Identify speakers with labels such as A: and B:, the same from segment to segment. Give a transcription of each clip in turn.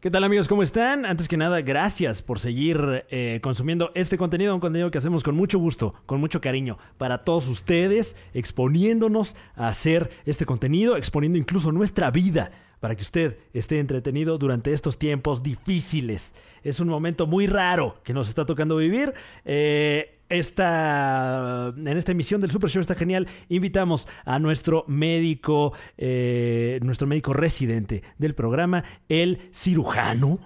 A: ¿Qué tal amigos? ¿Cómo están? Antes que nada, gracias por seguir eh, consumiendo este contenido, un contenido que hacemos con mucho gusto, con mucho cariño, para todos ustedes, exponiéndonos a hacer este contenido, exponiendo incluso nuestra vida para que usted esté entretenido durante estos tiempos difíciles. Es un momento muy raro que nos está tocando vivir. Eh, esta, en esta emisión del Super Show está genial. Invitamos a nuestro médico, eh, nuestro médico residente del programa, el cirujano,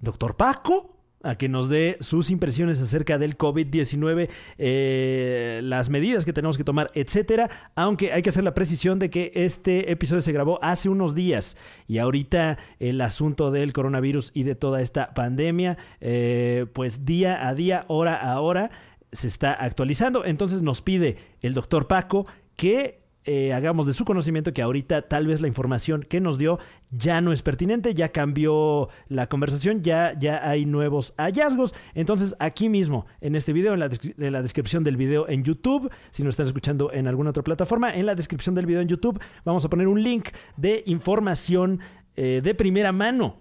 A: doctor Paco, a que nos dé sus impresiones acerca del COVID-19, eh, las medidas que tenemos que tomar, etcétera. Aunque hay que hacer la precisión de que este episodio se grabó hace unos días y ahorita el asunto del coronavirus y de toda esta pandemia, eh, pues día a día, hora a hora, se está actualizando. Entonces nos pide el doctor Paco que eh, hagamos de su conocimiento que ahorita tal vez la información que nos dio ya no es pertinente, ya cambió la conversación, ya, ya hay nuevos hallazgos. Entonces aquí mismo, en este video, en la, en la descripción del video en YouTube, si nos están escuchando en alguna otra plataforma, en la descripción del video en YouTube vamos a poner un link de información eh, de primera mano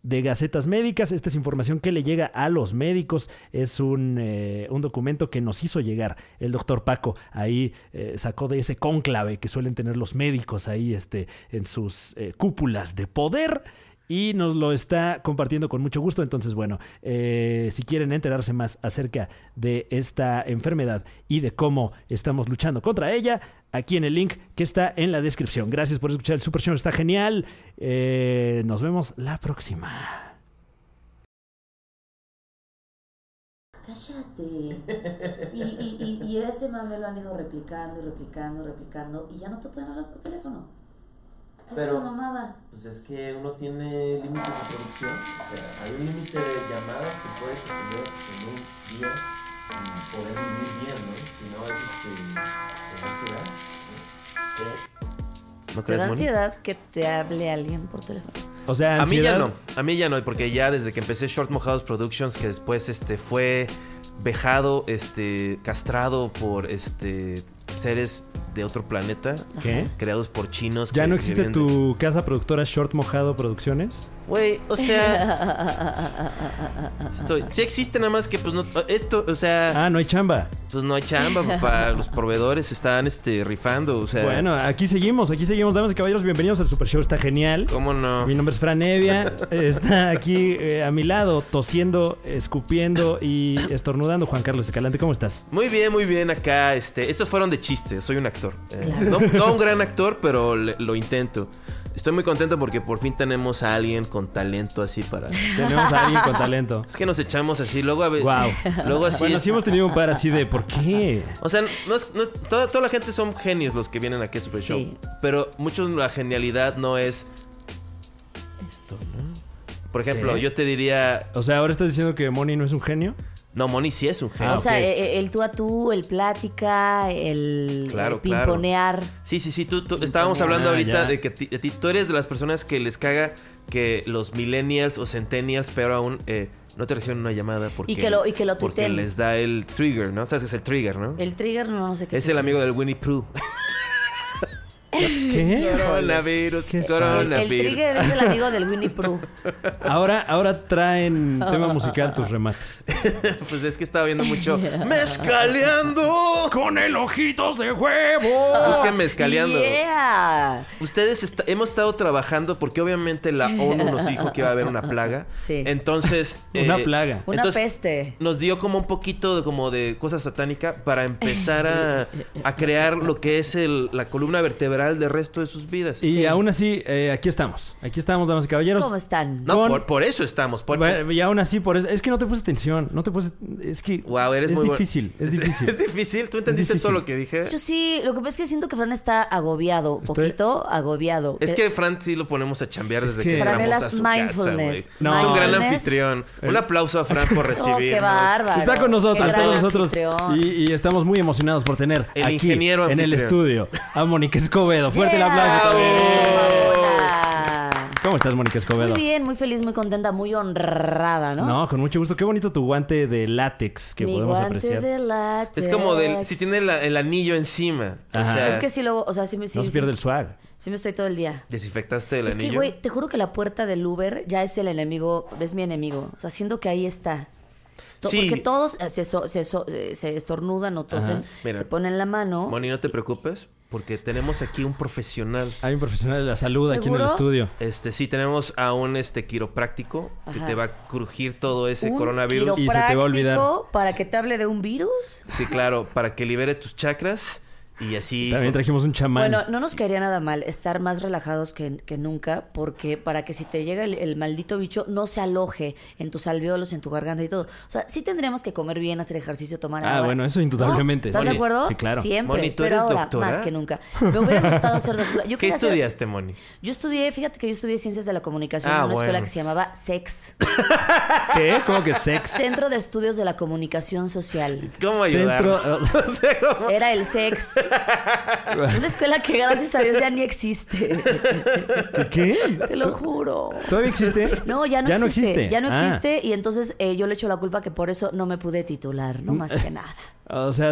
A: de Gacetas Médicas. Esta es información que le llega a los médicos. Es un, eh, un documento que nos hizo llegar el doctor Paco. Ahí eh, sacó de ese cónclave que suelen tener los médicos ahí este, en sus eh, cúpulas de poder. Y nos lo está compartiendo con mucho gusto. Entonces, bueno, eh, si quieren enterarse más acerca de esta enfermedad y de cómo estamos luchando contra ella, aquí en el link que está en la descripción. Gracias por escuchar el Super Show, está genial. Eh, nos vemos la próxima.
B: Cállate. Y, y, y, y a ese mame lo han ido replicando y replicando y replicando y ya no te pueden hablar por teléfono. Es
C: Pero-
B: esa mamada.
C: Pues es que uno tiene límites de producción. O sea, hay un límite de llamadas que puedes atender en un día y poder vivir bien, ¿no? Si no, es este. te da ansiedad. ¿no? ¿No
B: Te da
C: crees, Moni?
B: ansiedad que te hable alguien por teléfono.
A: O sea,
C: A mí ya
A: ansiedad-
C: no, a mí ya no, porque ya desde que empecé Short Mojados Productions, que después este, fue vejado, este, castrado por este, seres de otro planeta,
A: ¿Qué?
C: creados por chinos.
A: ¿Ya
C: que-
A: no
C: que
A: existe
C: vienen de-
A: tu casa productora Short Mojado Producciones?
C: Güey, o sea, estoy... sí existe nada más que pues no... Esto, o sea,
A: Ah, no hay chamba.
C: pues no hay chamba, papá. Los proveedores están este, rifando, o sea...
A: Bueno, aquí seguimos, aquí seguimos. Damas y caballeros, bienvenidos al Super Show, está genial.
C: ¿Cómo no?
A: Mi nombre es Fran Evia, está aquí eh, a mi lado, tosiendo, escupiendo y estornudando. Juan Carlos Escalante, ¿cómo estás?
C: Muy bien, muy bien acá. Este, estos fueron de chiste. Soy un actor. Eh,
B: Claro.
C: no, no un gran actor, pero le- lo intento. Estoy muy contento porque por fin tenemos a alguien con talento así para.
A: Tenemos a alguien con talento.
C: Es que nos echamos así. Luego a veces.
A: Wow.
C: Luego así.
A: bueno,
C: es-
A: sí hemos tenido un par así de ¿por qué?
C: O sea, no es- no es- toda, toda la gente son genios los que vienen aquí a Super
B: Sí.
C: Show. Pero muchos la genialidad no es. Esto, ¿no? Por ejemplo,
A: ¿Qué?
C: yo te diría.
A: O sea, ahora estás diciendo que Moni no es un genio.
C: No, Moni sí es un genio.
A: Ah,
B: o sea,
A: ok.
B: e- e- el tú a tú, el plática, el,
C: Claro,
B: el
C: claro.
B: pimponear.
C: Sí, sí, sí. Tú, tú- estábamos hablando
A: Ah,
C: ahorita
A: ya.
C: de que ti- de ti- tú eres de las personas que les caga que los millennials o centennials, pero aún eh, no te reciben una llamada porque,
B: Y que lo- y que lo
C: porque
B: tuiteen.
C: les da el trigger, ¿no? ¿Sabes qué es el trigger, no?
B: El trigger no, no sé qué
C: es el amigo del Winnie Pooh.
A: ¿Qué?
C: coronavirus,
A: ¿Qué es-
B: El,
C: coronavirus.
B: el trigger es el amigo del Winnie Pooh.
A: Ahora, ahora traen tema musical tus remates.
C: pues es que estaba viendo mucho mezcaleando.
A: Con el ojitos de huevo.
C: Busquen mezcaleando.
B: Yeah.
C: Ustedes est- hemos estado trabajando porque obviamente la ONU nos dijo que iba a haber una plaga.
B: Sí.
C: Entonces.
A: Una plaga.
B: Una
C: entonces,
B: peste.
C: Nos dio como un poquito de, como de cosa satánica para empezar a, a crear lo que es el- la columna vertebral del resto de sus vidas.
A: Y aún así, eh, aquí estamos. Aquí estamos, damas y caballeros.
B: ¿Cómo están?
C: no,
A: con-
C: por, por eso estamos. Por,
A: Bueno, y aún así, por eso. Es que no te puse atención. No te puse. Es que.
C: wow, eres
A: es
C: muy bueno.
A: difícil, es difícil.
C: es difícil. ¿Tú entendiste
A: difícil.
C: todo lo que dije?
B: Yo sí, lo que pasa es que siento que Fran está agobiado, un
A: Estoy-
B: poquito agobiado. Eh,
C: Es que Fran sí lo ponemos a chambear
A: Es
C: desde
A: que-
C: que, entramos
B: Franelas
C: a su
B: mindfulness.
C: casa, güey.
A: No.
C: Es un gran
B: Mindfulness.
C: anfitrión. Un aplauso a Fran por
B: Oh,
C: recibir.
B: qué bárbaro.
A: Está con nosotros,
B: Qué
A: está con
B: gran
A: nosotros.
B: anfitrión.
A: Y, y estamos muy emocionados por tener
C: El
A: aquí
C: ingeniero
A: en el
C: anfitrión.
A: estudio a Mónica Escobedo. Fuerte el
B: Yeah.
A: aplauso también.
C: Bravo.
B: Eso, mamona.
A: ¿Cómo estás, Mónica Escobedo?
B: Muy bien, muy feliz, muy contenta, muy honrada, ¿no?
A: No, con mucho gusto. Qué bonito tu guante de látex que
B: Mi
A: podemos
B: guante
A: apreciar.
B: de látex.
C: Es como del. Si tiene la- el anillo encima.
A: Ajá.
C: O sea,
B: Es que sí lo... O sea, sí, me- sí,
A: No se
B: sí-
A: pierde el swag.
B: sí me estoy todo el día.
C: desinfectaste el
B: Es que,
C: anillo.
B: güey, te juro que la puerta del Uber ya es el enemigo, es mi enemigo. O sea, siento que ahí está. To-
C: Sí.
B: Porque todos eh, se, so- se, so- eh, se estornudan o tosen,
A: Ajá.
C: Mira.
B: se ponen la mano.
C: Moni, no te preocupes, porque tenemos aquí un profesional.
A: Hay un profesional de la salud aquí en el
B: ¿Seguro?
A: estudio.
C: Este, sí, tenemos a un este quiropráctico que
B: Ajá.
C: te va a crujir todo ese
B: un
C: coronavirus.
A: Y se te va a olvidar.
B: quiropráctico Para que te hable de un virus.
C: Sí, claro, para que libere tus chakras y así.
A: También trajimos un chamán.
B: Bueno, no nos caería nada mal estar más relajados que, que nunca, porque para que si te llega el, el maldito bicho, no se aloje en tus alveolos, en tu garganta y todo. O sea, sí tendríamos que comer bien, hacer ejercicio, tomar
A: Ah,
B: agua.
A: bueno, eso indududamente,
B: ¿No? ¿Estás
A: sí.
B: de acuerdo?
A: Sí, claro.
B: Siempre.
C: Moni, ¿tú
B: pero
C: eres
B: ahora,
C: doctora?
B: más que nunca. Me hubiera gustado ser doctora. Yo
C: ¿Qué
B: quería ser-
C: estudiaste, Moni?
B: Yo estudié, fíjate que yo estudié Ciencias de la Comunicación
C: Ah,
B: en una escuela
C: bueno.
B: que se llamaba SEX.
A: ¿Qué? ¿Cómo que sex?
B: Centro de Estudios de la Comunicación Social.
C: ¿Cómo ayudar?
A: Centro-
B: Era el SEX. Una escuela que gracias a Dios ya ni existe.
A: ¿Qué?
B: Te lo juro.
A: ¿Todavía existe?
B: No, ya no, existe, Ya no
A: Ah.
B: existe y entonces eh, yo le echo la culpa que por eso no me pude titular, no más que nada.
A: O sea,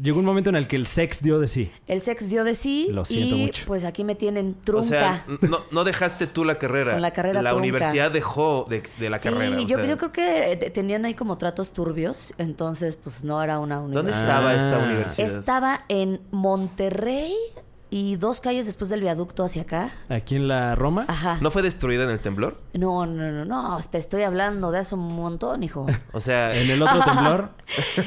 A: llegó un momento en el que el sex dio de sí.
B: El sex dio de sí
A: Lo siento
B: y
A: mucho.
B: pues aquí me tienen
C: O
B: trunca.
C: sea, no, no dejaste tú la carrera.
B: Con la carrera trunca.
C: universidad dejó de, de la
B: sí,
C: carrera. o
B: yo,
C: sea,
B: yo creo que eh, te- tenían ahí como tratos turbios, entonces pues no era una
C: ¿Dónde
B: universidad.
C: estaba
A: Ah.
C: esta universidad?
B: Estaba en Monterrey y dos calles después del viaducto hacia acá.
A: Aquí en la Roma.
B: Ajá.
C: ¿No fue destruida en el temblor?
B: No, no, no, no, te estoy hablando de hace un montón, hijo.
C: O sea,
A: En el otro temblor.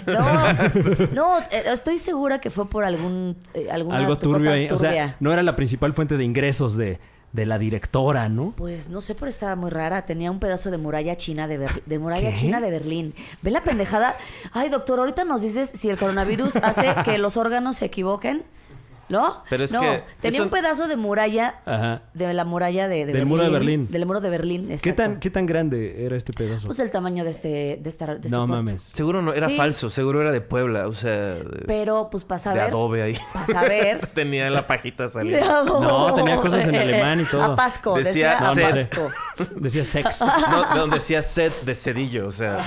B: No, no, eh, estoy segura que fue por algún eh, alguna
A: algo
B: tu-
A: turbio
B: cosa
A: ahí. O sea,
B: turbia.
A: no era la principal fuente de ingresos de, de la directora, ¿no?
B: Pues no sé, pero estaba muy rara. Tenía un pedazo de muralla china de, Ber- de muralla
A: ¿Qué?
B: china de Berlín. Ve la pendejada. Ay, doctor, ahorita nos dices si el coronavirus hace que los órganos se equivoquen. ¿No?
C: Pero es
B: no,
C: que
B: tenía
C: eso-
B: un pedazo de muralla
A: Ajá.
B: de la muralla de, de
A: Del muro de Berlín.
B: Del muro de Berlín,
A: ¿Qué
B: exacto.
A: tan, ¿Qué tan grande era este pedazo?
B: Pues el tamaño de este de esta de este
A: no
B: cuarto.
A: mames.
C: seguro no, era
B: Sí.
C: falso, seguro era de Puebla, o sea, de,
B: Pero pues para
C: de
B: saber,
C: adobe ahí.
B: para saber.
C: Tenía la pajita
B: de
C: salida.
A: No, tenía cosas en
B: adobe.
A: alemán y todo.
B: A Pasco,
C: Decía
B: decía, a
C: set.
B: Pasco.
A: Decía sex.
C: No, de donde decía set de Cedillo, o sea.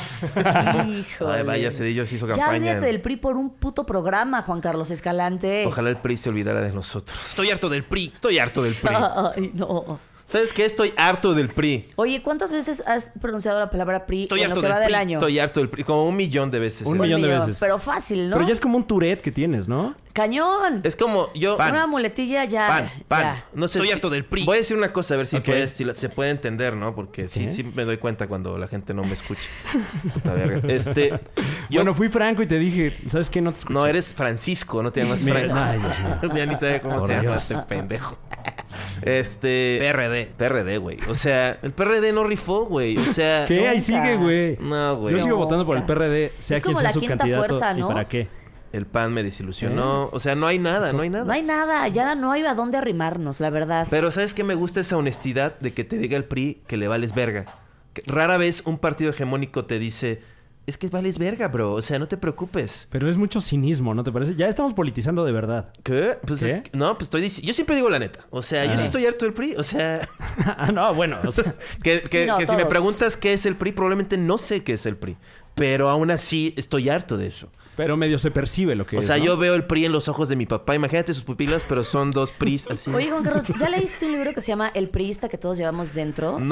B: Híjole.
C: Ay, vaya, Cedillo se hizo
B: Ya
C: campaña.
B: olvídate del PRI por un puto programa, Juan Carlos Escalante.
C: Ojalá el PRI se olvidara de nosotros. Estoy harto del PRI. Estoy harto del PRI.
B: Ay, no.
C: ¿Sabes qué? Estoy harto del PRI.
B: Oye, ¿cuántas veces has pronunciado la palabra PRI
C: Estoy
B: en
C: harto
B: lo que
C: del
B: va del
C: PRI.
B: año?
C: Estoy harto del PRI. Como un millón de veces.
A: Un
C: ¿eh?
A: millón de veces.
B: Pero fácil, ¿no?
A: Pero ya es como un Tourette que tienes, ¿no?
B: Cañón.
C: Es como yo.
B: Con Una muletilla ya.
C: Pan, pan.
B: ya.
C: No sé
D: Estoy
C: si-
D: harto del PRI.
C: Voy a decir una cosa, a ver si,
A: Ok.
C: puede- si la- se puede entender, ¿no? Porque sí,
A: Ok.
C: sí me doy cuenta cuando la gente no me escucha. Puta verga. Este, yo,
A: Bueno, fui franco y te dije, ¿sabes qué? No te escuché.
C: no, eres Francisco, no te llamas
A: Mira,
C: Franco.
A: ay, Dios mío.
C: ya ni sabe cómo
A: Por
C: se llama
A: Dios.
C: este pendejo. Este...
D: PRD.
C: PRD, güey. O sea, el PRD no rifó, güey. O sea...
A: ¿Qué? Ahí
B: Nunca.
A: sigue, güey.
C: No, güey.
A: Yo sigo
B: Nunca.
A: votando por el PRD, sea
B: Es
A: quien
B: como
A: sea
B: la
A: su
B: quinta
A: candidato
B: fuerza,
A: y
B: ¿no?
A: para qué.
C: El PAN me desilusionó. O sea, no hay nada, no hay nada.
B: No hay nada, ya no hay a dónde arrimarnos, la verdad.
C: Pero ¿sabes qué me gusta esa honestidad de que te diga el PRI que le vales verga? Que rara vez un partido hegemónico te dice, es que vales verga, bro. O sea, no te preocupes.
A: Pero es mucho cinismo, ¿no te parece? Ya estamos politizando de verdad.
C: ¿Qué? Pues
A: ¿Qué?
C: es que- no, pues estoy diciendo... Yo siempre digo la neta. O sea, yo
A: Ah.
C: sí estoy harto del PRI. O sea,
A: ah, no, bueno, o sea,
C: que, que-
B: Sí, no,
C: que si me
B: todos.
C: preguntas qué es el PRI, probablemente no sé qué es el PRI. Pero aún así estoy harto de eso.
A: pero medio se percibe lo que
C: O
A: es,
C: sea,
A: ¿no?
C: yo veo el PRI en los ojos de mi papá. Imagínate sus pupilas, pero son dos PRIs así.
B: Oye, Juan Carlos, ¿ya leíste un libro que se llama El priista que todos llevamos dentro? Ah. De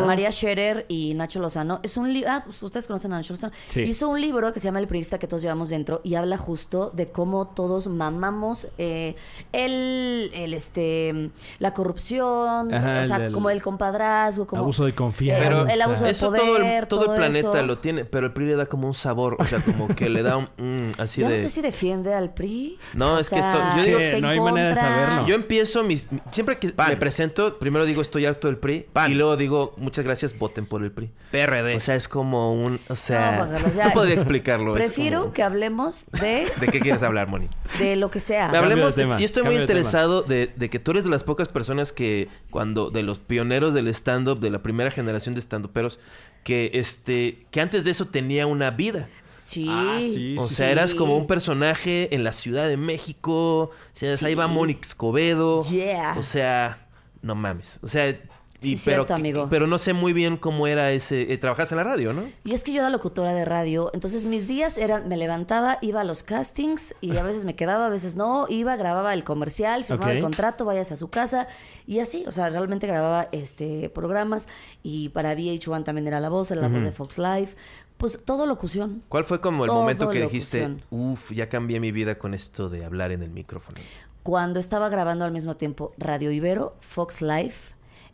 C: No.
B: María Scherer y Nacho Lozano. Es un libro. Ah, pues ustedes conocen a Nacho Lozano.
A: Sí.
B: Hizo un libro que se llama El priista que todos llevamos dentro y habla justo de cómo todos mamamos eh, el, el, este, la corrupción,
A: Ajá,
B: o sea,
A: el del-
B: como el compadrazgo, como.
A: Abuso de confianza.
C: Pero
B: el abuso de
C: eso
B: poder,
C: todo el, todo el
B: todo
C: planeta
B: eso.
C: lo tiene, pero el PRI le da como un sabor, o sea, como que le da un mm, así
B: Yo
C: de
B: no sé si defiende al PRI.
C: No, es que esto- yo digo-
B: está en
A: No hay manera de
B: contra.
A: saberlo.
C: Yo empiezo mis siempre que me presento, primero digo estoy harto del PRI
D: Pan.
C: y luego digo muchas gracias, voten por el PRI.
D: PRD.
C: O sea, es como un, o
B: No,
C: sea,
B: Juan
C: no,
B: Carlos, ya.
C: podría explicarlo. es
B: Prefiero
C: como-
B: que hablemos de,
C: ¿De qué quieres hablar, Moni?
B: de lo que sea.
A: de
C: Hablemos,
A: tema,
C: yo estoy
A: cambio
C: muy
A: de
C: interesado de, de que tú eres de las pocas personas que cuando de los pioneros del stand up, de la primera generación de stand uperos que este que antes de eso tenía una vida.
B: Sí.
A: Ah, sí,
C: O
A: sí,
C: sea,
A: sí.
C: eras como un personaje en la Ciudad de México. O sea,
B: Sí.
C: ahí va Mónica Escobedo.
B: Yeah.
C: O sea, no mames. O sea,
B: Sí, cierto, amigo.
C: Pero no sé muy bien cómo era ese... eh, trabajas en la radio, ¿no?
B: Y es que yo era locutora de radio, entonces mis días eran, me levantaba, iba a los castings y a veces me quedaba, a veces no, iba, grababa el comercial, firmaba
A: Ok.
B: el contrato, váyase a su casa y así, o sea, realmente grababa este programas y para VH1 también era la voz, era la voz de Fox Live, pues todo locución.
C: ¿Cuál fue como el
B: Todo
C: momento que dijiste,
B: locución.
C: uff, ya cambié mi vida con esto de hablar en el micrófono?
B: Cuando estaba grabando al mismo tiempo Radio Ibero, Fox Live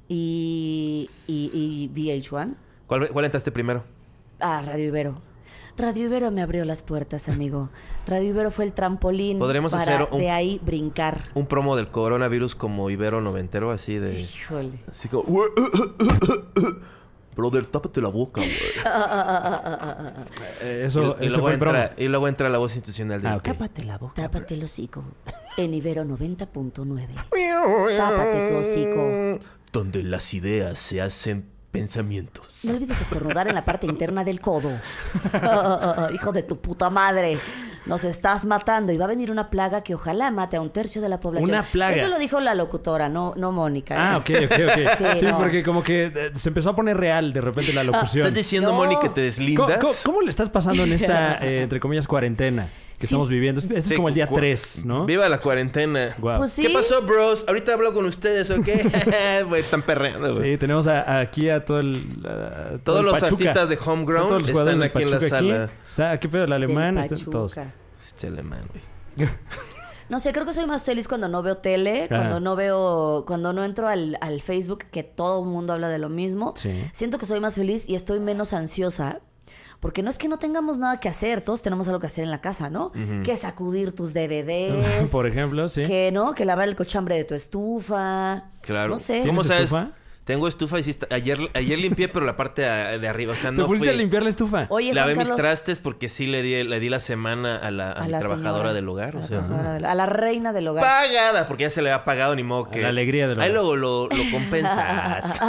B: y, y, y VH1,
C: ¿Cuál, cuál entraste primero?
B: Ah, Radio Ibero. Radio Ibero me abrió las puertas, amigo. Radio Ibero fue el trampolín
C: Podremos
B: para
C: hacer un-
B: de ahí brincar.
C: Un promo del coronavirus como Ibero noventero, así de...
B: Híjole.
C: Así como... eh, Brother, tápate la boca, güey.
A: Eh, Eso,
C: y, y
A: ese
C: luego
A: fue el promo.
C: entra, y luego entra la voz institucional de...
A: Ah, ok.
C: Tápate la boca.
B: Tápate el hocico. En Ibero 90.9. Tápate tu hocico.
C: Donde las ideas se hacen pensamientos.
B: No olvides estornudar en la parte interna del codo. Hijo de tu puta madre. Nos estás matando y va a venir una plaga que ojalá mate a un tercio de la población.
A: Una plaga.
B: Eso lo dijo la locutora, no, no Mónica. ¿eh?
A: Ah, ok, ok, ok.
B: Sí,
A: Sí,
B: no.
A: porque como que eh, se empezó a poner real de repente la locución.
C: Ah, ¿Estás diciendo,
B: No.
C: Moni, que te
A: ¿Cómo,
C: deslindas?
A: cómo- cómo le estás pasando en esta, eh, entre comillas, cuarentena que
B: Sí.
A: estamos viviendo? Este, este
C: Sí,
A: es como el día
C: cu-
A: 3, ¿no?
C: Viva la cuarentena.
A: Guau.
B: Pues sí.
C: ¿Qué pasó, bros? Ahorita hablo con ustedes, ¿ok? Güey, Están perreando, güey.
A: Sí, tenemos a- aquí a todo el. a- todo
C: Todos
A: el
C: los
A: Pachuca.
C: artistas de Homegrown
A: Están todos los jugadores
C: están
A: del
C: aquí en la
A: Pachuca
C: sala.
A: Está, ¿Qué pedo? El
B: Del
A: alemán, están
B: Pachuca.
A: todos.
C: Chale, man, güey.
B: No sé, creo que soy más feliz cuando no veo tele,
A: Ajá.
B: cuando no veo, cuando no entro al, al Facebook, que todo el mundo habla de lo mismo.
A: Sí.
B: Siento que soy más feliz y estoy menos ansiosa. Porque no es que no tengamos nada que hacer, todos tenemos algo que hacer en la casa, ¿no? Que sacudir tus DVDs.
A: Por ejemplo, sí.
B: Que no, que lavar el cochambre de tu estufa.
C: Claro.
B: No sé.
A: ¿Cómo
C: ¿Cómo
A: ¿Tienes
C: sabes?
A: estufa?
C: Tengo estufa y sí está- ayer, ayer limpié, pero la parte a- de arriba. O sea,
A: ¿Te
C: no
A: pusiste
C: fui-
A: a limpiar la estufa?
B: Oye,
C: Lavé
B: Juan
C: mis
B: Carlos,
C: trastes porque sí le di, le di la semana a la, a
B: a
C: mi
B: la
C: trabajadora
B: señora,
C: del hogar.
B: A
C: O
B: la,
C: sea,
B: trabajadora del- a la reina del hogar.
C: pagada, porque ya se le había pagado, ni modo que.
A: La alegría del
C: Ahí
A: hogar.
C: luego lo, lo compensas.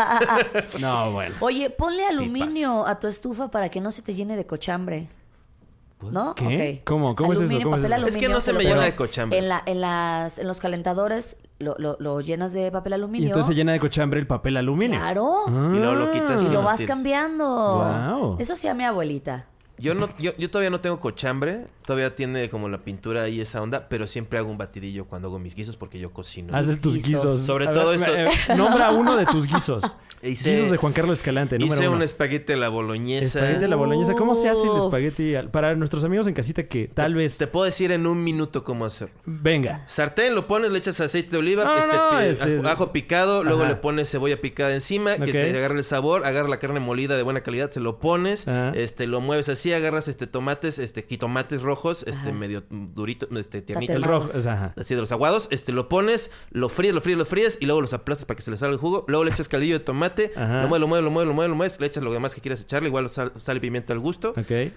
A: No, bueno.
B: Oye, ponle aluminio a tu estufa para que no se te llene de cochambre. ¿No?
A: ¿Qué?
B: Ok.
A: ¿Cómo? ¿Cómo es eso?
B: Aluminio,
A: ¿Cómo es
B: papel
A: eso?
C: Es que
B: aluminio,
C: no se
B: lo
C: me llena de
B: pones
C: cochambre.
B: En, la, en, las, en los calentadores lo, lo- lo llenas de papel aluminio.
A: Y entonces se llena de cochambre el papel aluminio.
B: Claro.
A: Ah.
C: Y luego lo quitas.
B: Y
C: Sí,
B: lo vas
C: tienes.
B: cambiando.
A: Guau.
B: Eso hacía mi abuelita.
C: Yo, no, yo, yo todavía no tengo cochambre, todavía tiene como la pintura y esa onda, pero siempre hago un batidillo cuando hago mis guisos porque yo cocino.
A: Haces tus
B: guisos.
A: guisos.
C: Sobre
A: A
C: todo
A: ver,
C: esto-
A: eh, nombra uno de tus guisos.
C: Hice-
A: guisos de Juan Carlos Escalante, número
C: Hice
A: uno.
C: un espagueti a la boloñesa.
A: Espagueti a la boloñesa. ¿Cómo se hace el
B: Uf.
A: espagueti? al- Para nuestros amigos en casita que tal vez...
C: Te puedo decir en un minuto cómo hacerlo.
A: Venga.
C: Sartén, lo pones, le echas aceite de oliva,
A: No,
C: este,
A: no,
C: pi-
A: este-
C: ajo, ajo picado, luego
A: Ajá.
C: le pones cebolla picada encima,
A: Ok.
C: que se agarre el sabor, agarra la carne molida de buena calidad, se lo pones,
A: Ajá.
C: este, lo mueves así, agarras este tomates, este, jitomates rojos, este, medio durito, este, tiernitos.
A: El rojo. es- Ajá.
C: así de los aguados, este lo pones, lo fríes, lo fríes, lo fríes y luego los aplastas para que se le salga el jugo, luego le echas caldillo de tomate,
A: Ajá.
C: lo mueves, lo mueves, lo mueves, lo mueves, lo mueves, le echas lo demás que quieras echarle, igual sal, sal y pimienta al gusto
A: Ok.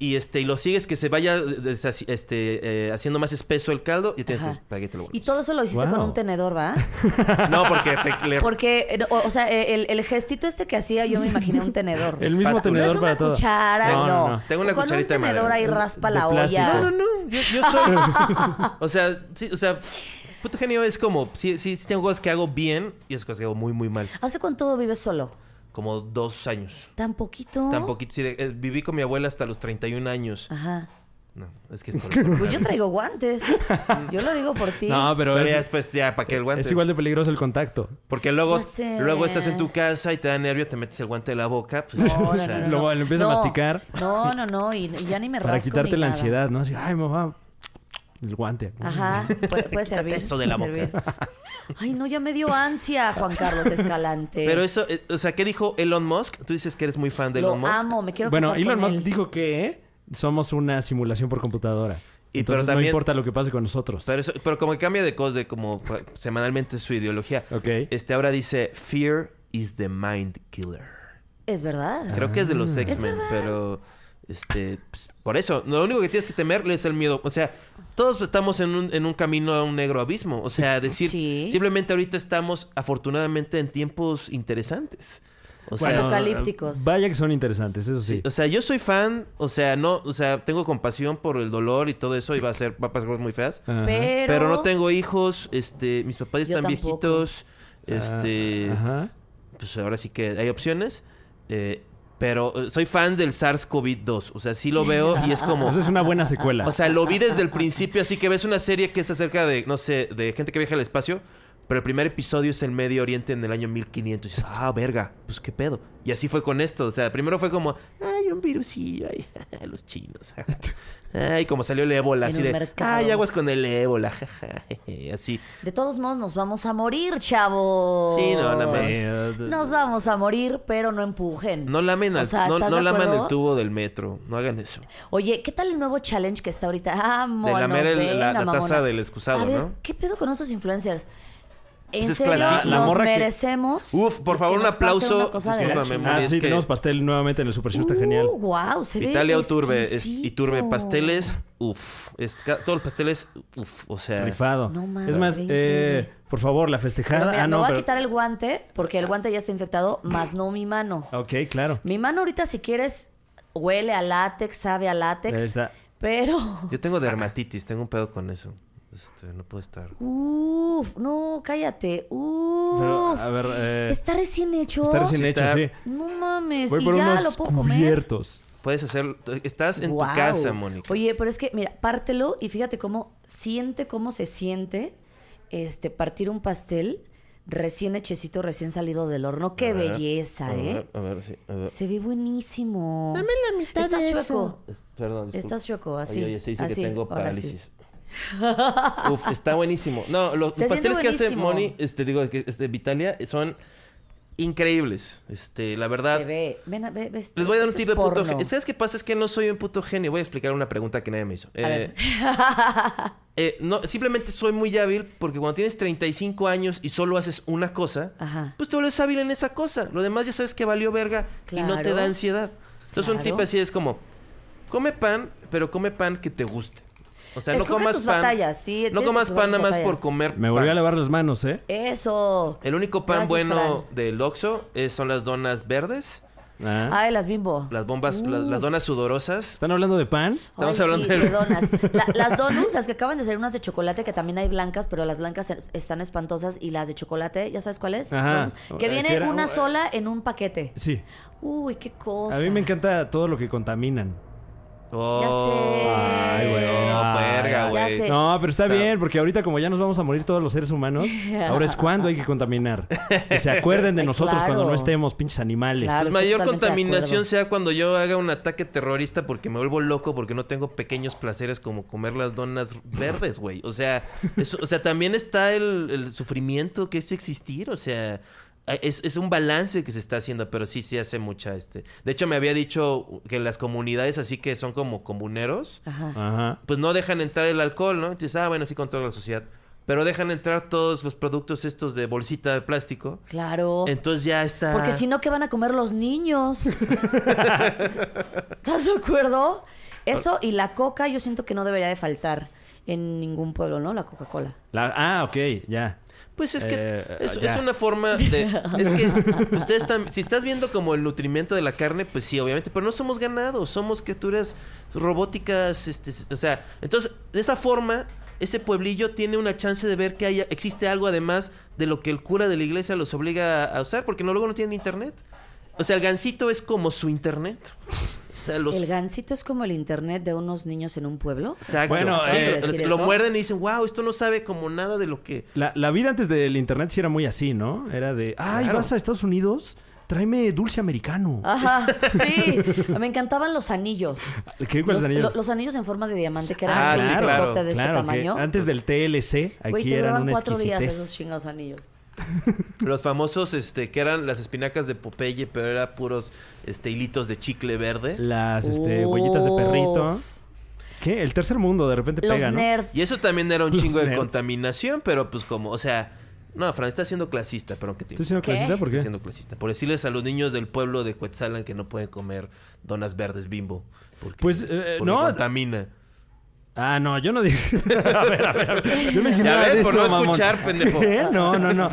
C: y este y lo sigues que se vaya deshaci- este, eh, haciendo más espeso el caldo y tienes
B: Ajá.
C: espagueti a la
B: Y
C: boloñesa.
B: todo eso lo hiciste
A: Guau.
B: con un tenedor, ¿va?
C: No, porque te- le-
B: Porque, eh, o, o sea, eh, el, el gestito este que hacía, yo me imaginé un tenedor.
A: El mismo
C: Espátula.
A: tenedor
B: no es una
A: para todo.
B: cuchara, no.
C: Tengo una
B: con
C: cucharita de
B: un tenedor
C: madera.
B: ahí raspa
A: De
B: la
A: plástico.
B: olla.
C: No, no, no. Yo, yo soy. o sea, sí, o sea, puto genio es como. Sí, sí, sí tengo cosas que hago bien y otras cosas que hago muy, muy mal.
B: ¿Hace cuánto vives solo?
C: Como dos años.
B: ¿Tan poquito?
C: Tampoco. sí, de- eh, viví con mi abuela hasta los 31 años.
B: Ajá.
C: No, es que es por- por-
B: Pues yo traigo guantes. Yo lo digo por ti.
A: No, pero
C: Pero ya
A: es,
C: después, ya, ¿para qué el guante?
A: es igual de peligroso el contacto.
C: Porque luego,
B: Ya sé.
C: luego estás en tu casa y te da nervio, te metes el guante de la boca. Pues,
B: No, no,
C: o sea,
B: no, no,
A: lo-
B: no.
A: lo empieza a masticar.
B: No, no, no. Y, y ya ni me
A: Para
B: rasco
A: quitarte
B: ni
A: la
B: nada.
A: ansiedad, ¿no? Así, ay, mamá, el guante.
B: Ajá. Puede, puede servir.
C: eso de la
B: puede servir. Ay, no, ya me dio ansia, Juan Carlos Escalante.
C: Pero eso, eh, o sea, ¿qué dijo Elon Musk? Tú dices que eres muy fan de
B: Lo
C: Elon Musk.
B: amo, me quiero
A: Bueno,
B: casar
A: Elon
B: con
A: Musk
B: él.
A: dijo que somos una simulación por computadora.
C: Y
A: Entonces
C: pero también-
A: no importa lo que pase con nosotros.
C: Pero, eso- pero como que cambia de cosas, de como pa- semanalmente su ideología.
A: Ok.
C: Este ahora dice, Fear is the mind killer.
B: Es verdad.
C: Creo que es de
A: Ah.
C: los X-Men,
B: verdad.
C: pero... Este, pues, por eso, lo único que tienes que temerle es el miedo. O sea, todos estamos en un, en un camino a un negro abismo. O sea, decir,
B: Sí.
C: simplemente ahorita estamos afortunadamente en tiempos interesantes. O sea,
A: Bueno,
B: Apocalípticos.
A: Vaya que son interesantes, eso sí.
C: O sea, yo soy fan, o sea, no, o sea, tengo compasión por el dolor y todo eso y va a ser, va a pasar cosas muy feas.
A: Ajá.
B: Pero...
C: Pero... no tengo hijos, este, mis papás
B: Yo
C: están
B: tampoco.
C: viejitos, este,
A: Ah, Ajá.
C: pues ahora sí que hay opciones. eh, pero eh, soy fan del SARS-CoV-2. O sea, sí lo veo y es como...
A: Esa es una buena secuela.
C: O sea, lo vi desde el principio, así que ves una serie que es acerca de, no sé, de gente que viaja al espacio, pero el primer episodio es el Medio Oriente en el año 1500. Y dices, ah, verga, pues qué pedo. Y así fue con esto. O sea, primero fue como, ay, un virusillo, ay, los chinos. Ay, como salió el ébola,
B: En
C: así
B: un
C: de,
B: mercado.
C: ay, aguas con el ébola, jaja, jeje, así.
B: De todos modos, nos vamos a morir, chavos.
C: Sí, no, nada más.
A: Sí, eh,
B: Pues, Nos vamos a morir, pero no empujen.
C: No lamen, al-
B: O sea,
C: no,
B: ¿estás
C: no
B: de
C: laman
B: acuerdo?
C: el tubo del metro, no hagan eso.
B: Oye, ¿qué tal el nuevo challenge que está ahorita? Amo
C: De
B: a
C: lamer
B: nos,
C: el- la-
B: venga,
C: la
B: mamona.
C: taza del excusado,
B: A ver,
C: ¿no?
B: ¿qué pedo con esos influencers? ¿En
C: Ese es
B: serio
C: clasismo.
A: La
B: nos
A: morra que-
B: merecemos?
C: Uf, por favor,
B: que
C: un
B: nos pase
C: aplauso.
B: una cosa de la
C: Discúlpame,
B: chingada?
A: Ah,
C: es
A: sí,
C: que- Uh.
A: tenemos pastel nuevamente en el Super Show, está genial.
B: wow, se ve
C: Italia Uturbe, es-
B: exquisito.
C: Iturbe, pasteles, uff. Todos los pasteles, uff. O sea,
A: Rifado.
B: No mames,
A: es más,
B: ve
A: eh,
B: increíble.
A: por favor, la festejada.
B: Pero mira,
A: ah,
B: me
A: no,
B: voy
A: pero.
B: a quitar el guante porque el guante ya está infectado, más no mi mano.
A: Ok, claro.
B: Mi mano ahorita, si quieres, huele a látex, sabe a látex.
A: Ahí está.
B: Pero...
C: yo tengo dermatitis, tengo un pedo con eso. Este, no puedo estar.
B: Uf, no, cállate. Uf.
A: Pero, a ver, eh,
B: está recién hecho.
A: Está recién
C: Sí,
A: hecho,
C: está-
A: sí.
B: No mames,
A: Voy
B: pues, y
A: por
B: ya
A: unos
B: lo puedo comer.
A: cubiertos.
C: Puedes hacer. Estás en
B: Guau.
C: tu casa, Mónica.
B: Oye, pero es que, mira, pártelo y fíjate cómo siente, cómo se siente este partir un pastel recién hechecito, recién salido del horno. ¡Qué
C: A ver,
B: belleza,
C: a ver,
B: eh!
C: A ver, sí. A ver.
B: Se ve buenísimo. Dame la mitad ¿Estás chueco?
C: Es- perdón. disculpa.
B: Estás chueco,
C: Oye,
B: así,
C: Oye, se dice
B: así,
C: que tengo
B: ahora
C: parálisis. Uf, está buenísimo. No, los,
B: Se
C: los pasteles
B: siente
C: que hace
B: buenísimo.
C: Moni, este, digo, que- este, Vitalia, son increíbles. Este, la verdad.
B: Se ve. Ven, a- ve, ve esto.
C: Les voy a dar un
B: Esto es
C: tip de puto
B: porno.
C: genio. ¿Sabes qué pasa? Es que no soy un puto genio. Voy a explicar una pregunta que nadie me hizo. Eh,
B: ver.
C: eh, no, simplemente soy muy hábil porque cuando tienes 35 años y solo haces una cosa,
B: Ajá.
C: pues te vuelves hábil en esa cosa. Lo demás ya sabes que valió verga y no te
B: Claro.
C: da ansiedad. Entonces un
B: Claro.
C: tip así es como, come pan, pero come pan que te guste. O sea,
B: Escoge
C: no comas
B: tus
C: pan.
B: batallas, sí, tienes
C: no
B: que
C: comas
B: escoger
C: pan
B: tus
C: nada más
B: batallas.
C: por comer.
A: Me volví
C: pan.
A: a lavar las manos, ¿eh?
B: Eso.
C: El único pan
B: Gracias,
C: bueno
B: Fran.
C: del Oxxo es- son las donas verdes,
A: Ah.
B: Ay, las bimbo.
C: las bombas, la- las donas sudorosas.
A: ¿Están hablando de pan?
C: Estamos
B: Ay,
C: hablando
B: sí,
C: de-
B: de... donas. La- las donuts, las que acaban de ser unas de chocolate, que también hay blancas, pero las blancas es- están espantosas. Y las de chocolate, ¿ya sabes cuáles?
A: Ajá.
B: Donuts, Que
A: Eh,
B: viene
A: que era-
B: una sola en un paquete.
A: Sí.
B: Uy, qué cosa.
A: A mí me encanta todo lo que contaminan.
C: Oh,
B: Ay, güey. Ah,
C: No, verga,
B: Ya
C: güey.
B: sé.
A: No, pero está,
C: Está-
A: bien, porque ahorita como ya nos vamos a morir todos los seres humanos, ahora es cuando hay que contaminar. Que se acuerden de
B: Ay,
A: nosotros cuando
B: claro.
A: no estemos, pinches animales.
B: Claro.
C: La
B: Ah, estoy
C: Pues mayor
B: totalmente de acuerdo.
C: contaminación sea cuando yo haga un ataque terrorista porque me vuelvo loco porque no tengo pequeños placeres como comer las donas verdes, güey. O sea, es- o sea, también está el, el sufrimiento que es existir, o sea, es, es un balance que se está haciendo, pero sí se hace mucha este. De hecho, me había dicho que las comunidades así que son como comuneros,
B: Ajá.
A: Ajá.
C: pues no dejan entrar el alcohol, ¿no? Entonces, ah, bueno, sí controla la sociedad. Pero dejan entrar todos los productos estos de bolsita de plástico.
B: Claro.
C: Entonces ya está.
B: Oh. Porque si no, ¿qué van a comer los niños? ¿Estás de acuerdo? Eso y la coca, yo siento que no debería de faltar en ningún pueblo, ¿no? La Coca-Cola.
A: La- ah, ok, ya.
C: Pues es que
A: Eh,
C: es,
A: ya.
C: es una forma de... Es que ustedes tam- si estás viendo como el nutrimento de la carne, pues sí, obviamente, pero no somos ganados, somos criaturas robóticas, este, o sea, entonces, de esa forma, ese pueblillo tiene una chance de ver que haya, existe algo además de lo que el cura de la iglesia los obliga a usar, porque no, luego no tienen internet. O sea, el gancito es como su internet. O sea, los...
B: El gansito es como el internet de unos niños en un pueblo.
C: Exacto.
A: Bueno,
C: Sí,
A: eh,
B: ¿decir
C: lo
B: eso?
C: muerden y dicen, wow, esto no sabe como nada de lo que...
A: La, la vida antes del internet sí era muy así, ¿no? Era de, ay,
C: Claro.
A: vas a Estados Unidos, tráeme dulce americano.
B: Ajá, sí. Me encantaban los anillos.
A: ¿Qué, ¿Cuáles
B: los,
A: anillos?
B: lo- los anillos en forma de diamante que eran
C: Ah,
B: un
C: sí,
B: princesote
C: claro,
B: de este
A: claro, que
B: tamaño.
A: antes del TLC, aquí
B: Güey, te
A: eran
B: duraban
A: una
B: cuatro días
A: exquisitez.
B: esos chingados anillos.
C: Los famosos, este, que eran las espinacas de Popeye, pero era puros, este, hilitos de chicle verde.
A: Las este, huellitas de perrito. ¿Qué? El tercer mundo de repente
B: Los
A: pega, ¿no?
B: nerds.
C: Y eso también era un
A: Los
C: chingo de
A: nerds.
C: contaminación, pero pues como, o sea, no, Fran, está siendo clasista, pero que te
A: ¿Tú siendo
B: ¿Qué?
A: clasista? ¿Por
C: Estás
A: qué?
C: siendo clasista. Por decirles a los niños del pueblo de Cuetzalan que no pueden comer donas verdes bimbo. Porque,
A: Pues, eh,
C: porque
A: no.
C: contamina.
A: Ah, no, yo no dije. a ver, a ver, a ver. Yo no dije
C: Ya
A: nada
C: ves,
A: de ¿Eh?
C: por
A: eso,
C: no
A: mamón.
C: escuchar, pendejo.
A: ¿Qué? No, no, no.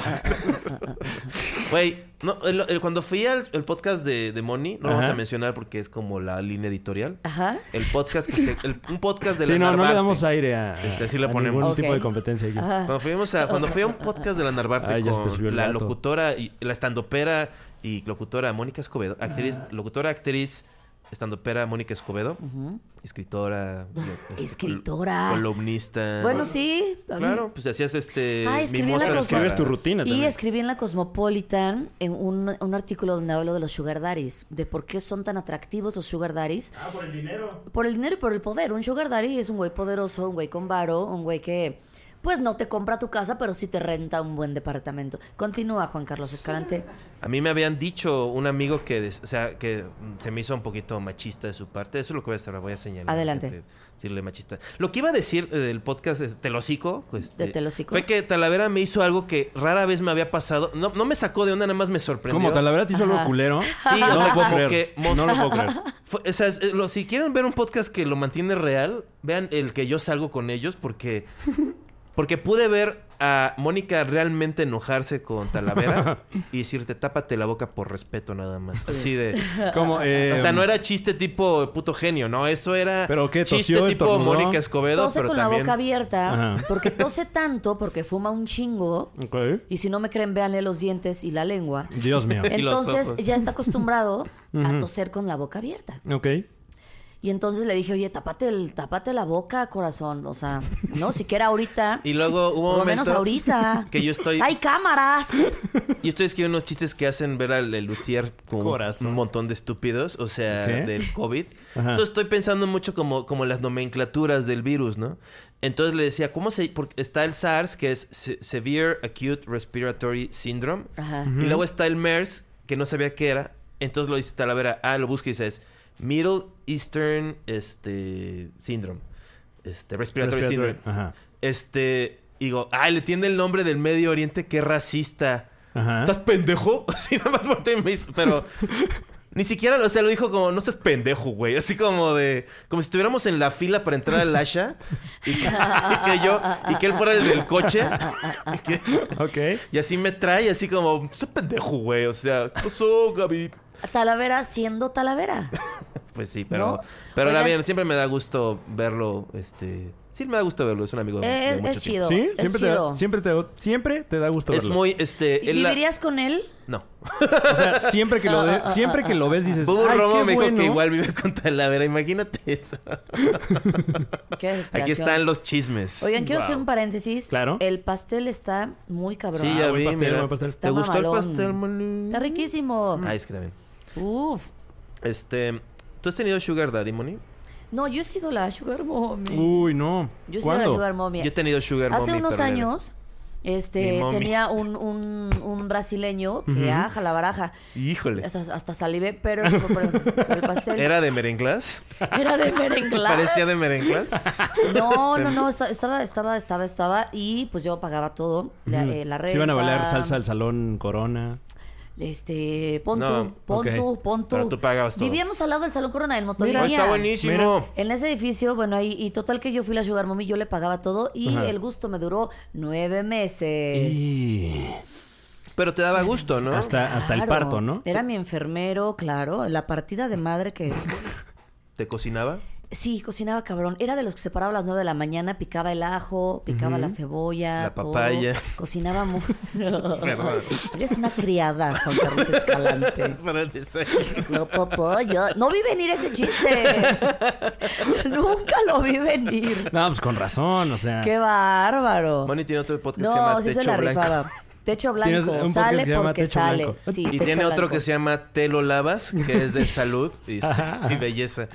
C: Güey, no, el- el- cuando fui al el podcast de, de Money, no vamos
A: Ajá.
C: a mencionar porque es como la línea editorial.
B: Ajá.
C: El podcast que se. el- un podcast de
A: Sí,
C: la
A: no, no le
C: Narvarte.
A: damos aire a,
C: Este, sí le
A: a
C: ponemos.
A: ningún
B: Ok.
A: tipo de competencia aquí.
B: Ajá.
C: Cuando fuimos a, cuando fui a un podcast de la Narvarte
A: Ay, ya se te subió
C: con
A: el
C: la
A: gato.
C: locutora y la estandopera y locutora Mónica Escobedo, actriz,
A: Ah.
C: locutora, actriz, estandopera Mónica Escobedo, escritora, guio-
B: Escritora.
C: columnista.
B: Bueno, sí. a mí-
C: Claro, pues hacías este
B: Ah, escribí en la
C: mimosas
B: Cosmo-
A: Escribes
C: para-
A: tu rutina
B: Y
A: también.
B: escribí en la Cosmopolitan en un, un artículo donde hablo de los sugar daddies, de por qué son tan atractivos los sugar daddies.
A: Ah, por el dinero.
B: Por el dinero y por el poder. Un sugar daddy es un güey poderoso, un güey con varo, un güey que pues no te compra tu casa, pero sí te renta un buen departamento. Continúa, Juan Carlos Escalante.
C: A mí me habían dicho un amigo que, des- o sea, que mm, se me hizo un poquito machista de su parte. Eso es lo que voy a hacer, voy a señalar.
B: Adelante.
C: Gente, Decirle machista. Lo que iba a decir eh, del podcast es Telocico. Pues,
B: ¿De
C: eh,
B: Telocico?
C: Fue que Talavera me hizo algo que rara vez me había pasado. No, no me sacó de onda, nada más me sorprendió.
A: ¿Cómo? ¿Talavera te hizo algo
B: Ajá.
A: culero?
C: Sí,
A: no
C: o sea,
A: lo puedo
C: como
A: creer.
C: que mos-
A: No lo puedo creer.
C: Fue- o sea, es- eh, lo- si quieren ver un podcast que lo mantiene real, vean el que yo salgo con ellos porque, porque pude ver a Mónica realmente enojarse con Talavera y decirte, tápate la boca por respeto nada más. Así de...
A: ¿Cómo? Eh,
C: O sea, no era chiste tipo puto genio, no, eso era
A: ¿Pero qué,
C: chiste
A: tosió,
C: tipo
A: estornudó?
C: Mónica Escobedo,
B: Tose
C: pero
B: con
C: también...
B: la boca abierta,
A: Ajá.
B: porque tose tanto, porque fuma un chingo.
A: ok.
B: Y si no me creen, véanle los dientes y la lengua.
A: Dios mío.
C: Y los
B: Entonces
C: ojos.
B: ya está acostumbrado
A: Ujú.
B: a toser con la boca abierta.
A: Ok.
B: Y entonces le dije, oye, tapate, el, tapate la boca, corazón. O sea, no, siquiera ahorita.
C: Y luego hubo
B: por
C: un
B: lo menos
C: momento
B: ahorita.
C: que yo estoy-
B: ¡Hay cámaras!
C: Yo estoy escribiendo unos chistes que hacen ver al el Lucier como
A: Corazón.
C: un montón de estúpidos, o sea,
A: ¿Qué?
C: del COVID.
A: Ajá.
C: Entonces estoy pensando mucho como, como las nomenclaturas del virus, ¿no? Entonces le decía, ¿cómo se...? Porque está el SARS, que es Se- Severe Acute Respiratory Syndrome.
B: Ajá.
C: Y luego está el MERS, que no sabía qué era. Entonces lo dice Talavera. Ah, lo busca y dice, es Middle Eastern este, Syndrome. Este, Respiratory,
A: Respiratory,
C: Syndrome.
A: ajá.
C: Este, digo, ah, le tiene el nombre del Medio Oriente, qué racista.
A: Ajá.
C: ¿Estás pendejo? Así nada más volteé y me hizo- pero... Ni siquiera, o sea, lo dijo como, no seas pendejo, güey. Así como de... Como si estuviéramos en la fila para entrar al Asha. Y que, y que yo... Y que él fuera el del coche. Y que-
A: Ok.
C: y así me trae, así como, ese pendejo, güey. O sea, ¿qué pasó, Gaby?
B: Talavera siendo Talavera.
C: Pues sí, pero.
B: No.
C: Pero ahora
B: Oigan.
C: bien, siempre me da gusto verlo. Este. Sí, me da gusto verlo. Es un amigo de- de
B: Eh, Es-
C: mucho
B: es chido.
C: tiempo.
A: ¿Sí?
B: Es
A: Siempre te, da,
B: chido.
A: siempre, te, siempre te da gusto
C: Es
A: verlo.
C: muy, este.
B: ¿Y
C: él la-
B: ¿Vivirías con él?
C: No.
A: O sea, siempre que lo, de- siempre que lo ves dices,
C: Bubu
A: Pues, "Ay,
C: Romo
A: qué
C: me dijo
A: bueno".
C: que igual vive con Talavera. Imagínate eso.
B: Qué
C: Aquí
B: desesperación.
C: están los chismes.
B: Oigan, quiero
A: Wow.
B: hacer un paréntesis.
A: Claro.
B: El pastel está muy cabrón.
C: Sí,
A: Ah,
C: ya
A: buen
C: vi.
A: pastel,
C: mira.
A: buen pastel.
C: ¿Te
B: Está
C: gustó el
B: mamalón.
C: pastel, Manu?
B: Está riquísimo.
C: Ah, es que también.
B: Uf.
C: Este. ¿Tú has tenido Sugar Daddy, Moni?
B: No, yo he sido la Sugar Mommy.
A: Uy, no.
B: yo he sido la
A: ¿Cuándo?
B: Sugar Mommy.
C: Uh. Yo he tenido Sugar
B: Oh, Hace
C: Mommy,
B: unos
C: pero leve.
B: años,
C: Mi
B: este,
C: mommy.
B: tenía un, un- un brasileño que ah, aja la baraja.
C: Híjole.
B: Hasta, hasta salivé, pero por, por- por el pastel.
C: ¿Era de merenglas?
B: Era de merenglas.
C: ¿Parecía de merenglas?
B: No, no, no, esta- estaba, estaba, estaba, estaba. Y pues yo pagaba todo. La, eh, la
A: Se iban a bailar
B: renta,
A: salsa al salón Corona.
B: Este, pon
C: No,
B: tú, pon
A: ok.
B: tú, pon tú.
C: Pero tú pagabas todo.
B: Vivíamos al lado del Salón Corona, del
C: Ah,
B: Motolinía.
C: está buenísimo.
B: En ese edificio, bueno, ahí, y total que yo fui la Sugar Mommy, yo le pagaba todo y
A: Ajá.
B: el gusto me duró nueve meses.
A: Y...
C: Pero te daba gusto, ¿no?
A: Hasta, hasta el
B: Claro.
A: parto, ¿no?
B: Era mi enfermero, claro. La partida de madre que.
C: ¿Te cocinaba?
B: Sí, cocinaba cabrón. Era de los que se paraba a las 9 de la mañana, picaba el ajo, picaba la cebolla.
C: La
B: todo.
C: papaya.
B: Cocinaba muy. Eres una criada, Juan Carlos Escalante.
C: Para el desayuno.
B: No, popo, yo. No vi venir ese chiste. Nunca lo vi venir.
A: No, pues con razón, o sea.
B: Qué bárbaro.
C: Moni tiene otro podcast que
B: No,
C: se llama
B: sí
C: Techo
B: se la
C: Blanco.
B: rifaba. Techo
A: Tienes un
B: blanco.
A: podcast
B: Sale
A: que se llama
B: porque
A: Techo
B: sale.
A: Blanco.
B: Sí,
C: Y
B: Techo
C: tiene otro
B: Blanco.
C: que se llama Te lo lavas, que es de salud y, este- y belleza.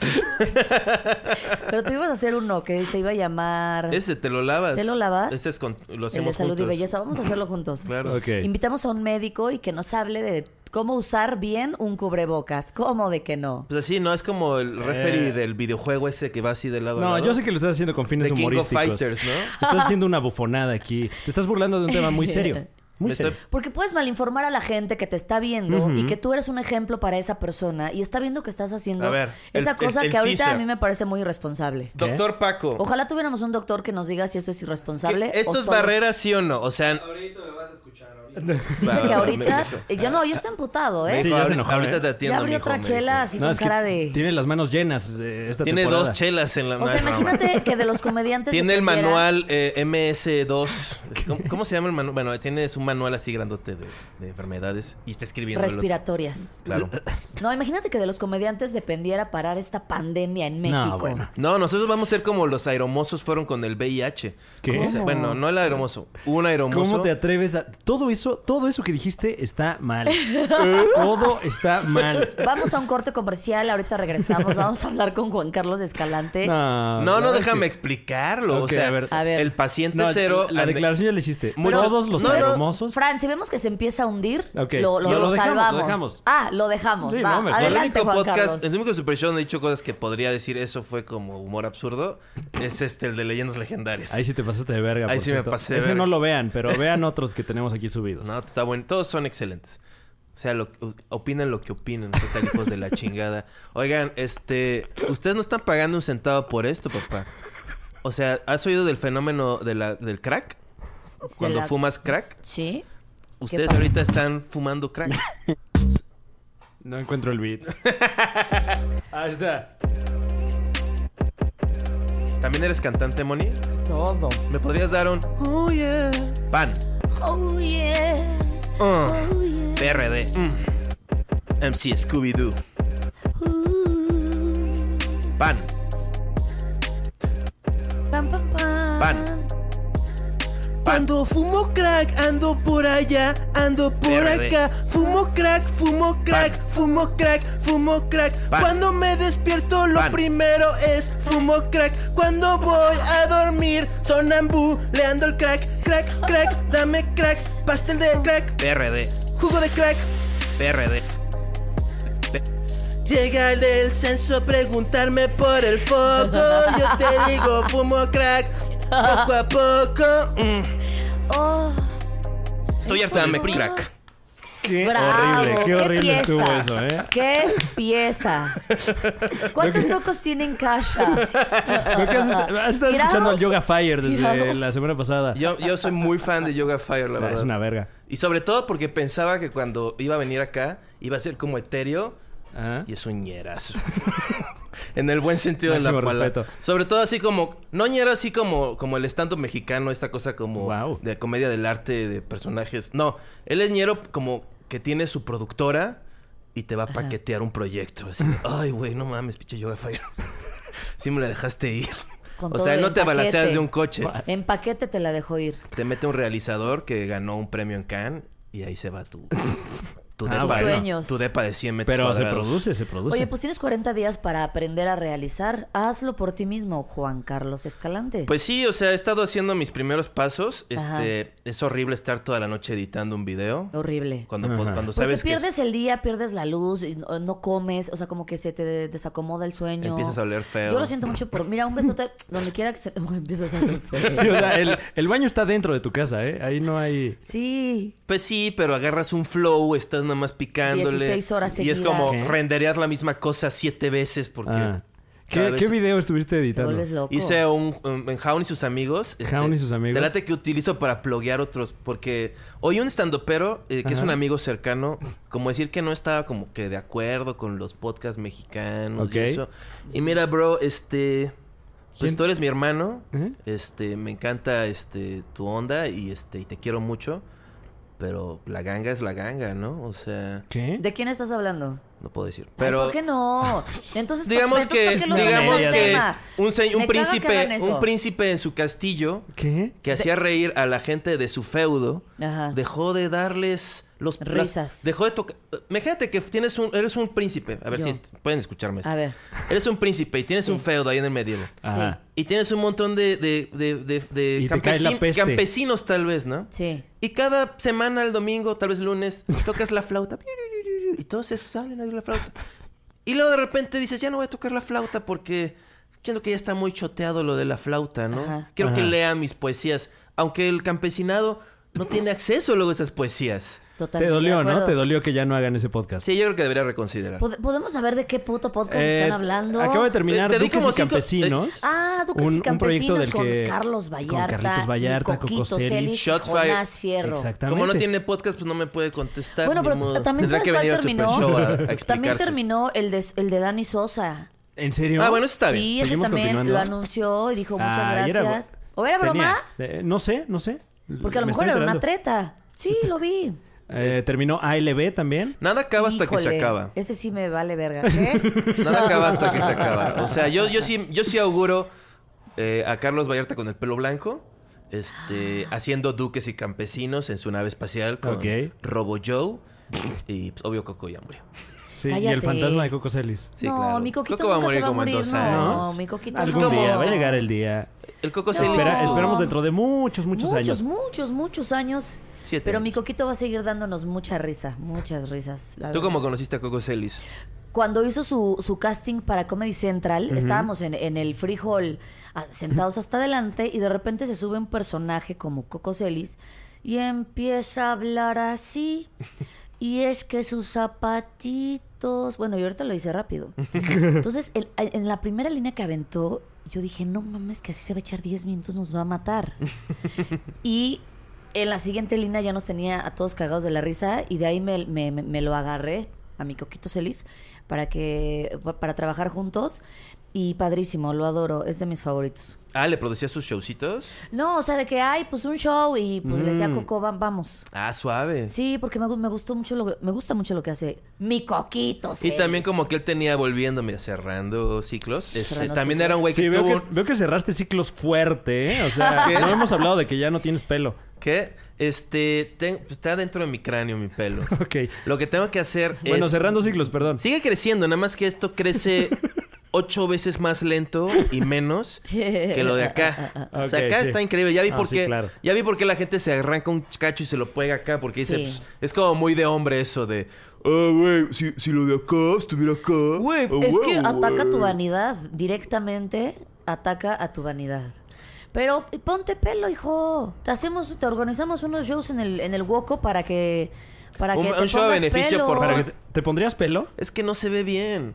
B: Pero tú ibas a hacer uno que se iba a llamar.
C: Ese Te lo lavas.
B: ¿Te lo lavas?
C: Ese es con, lo
B: El de
C: hacemos
B: salud y
C: juntos.
B: belleza. Vamos a hacerlo juntos.
C: Claro.
A: Ok.
B: Invitamos a un médico y que nos hable de cómo usar bien un cubrebocas. ¿Cómo de que no?
C: Pues así, ¿no? Es como el referee
A: Eh.
C: del videojuego ese que va así de lado a
A: No,
C: lado.
A: yo sé que lo estás haciendo con fines
C: De King of
A: humorísticos.
C: Fighters, ¿no?
A: Estás haciendo una bufonada aquí. Te estás burlando de un tema muy serio. Muy
C: Me
A: serio.
C: estoy-
B: Porque puedes malinformar a la gente que te está viendo y que tú eres un ejemplo para esa persona y está viendo que estás haciendo
C: A ver,
B: esa
C: el-
B: cosa
C: el- el
B: que ahorita
C: teaser.
B: a mí me parece muy irresponsable.
A: ¿Qué?
C: Doctor Paco.
B: Ojalá tuviéramos un doctor que nos diga si eso es irresponsable.
C: ¿qué- ¿Esto
B: o
C: es
B: solo-
C: barrera sí o no? O sea,
D: Ahorita me vas a escuchar, ahorita.
B: Dice
C: Claro,
B: que
C: no,
B: ahorita.
C: me
B: Yo no, yo está emputado,
C: Me
B: ¿eh?
A: Sí,
C: dijo,
A: ya se
C: "Ahorita-
A: enojó,
C: Ahorita
A: ¿eh?
C: te atiendo,
B: ya abrió
C: mijo,
B: otra
C: me
B: chela así
A: No,
B: con
A: es que
B: cara de.
A: Tiene las manos llenas eh, esta
C: Tiene
A: temporada.
C: dos chelas en la
B: O sea,
C: mano.
B: imagínate que de los comediantes.
C: Tiene el
B: dependiera-
C: manual eh, MS2. ¿Cómo, cómo se llama el manual? Bueno, tiene un manual así grandote de, de enfermedades y está escribiendo. el otro.
B: Respiratorias.
C: Claro.
B: No, imagínate que de los comediantes dependiera parar esta pandemia en México.
A: No, bueno.
C: No, nosotros vamos a ser como los aeromosos fueron con el VIH.
A: ¿Qué?
C: O sea, bueno, no el aeromoso, un aeromoso.
A: ¿Cómo te atreves a...? Todo eso, todo eso que dijiste está mal. todo está mal.
B: Vamos a un corte comercial, ahorita regresamos. Vamos a hablar con Juan Carlos Escalante.
A: No,
C: No, no,
A: es que-
C: déjame explicarlo.
A: Ok,
C: o sea,
A: a ver.
B: A ver.
C: el paciente
A: No,
C: cero.
A: La
C: ande-
A: declaración ya la hiciste.
C: Mucho-
A: Todos los
C: No, no.
A: hermosos...
B: Fran, si vemos que se empieza a hundir,
A: Ok.
B: lo, lo-
A: Lo- lo
B: lo
A: dejamos,
B: salvamos.
A: lo dejamos.
B: Ah, lo dejamos.
A: Sí,
B: Va,
A: no, mejor.
C: El
B: adelante,
C: único
B: Juan
C: podcast,
B: Carlos.
C: el único super show donde he dicho cosas que podría decir eso fue como humor absurdo, es este, el de leyendas legendarias.
A: Ahí sí te pasaste de verga.
C: Ahí
A: por
C: sí me
A: cierto.
C: pasé de
A: Ese
C: verga.
A: no lo vean, pero vean otros que tenemos aquí subidos.
C: No, está bueno. Todos son excelentes. O sea, lo, opinan lo que opinan, total hijos de la chingada. Oigan, este, ustedes no están pagando un centavo por esto, papá. O sea, ¿has oído del fenómeno de la- del crack?
B: Se
C: Cuando
B: la-
C: fumas crack,
B: Sí.
C: ustedes
B: pasa?
C: ahorita están fumando crack.
A: No encuentro el beat. Ahí está.
C: ¿También eres cantante, Moni?
B: Todo.
C: ¿Me podrías dar un Oh yeah? Pan.
B: Oh, yeah.
C: Uh,
B: Oh, yeah.
C: PRD. mm. MC Scooby-Doo.
B: Uh.
C: Pan.
B: Pam, pam, pam.
C: Pan. Cuando fumo crack, ando por allá, ando por acá. Fumo crack, fumo crack, fumo crack, fumo crack. Cuando me despierto, lo primero es fumo crack. Cuando voy a dormir, sonambuleando el crack, crack, crack. Dame crack, pastel de crack. PRD. Jugo de crack. PRD. Llega el del censo a preguntarme por el foco. Yo te digo, fumo crack. Poco a poco. Mm.
B: Oh,
C: Estoy harta de Mac crack.
A: Qué
B: bravo.
A: horrible, qué horrible
B: pieza.
A: estuvo eso, ¿eh?
B: Qué pieza. ¿Cuántos locos tienen Kasha?
A: Creo que has, has estado
B: Tirados,
A: escuchando al Yoga Fire desde
B: tirados.
A: la semana pasada.
C: Yo, yo soy muy fan de Yoga Fire, la
A: Ah,
C: verdad.
A: es una verga.
C: Y sobre todo porque pensaba que cuando iba a venir acá iba a ser como etéreo
A: Ajá.
C: y es un ñerazo. en el buen sentido de la
A: Máximo
C: palabra.
A: respeto.
C: Sobre todo así como, no ñero así como, como el estando mexicano, esta cosa como
A: Guau.
C: de comedia del arte, de personajes. No, él es ñero como que tiene su productora y te va a paquetear un proyecto. Así, de, ay, güey, no mames, pinche Yoga Fire. sí me la dejaste ir.
B: Con
C: o
B: todo
C: sea,
B: el
C: no te balanceas
B: paquete.
C: de un coche.
B: En paquete te la dejo ir.
C: Te mete un realizador que ganó un premio en Cannes y ahí se va tu, tu,
A: Ah,
C: depa,
A: bueno.
C: ¿no?
B: Sueños.
C: tu depa de 100 metros
A: Pero se
C: cuadrados.
A: produce, se produce.
B: Oye, pues tienes 40 días para aprender a realizar. Hazlo por ti mismo, Juan Carlos Escalante.
C: Pues sí, o sea, he estado haciendo mis primeros pasos.
B: Ajá.
C: Este, es horrible estar toda la noche editando un video.
B: Horrible.
C: Cuando,
A: Ajá.
C: cuando
B: Porque
C: sabes que
B: pierdes el día, pierdes la luz, y no, no comes, o sea, como que se te desacomoda el sueño.
C: Empiezas a oler feo.
B: Yo lo siento mucho por. Mira, un besote donde quiera que se. empiezas a oler feo.
A: Sí, o sea, el, el baño está dentro de tu casa, ¿eh? Ahí no hay...
B: Sí.
C: Pues sí, pero agarras un flow, estás nada más picándole.
B: 16 horas
C: Y es
B: seguidas.
C: como
A: ¿Qué?
C: renderear la misma cosa siete veces porque...
A: Ah.
C: cada
A: ¿Qué,
C: vez-
A: qué video estuviste
B: Te
A: editando?
B: vuelves loco.
C: Hice un, un- en Jaun y sus amigos.
A: Jaun y sus amigos.
C: Delante que utilizo para ploguear otros. Porque hoy un estandopero, eh, que es
A: Ajá.
C: un amigo cercano, como decir que no estaba como que de acuerdo con los podcasts mexicanos
A: Ok.
C: y eso. Y mira, bro, este. Pues
A: ¿Quién?
C: tú eres mi hermano.
A: Ajá.
C: Este, me encanta este tu onda y este, y te quiero mucho. Pero la ganga es la ganga, ¿no? O sea,
A: ¿Qué?
B: ¿De quién estás hablando?
C: no puedo decir.
B: Pero,
C: Pero.
B: ¿Por qué no? Entonces,
C: Digamos
B: ¿por qué-
C: que,
B: entonces, ¿por qué lo
C: digamos
B: hacemos
C: que
B: tema?
C: un, se-
B: Me
C: un
B: caga que hagan
C: príncipe,
B: eso.
C: un príncipe en su castillo
A: ¿Qué?
C: que hacía reír a la gente de su feudo,
B: Ajá.
C: dejó de darles los las-
B: Risas.
C: dejó de tocar. Imagínate que tienes un, eres un príncipe. A ver
B: Yo.
C: si est- pueden escucharme. esto.
B: A ver.
C: Eres un príncipe y tienes un feudo ahí en el medio.
A: Ajá.
C: Y tienes un montón de, de- de- de- de
A: Ah. Y te cae la peste.
C: campesinos, tal vez, ¿no?
B: Sí.
C: Y cada semana, el domingo, tal vez el lunes, tocas la flauta. Y todos se salen a la flauta. Y luego de repente dices, ya no voy a tocar la flauta porque siento que ya está muy choteado lo de la flauta, ¿no?
B: Ajá.
C: Quiero que
A: Ajá.
C: lea mis poesías. Aunque el campesinado no tiene acceso luego a esas poesías.
A: Te
B: Totalmente.
A: dolió,
B: de
A: ¿no?
B: acuerdo.
A: Te dolió que ya no hagan ese podcast.
C: Sí, yo creo que debería reconsiderar.
B: Pod- ¿Podemos saber de qué puto podcast
A: Eh,
B: Pues, están hablando?
A: Acabo de terminar
C: Te di
A: Duques
C: como
A: y
C: cinco-
A: Campesinos.
C: te-
B: Ah, Duques
A: un-
B: y
A: un proyecto
B: Campesinos
A: del
B: con
A: que-
B: Carlos
A: con
B: Vallarta.
A: Carlos Vallarta,
B: y Coquito
A: Coco Celis.
B: Celis y
C: Shots
B: Jonás Fierro.
A: Exactamente.
C: Como no tiene podcast, pues no me puede contestar.
B: Bueno,
C: ni
B: pero
C: modo.
B: también
C: Tendrá
B: ¿sabes
C: que
B: cuál
C: venir a
B: terminó?
C: Super Show a, a
B: También
C: explicarse.
B: terminó el de, el de Dani Sosa.
A: ¿En serio?
C: Ah, bueno, eso está bien.
B: Sí, ese
A: Seguimos
B: también
A: continuando.
B: lo anunció y dijo muchas
A: Ah, y era
B: gracias.
A: bro-
B: ¿O era broma?
A: Tenía. Eh, no sé, no sé.
B: Porque a lo
A: Me
B: mejor
A: estoy
B: era una
A: enterando.
B: treta. Sí, lo vi.
A: Eh, terminó ALB también.
C: Nada acaba hasta que se
B: Híjole,
C: acaba.
B: Ese sí me vale verga. ¿eh? ¿Qué?
C: Nada acaba hasta que se acaba. O sea, yo, yo sí, yo sí auguro eh, a Carlos Vallarta con el pelo blanco. Este, haciendo duques y campesinos en su nave espacial con
A: Ah. Ok.
C: Robo Joe. Y pues, obvio Coco ya murió.
A: Sí, y el
B: Cállate.
A: fantasma de Coco Celis.
C: Sí,
B: no,
C: claro.
B: mi coquito
C: Coco va a
B: nunca se
C: morir
B: va a
C: como en
B: morir.
C: dos
B: no,
C: años.
B: mi coquito
C: Es
A: Algún
B: no.
A: día, va a llegar el día.
C: El Coco
B: No.
C: Celis
A: Espera-
C: es-
A: esperamos dentro de muchos, muchos, años.
B: Muchos, muchos años.
C: Siete
B: Pero mi
C: años.
B: coquito va a seguir dándonos mucha risa, muchas risas. la
C: ¿Tú
B: verdad.
C: cómo conociste a Coco Celis?
B: Cuando hizo su, su casting para Comedy Central, estábamos en, en el Free Hall, a- sentados hasta adelante, y de repente se sube un personaje como Coco Celis y empieza a hablar así. Y es que sus zapatitos. Bueno, yo ahorita lo hice rápido. Entonces, el- en la primera línea que aventó, yo dije: No mames, que así se va a echar 10 minutos, nos va a matar. Y en la siguiente línea ya nos tenía a todos cagados de la risa y de ahí me, me- me- me lo agarré a mi coquito Celis para que para trabajar juntos y padrísimo, lo adoro, es de mis favoritos.
C: Ah, ¿le producía sus showcitos?
B: No, o sea, de que hay pues un show y pues le
C: Mm.
B: decía a Coco, "Va- vamos.
C: Ah, suave.
B: Sí, porque me, gu- me gustó mucho lo, me gusta mucho lo que hace mi coquito
C: Y
B: Celis.
C: también como que él tenía volviendo, mira, cerrando ciclos. este,
B: Cerrando
C: también
B: ciclos.
C: era un güey que
A: Sí, veo
C: tuvo...
A: que, veo que cerraste ciclos fuerte, ¿eh? O sea,
C: ¿Qué?
A: no hemos hablado de que ya no tienes pelo.
C: que, este, ten- está dentro de mi cráneo mi pelo.
A: Ok.
C: Lo que tengo que hacer
A: Bueno,
C: es...
A: cerrando ciclos, perdón.
C: Sigue creciendo, nada más que esto crece ocho veces más lento y menos que lo de acá. o sea,
A: Ok,
C: acá
A: sí.
C: está increíble. Ya vi
A: Ah,
C: por
A: sí,
C: qué.
A: claro.
C: Ya vi por qué la gente se arranca un cacho y se lo pega acá. Porque
B: Sí.
C: dice, pues, es como muy de hombre eso de. Ah, güey, si, si lo de acá estuviera acá.
B: Güey,
C: ah,
B: es que
C: güey,
B: ataca tu
C: güey".
B: vanidad. Directamente ataca a tu vanidad. Pero ponte pelo, hijo. Te hacemos, te organizamos unos shows en el, en el Woco para que. Para que
C: Un-
B: te
C: un show de
B: pongas
C: beneficio
B: pelo.
C: por-
A: Para que te, ¿te pondrías pelo?
C: Es que no se ve bien.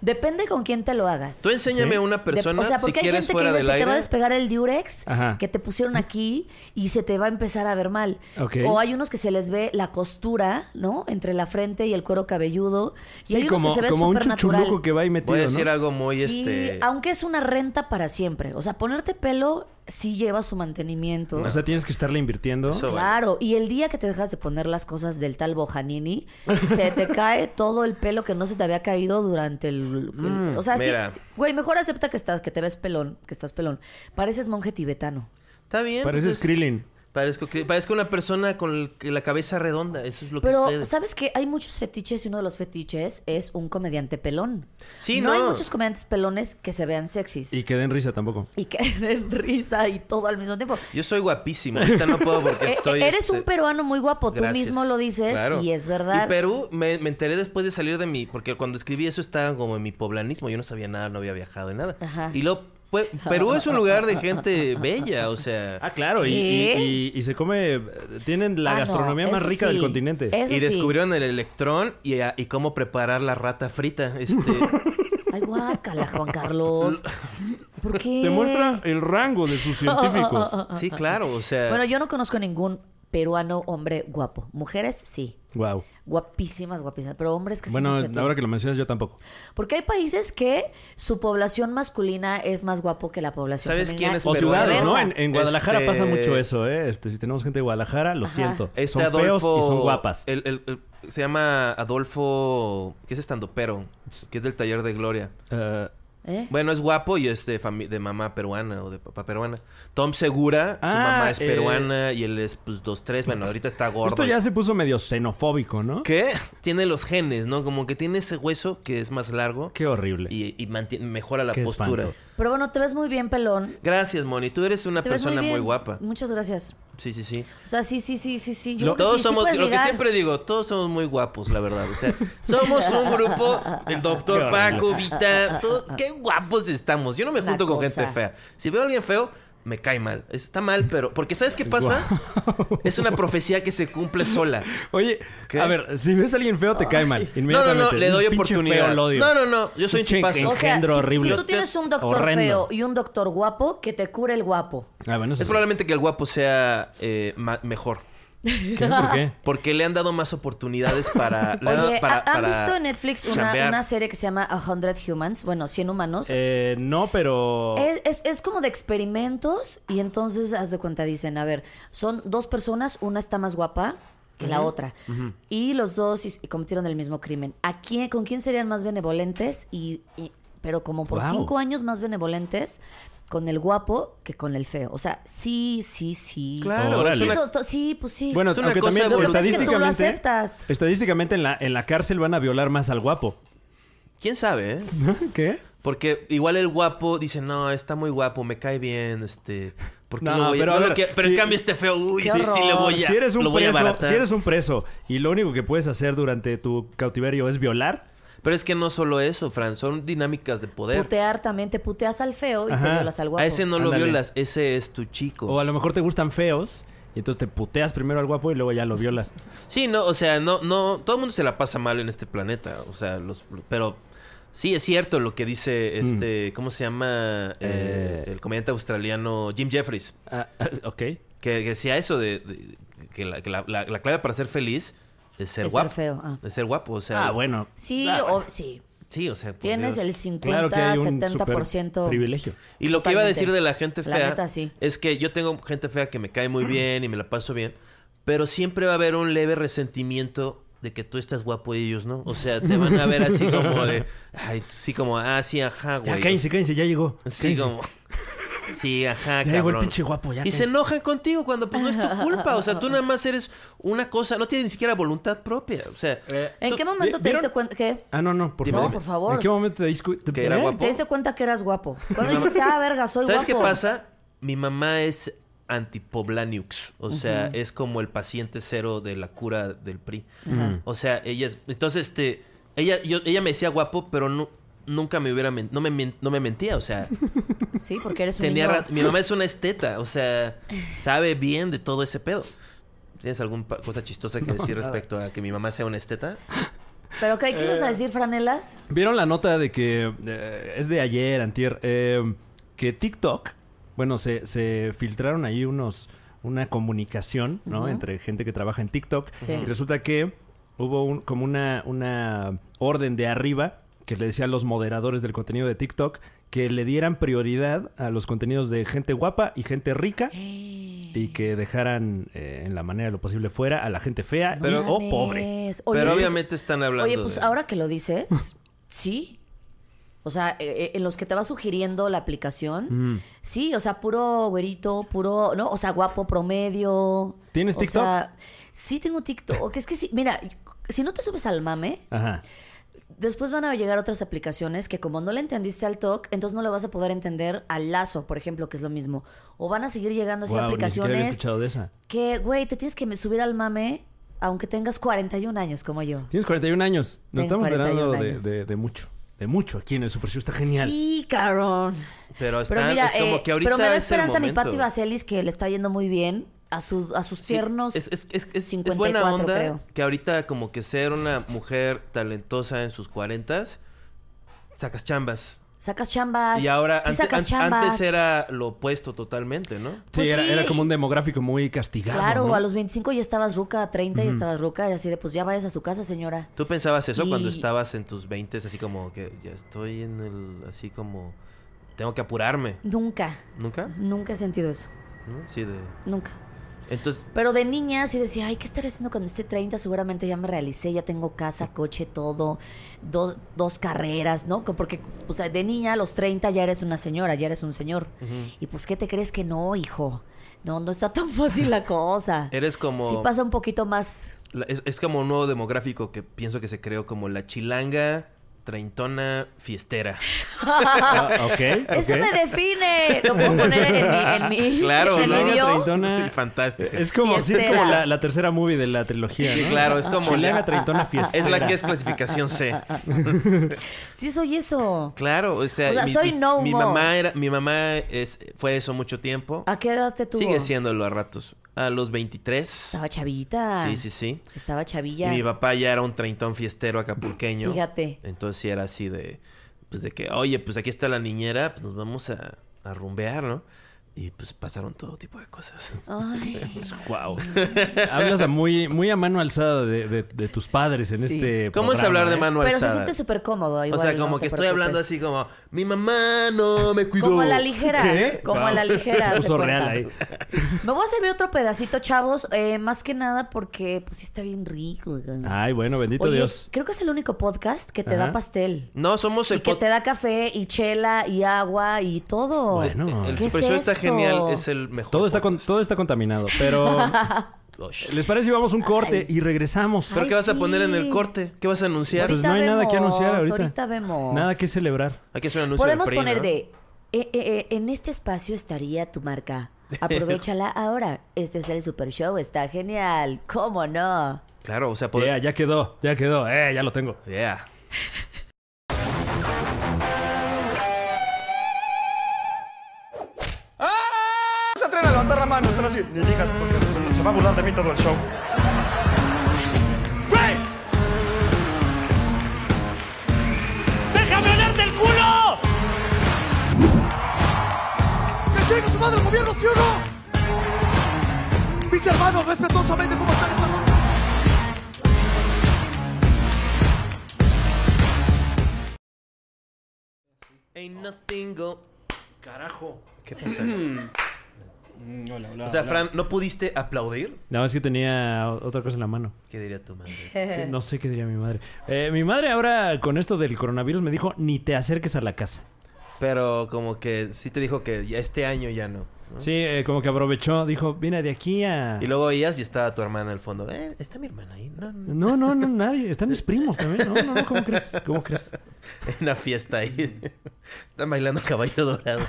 B: Depende con quién te lo hagas.
C: Tú enséñame a una
B: De-
C: persona
B: o sea,
C: si
B: porque hay
C: quieres
B: gente
C: fuera
B: que dice,
C: del
B: se
C: aire.
B: te va a despegar el diurex
A: Ajá.
B: que te pusieron aquí y se te va a empezar a ver mal.
A: Ok.
B: O hay unos que se les ve la costura, ¿no? Entre la frente y el cuero cabelludo. Y hay
A: sí,
B: unos
A: como,
B: que se ve
A: como un
B: supernatural.
A: chuchuluco que va ahí metido,
C: Voy a decir
A: ¿no?
C: algo muy
B: sí,
C: este.
B: aunque es una renta para siempre. O sea, ponerte pelo sí lleva su mantenimiento.
A: O sea, tienes que estarle invirtiendo.
C: Eso-
B: Claro, y el día que te dejas de poner las cosas del tal Bojanini, se te cae todo el pelo que no se te había caído durante el... el- o sea, sí,
C: Mm, mira.
B: sí, güey, mejor acepta que estás, que te ves pelón, que estás pelón. Pareces monje tibetano.
C: Está bien.
A: Pareces
C: pues,
A: Krillin.
C: Parezco, Kri- parezco una persona con el- que la cabeza redonda. Eso es lo que
B: Pero,
C: sucede.
B: ¿sabes qué? Hay muchos fetiches y uno de los fetiches es un comediante pelón.
C: Sí,
B: hay
C: no.
B: muchos comediantes pelones que se vean sexys.
A: Y que den risa tampoco.
B: y que den risa y todo al mismo tiempo.
C: Yo soy guapísimo. Ahorita no puedo porque
B: E-
C: estoy.
B: Eres
C: este,
B: un peruano muy guapo, tú
C: gracias.
B: mismo lo dices
C: Claro.
B: y es verdad.
C: Y Perú, me, me enteré después de salir de mi. Porque cuando escribí eso estaba como en mi poblanismo. Yo no sabía nada, no había viajado en nada.
B: Ajá.
C: Y luego. pues, Perú es un lugar de gente bella, o sea.
A: Ah, claro, y,
B: ¿Qué?
A: y- y- y se come. eh, Tienen la
B: Ah, no,
A: gastronomía más
B: eso
A: rica del
B: sí. Eh,
A: continente.
B: Eso
C: y
B: sí.
C: descubrieron el electrón y, a- y cómo preparar la rata frita. Este,
B: Ay, guácala, Juan Carlos. ¿Por qué?
A: Demuestra el rango de sus científicos.
C: sí, claro, o sea.
B: Bueno, yo no conozco ningún peruano hombre guapo. Mujeres, sí.
A: Wow.
B: Guapísimas, guapísimas. Pero hombres que sí,
A: Bueno,
B: fíjate.
A: ahora que lo mencionas, yo tampoco.
B: Porque hay países que su población masculina es más guapo que la población
C: ¿Sabes
B: femenina.
C: quién es
B: y
A: O
C: Pero
A: ciudades, ¿no?
B: viceversa.
A: En, en Guadalajara
C: Este-
A: pasa mucho eso, ¿eh? Este, si tenemos gente de Guadalajara, lo
B: Ajá.
A: siento.
C: Este
A: son
C: Adolfo.
A: feos y son guapas.
C: el- el- el- se llama Adolfo. que es estandopero? Que es del taller de Gloria.
A: Eh,
B: ¿Eh?
C: Bueno, es guapo y es de, fami- de mamá peruana o de papá peruana. Tom Segura, su
A: Ah,
C: mamá es
A: eh.
C: peruana y él es, pues, dos, tres. Bueno, ahorita está gordo.
A: esto ya se puso medio xenofóbico, ¿no? Qué,
C: ¿Qué? Tiene los genes, ¿no? Como que tiene ese hueso que es más largo
A: horrible.
C: y, y mantiene- mejora la
A: Qué
C: postura.
A: espanto.
B: Pero bueno, te ves muy bien, pelón.
C: Gracias, Moni. Tú eres una
B: Te ves muy,
C: persona muy,
B: bien.
C: guapa.
B: Muchas gracias.
C: Sí, sí, sí.
B: O sea, sí, sí, sí, sí, sí. Yo
A: Lo-
B: creo que
C: Todos
B: sí, sí
C: somos,
B: puedes
C: lo que
B: ligar.
C: siempre digo, todos somos muy guapos, la verdad. O sea, somos un grupo, el
A: Qué
C: doctor
A: horrible.
C: Paco, Vita, todos, qué guapos estamos. Yo no me
B: Una
C: junto con gente
B: cosa.
C: fea. Si veo a alguien feo, me cae mal. Está mal, pero. Porque ¿sabes qué pasa? Es una profecía que se cumple sola.
A: Oye,
C: ¿Qué?
A: a ver, si ves a alguien feo, te cae mal.
C: No, no,
A: Inmediatamente.
C: no, le doy
A: Un pinche
C: oportunidad.
A: feo, lo odio.
C: No, no, no, yo soy un
A: Pinche
C: tipazo.
B: O sea,
A: Engendro
B: si,
A: horrible.
B: si tú tienes un doctor
A: Horrendo.
B: feo y un doctor guapo, que te cure el guapo.
A: Ah, bueno, eso
C: Es
A: sí.
C: probablemente que el guapo sea eh, ma- mejor.
A: ¿Qué? ¿Por qué?
C: Porque le han dado más oportunidades para. le han dado
B: Oye, ¿ha-
C: para-
B: ¿han
C: para
B: visto en Netflix una,
C: chambear.
B: una serie que se llama A Hundred Humans? Bueno, 100 humanos.
A: Eh, no, pero.
B: Es, es- es como de experimentos y entonces, haz de cuenta, dicen, a ver, son dos personas, una está más guapa que la otra. Y los dos y, y cometieron el mismo crimen. ¿A quién, ¿Con quién serían más benevolentes? Y, y- pero como por
A: Guau.
B: cinco años más benevolentes con el guapo que con el feo. O sea, sí, sí, sí.
C: Claro,
A: Órale.
B: Sí,
C: es una-
B: eso to- sí, pues sí.
A: Bueno,
C: Es una
A: aunque
C: cosa
A: también
C: evolutiva. Lo que pasa
B: es que tú lo
A: estadísticamente,
B: aceptas.
A: estadísticamente en la, en la cárcel van a violar más al guapo.
C: ¿Quién sabe, eh?
A: ¿Qué?
C: Porque igual el guapo dice, no, está muy guapo, me cae bien, este... ¿Por qué
A: No,
C: lo voy a-
A: pero
C: no
A: a
C: lo
A: ver,
C: quiero- pero
A: sí.
C: en cambio este feo, uy,
B: Qué
C: sí, sí le
B: horror.
C: voy a...
A: si eres
C: lo
A: un
C: voy a
A: preso,
C: abaratar.
A: si eres un preso y lo único que puedes hacer durante tu cautiverio es violar,
C: Pero es que no solo eso, Fran, son dinámicas de poder.
B: Putear también, te puteas al feo y te
A: Ajá.
B: violas al guapo.
C: A ese no
A: Ándale.
C: lo violas, ese es tu chico.
A: o a lo mejor te gustan feos y entonces te puteas primero al guapo y luego ya lo violas.
C: Sí, no, o sea, no, no, todo el mundo se la pasa mal en este planeta, o sea, los, pero sí es cierto lo que dice este, ¿cómo se llama? Eh,
A: Mm. Eh.
C: el comediante australiano Jim Jeffries.
A: Ah, ah, ok.
C: Que, que decía eso de, de- que, la, que la- la- la clave para ser feliz es ser
B: Es ser
C: guapo.
B: feo, ah.
C: Es ser guapo, o sea.
A: Ah, bueno.
B: Sí, o, sí.
C: Sí, o sea. por
B: Tienes
C: Dios.
B: el 50,
A: Claro que hay un
B: 70%.
A: super privilegio.
C: Y lo que iba a decir
B: Totalmente.
C: de la gente
B: La
C: fea
B: neta, sí.
C: es que yo tengo gente fea que me cae muy bien y me la paso bien, pero siempre va a haber un leve resentimiento de que tú estás guapo y ellos no. O sea, te van a ver así como de, ay, tú- sí como, ah, sí, ajá,
A: Ya
C: güey.
A: cállense, cállense, ya llegó.
C: Sí,
A: Cállense.
C: como. Sí,
A: Ya
C: ajá,
A: llegó el
C: cabrón.
A: pinche guapo, ya
C: Y se
A: cállense.
C: enojan contigo cuando pues no es tu culpa. O sea, tú nada más eres una cosa, no tienes ni siquiera voluntad propia. O sea,
A: Eh,
B: ¿En
C: tú-
B: qué momento te
A: ¿Vieron?
B: diste cuenta que
A: Ah, no, no, por
B: No,
A: favor.
B: por favor.
A: ¿En qué momento te discu- te-
C: Que era
A: ¿Eh?
C: guapo.
B: te diste cuenta que eras guapo? Cuando dijiste, ah, verga, soy
C: ¿Sabes
B: guapo.
C: qué pasa? Mi mamá es antipoblaniux, o sea, es como el paciente cero de la cura del PRI. O sea, ella es, entonces este ella yo- ella me decía guapo, pero no nunca me hubiera men- no me men- no me mentía, o sea,
B: Sí, porque eres un
C: tenía
B: niño.
C: ra- mi mamá es una esteta, o sea, sabe bien de todo ese pedo. ¿Tienes alguna pa- cosa chistosa que decir respecto a que mi mamá sea una esteta?
B: Pero, ¿qué, ¿qué ibas
C: Eh.
B: a decir, Franelas?
A: ¿Vieron la nota de que eh, es de ayer, antier, eh, que TikTok, bueno, se, se filtraron ahí unos una comunicación, ¿no?
B: Ujú.
A: Entre gente que trabaja en TikTok
B: Sí.
A: y resulta que hubo un- como una una orden de arriba que le decía a los moderadores del contenido de TikTok que le dieran prioridad a los contenidos de gente guapa y gente rica y que dejaran eh, en la manera de lo posible fuera a la gente fea y-
B: No
A: o
B: mames.
A: oh, pobre.
B: Oye,
C: pero
B: pues-
C: obviamente están hablando
B: Oye, pues
C: de-
B: ahora que lo dices, sí. O sea, eh, eh, en los que te va sugiriendo la aplicación,
A: Mm.
B: sí, o sea, puro güerito, puro, ¿no? O sea, guapo promedio.
A: ¿Tienes
B: O
A: TikTok?
B: sea, sí tengo TikTok. Es que sí, mira, si no te subes al mame,
A: Ajá.
B: Después van a llegar otras aplicaciones que como no le entendiste al TOC, entonces no le vas a poder entender al lazo, por ejemplo, que es lo mismo. O van a seguir llegando así
A: Wow, ni siquiera había
B: aplicaciones
A: escuchado de esa.
B: que, güey, te tienes que me- subir al mame aunque tengas 41 años como yo.
A: Tienes 41 años. Nos
B: Tengo
A: estamos enterando
B: 41
A: de,
B: años.
A: de- de mucho. De mucho aquí en el Super Show. Está genial.
B: Sí, cabrón.
C: Pero,
B: Pero
C: están-
B: mira,
C: es como
B: eh,
C: que ahorita
B: pero me da
C: es el
B: esperanza a mi
C: momento.
B: Pati Vaselis que le está yendo muy bien a sus, a sus
C: Sí,
B: tiernos.
C: es, es- es- es- es
B: 54,
C: buena onda
B: creo.
C: que ahorita como que ser una mujer talentosa en sus cuarentas, sacas chambas.
B: Sacas chambas.
C: y ahora
B: Ah, sí
C: ante-
B: sacas
C: an-
B: chambas.
C: antes era lo opuesto totalmente, ¿no?
A: Sí,
B: Pues
A: era,
B: sí.
A: era como un demográfico muy castigado.
B: Claro,
A: ¿no?
B: a los 25 ya estabas ruca, a 30 ya estabas ruca, y así de, pues ya vayas a su casa, señora.
C: ¿Tú pensabas eso cuando
B: Y-
C: estabas en tus 20 así como que ya estoy en el así como tengo que apurarme?
B: Nunca.
C: ¿Nunca?
B: Nunca he sentido eso.
C: ¿No? Sí, de
B: Nunca.
C: Entonces,
B: Pero de niña sí decía, ay, ¿qué estaré haciendo cuando esté 30? Seguramente ya me realicé, ya tengo casa, coche, todo, do- dos carreras, ¿no? Co- Porque, o sea, de niña a los 30 ya eres una señora, ya eres un señor. Y pues, ¿qué te crees que no, hijo? No, no está tan fácil la cosa.
C: eres como
B: Sí pasa un poquito más.
C: la- es, es como un nuevo demográfico que pienso que se creó como la chilanga treintona fiestera.
A: Ah, ok.
B: Eso
A: ok.
B: me define. Lo puedo poner en mi, en mi-
C: Claro,
B: en
A: ¿no?
B: mi bio.
A: Treintona.
C: Fantástica.
A: Es como, sí, es
B: Fiestera.
A: como la, la tercera movie de la trilogía.
C: Sí,
A: ¿no?
C: claro, es como
A: Chilena
C: la-
A: treintona
B: Ah,
A: fiesta.
C: Es la que es clasificación C.
B: Sí, soy eso.
C: Claro, o sea,
B: ah, O sea,
C: mi,
B: soy
C: mi-
B: no
C: mi
B: more.
C: mamá era, mi mamá es, fue eso mucho tiempo.
B: ¿A Ah, qué edad te tuvo?
C: Sigue siéndolo a ratos. A los 23.
B: Estaba chavita.
C: Sí, sí, sí.
B: Estaba
C: Y
B: chavilla.
C: mi papá ya era un treintón fiestero acapulqueño.
B: Fíjate.
C: Entonces sí era así de, pues de que, oye, pues aquí está la niñera, pues nos vamos a, a rumbear, ¿no? Y pues pasaron todo tipo de cosas.
B: Ay.
A: Wow. Hablas a muy, muy a mano alzada de, de- de tus padres en
B: Sí.
A: este.
C: ¿Cómo es
A: programa,
C: hablar de
A: eh?
C: mano
B: Pero se
C: alzada?
B: siente súper cómodo.
C: O
B: Igual,
C: sea, como
B: no
C: que
B: te
C: estoy hablando así
B: preocupes.
C: como, mi mamá no me cuidó.
B: Como a la ligera.
A: ¿Qué?
B: Como a
A: Wow.
B: la ligera.
A: Se
B: haz de
A: puso
B: cuenta.
A: real ahí.
B: Me voy a servir otro pedacito, chavos. eh, más que nada porque, pues sí, está bien rico. güey.
A: Ay, bueno, Ah, bendito
B: Oye,
A: Dios.
B: creo que es el único podcast que te
A: Ajá.
B: da pastel.
C: No, somos
B: Y
C: el
B: que
C: pod-
B: te da café y chela y agua y todo.
A: Bueno.
C: El
B: ¿Qué
C: Super
B: es
C: Show está
B: esto?
C: genial, es el mejor.
A: Todo está, con-
C: podcast.
A: todo está contaminado, pero
C: Osh.
A: ¿les parece si vamos a un corte
B: Ay. Ah,
A: y regresamos?
C: ¿Pero
B: Ay,
C: qué vas a
B: sí.
C: poner en el corte? ¿Qué vas a anunciar?
A: Pues no hay nada que anunciar ahorita.
B: Ahorita vemos.
A: Nada que celebrar.
C: Aquí es un anuncio del
B: Podemos
C: PRI,
B: poner
C: ¿no?
B: de. "Eh, eh, eh, en este espacio estaría tu marca. Aprovechala ahora. Este es el Super Show, está genial. ¿Cómo no?
C: Claro, o sea,
A: Ya,
C: poder...
A: ya quedó, ya quedó, eh, ya lo tengo.
C: Yeah.
D: No se atreven a levantar la mano, están así. Ni digas, porque se, se va a burlar de mí todo el show. ¡Güey! ¡Déjame olerte el culo!
E: ¡Que llegue su madre el gobierno, sí o no! Mis hermanos, respetuosamente, ¿cómo están esta noche?
C: Ain't nothing go...
D: Carajo.
C: ¿Qué pasa?
A: Mm.
D: Hola, hola.
C: o sea, Fran, ¿no pudiste aplaudir?
A: Nada más que tenía o- otra cosa en la mano.
C: ¿Qué diría tu madre?
B: Eh.
A: No sé qué diría mi madre. Eh, mi madre ahora con esto del coronavirus me dijo, ni te acerques a la casa.
C: Pero como que sí te dijo que ya este año ya no. ¿no?
A: Sí, eh, como que aprovechó, dijo, viene de aquí a...
C: Y luego oías y estaba tu hermana al fondo. Eh, está mi hermana ahí. No, no.
A: No, no, no, nadie. Están mis primos también. No, no, no, ¿cómo crees? ¿Cómo crees?
C: En la fiesta ahí. Están bailando caballo dorado.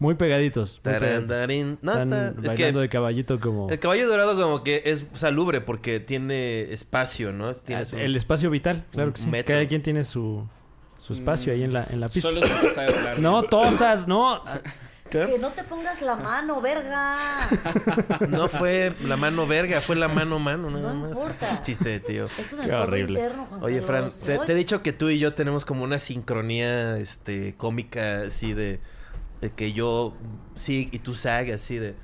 A: Muy pegaditos. muy pegaditos.
C: Tarandarín. No,
A: Están
C: está. Es que
A: bailando de caballito como...
C: el caballo dorado, como que es salubre porque tiene espacio, ¿no? Tiene su-
A: Ah, El espacio vital, claro que
C: un
A: sí.
C: metro.
A: Cada quien tiene su, su espacio ahí en la, en la pista.
F: Solo se sabe hablar.
A: No, tosas, no. ¿Eh?
B: Que no te pongas la mano, verga.
C: No fue la mano verga, fue la mano mano, nada
B: No
C: más.
B: importa.
C: Chiste de tío.
B: Es un
A: Qué
B: encuentro
A: horrible.
B: interno, Juan
C: Oye, Fran,
B: Carlos.
C: te,
B: Ay,
C: te he dicho que tú y yo tenemos como una sincronía este, cómica así de, de que yo sí y tú sag así de.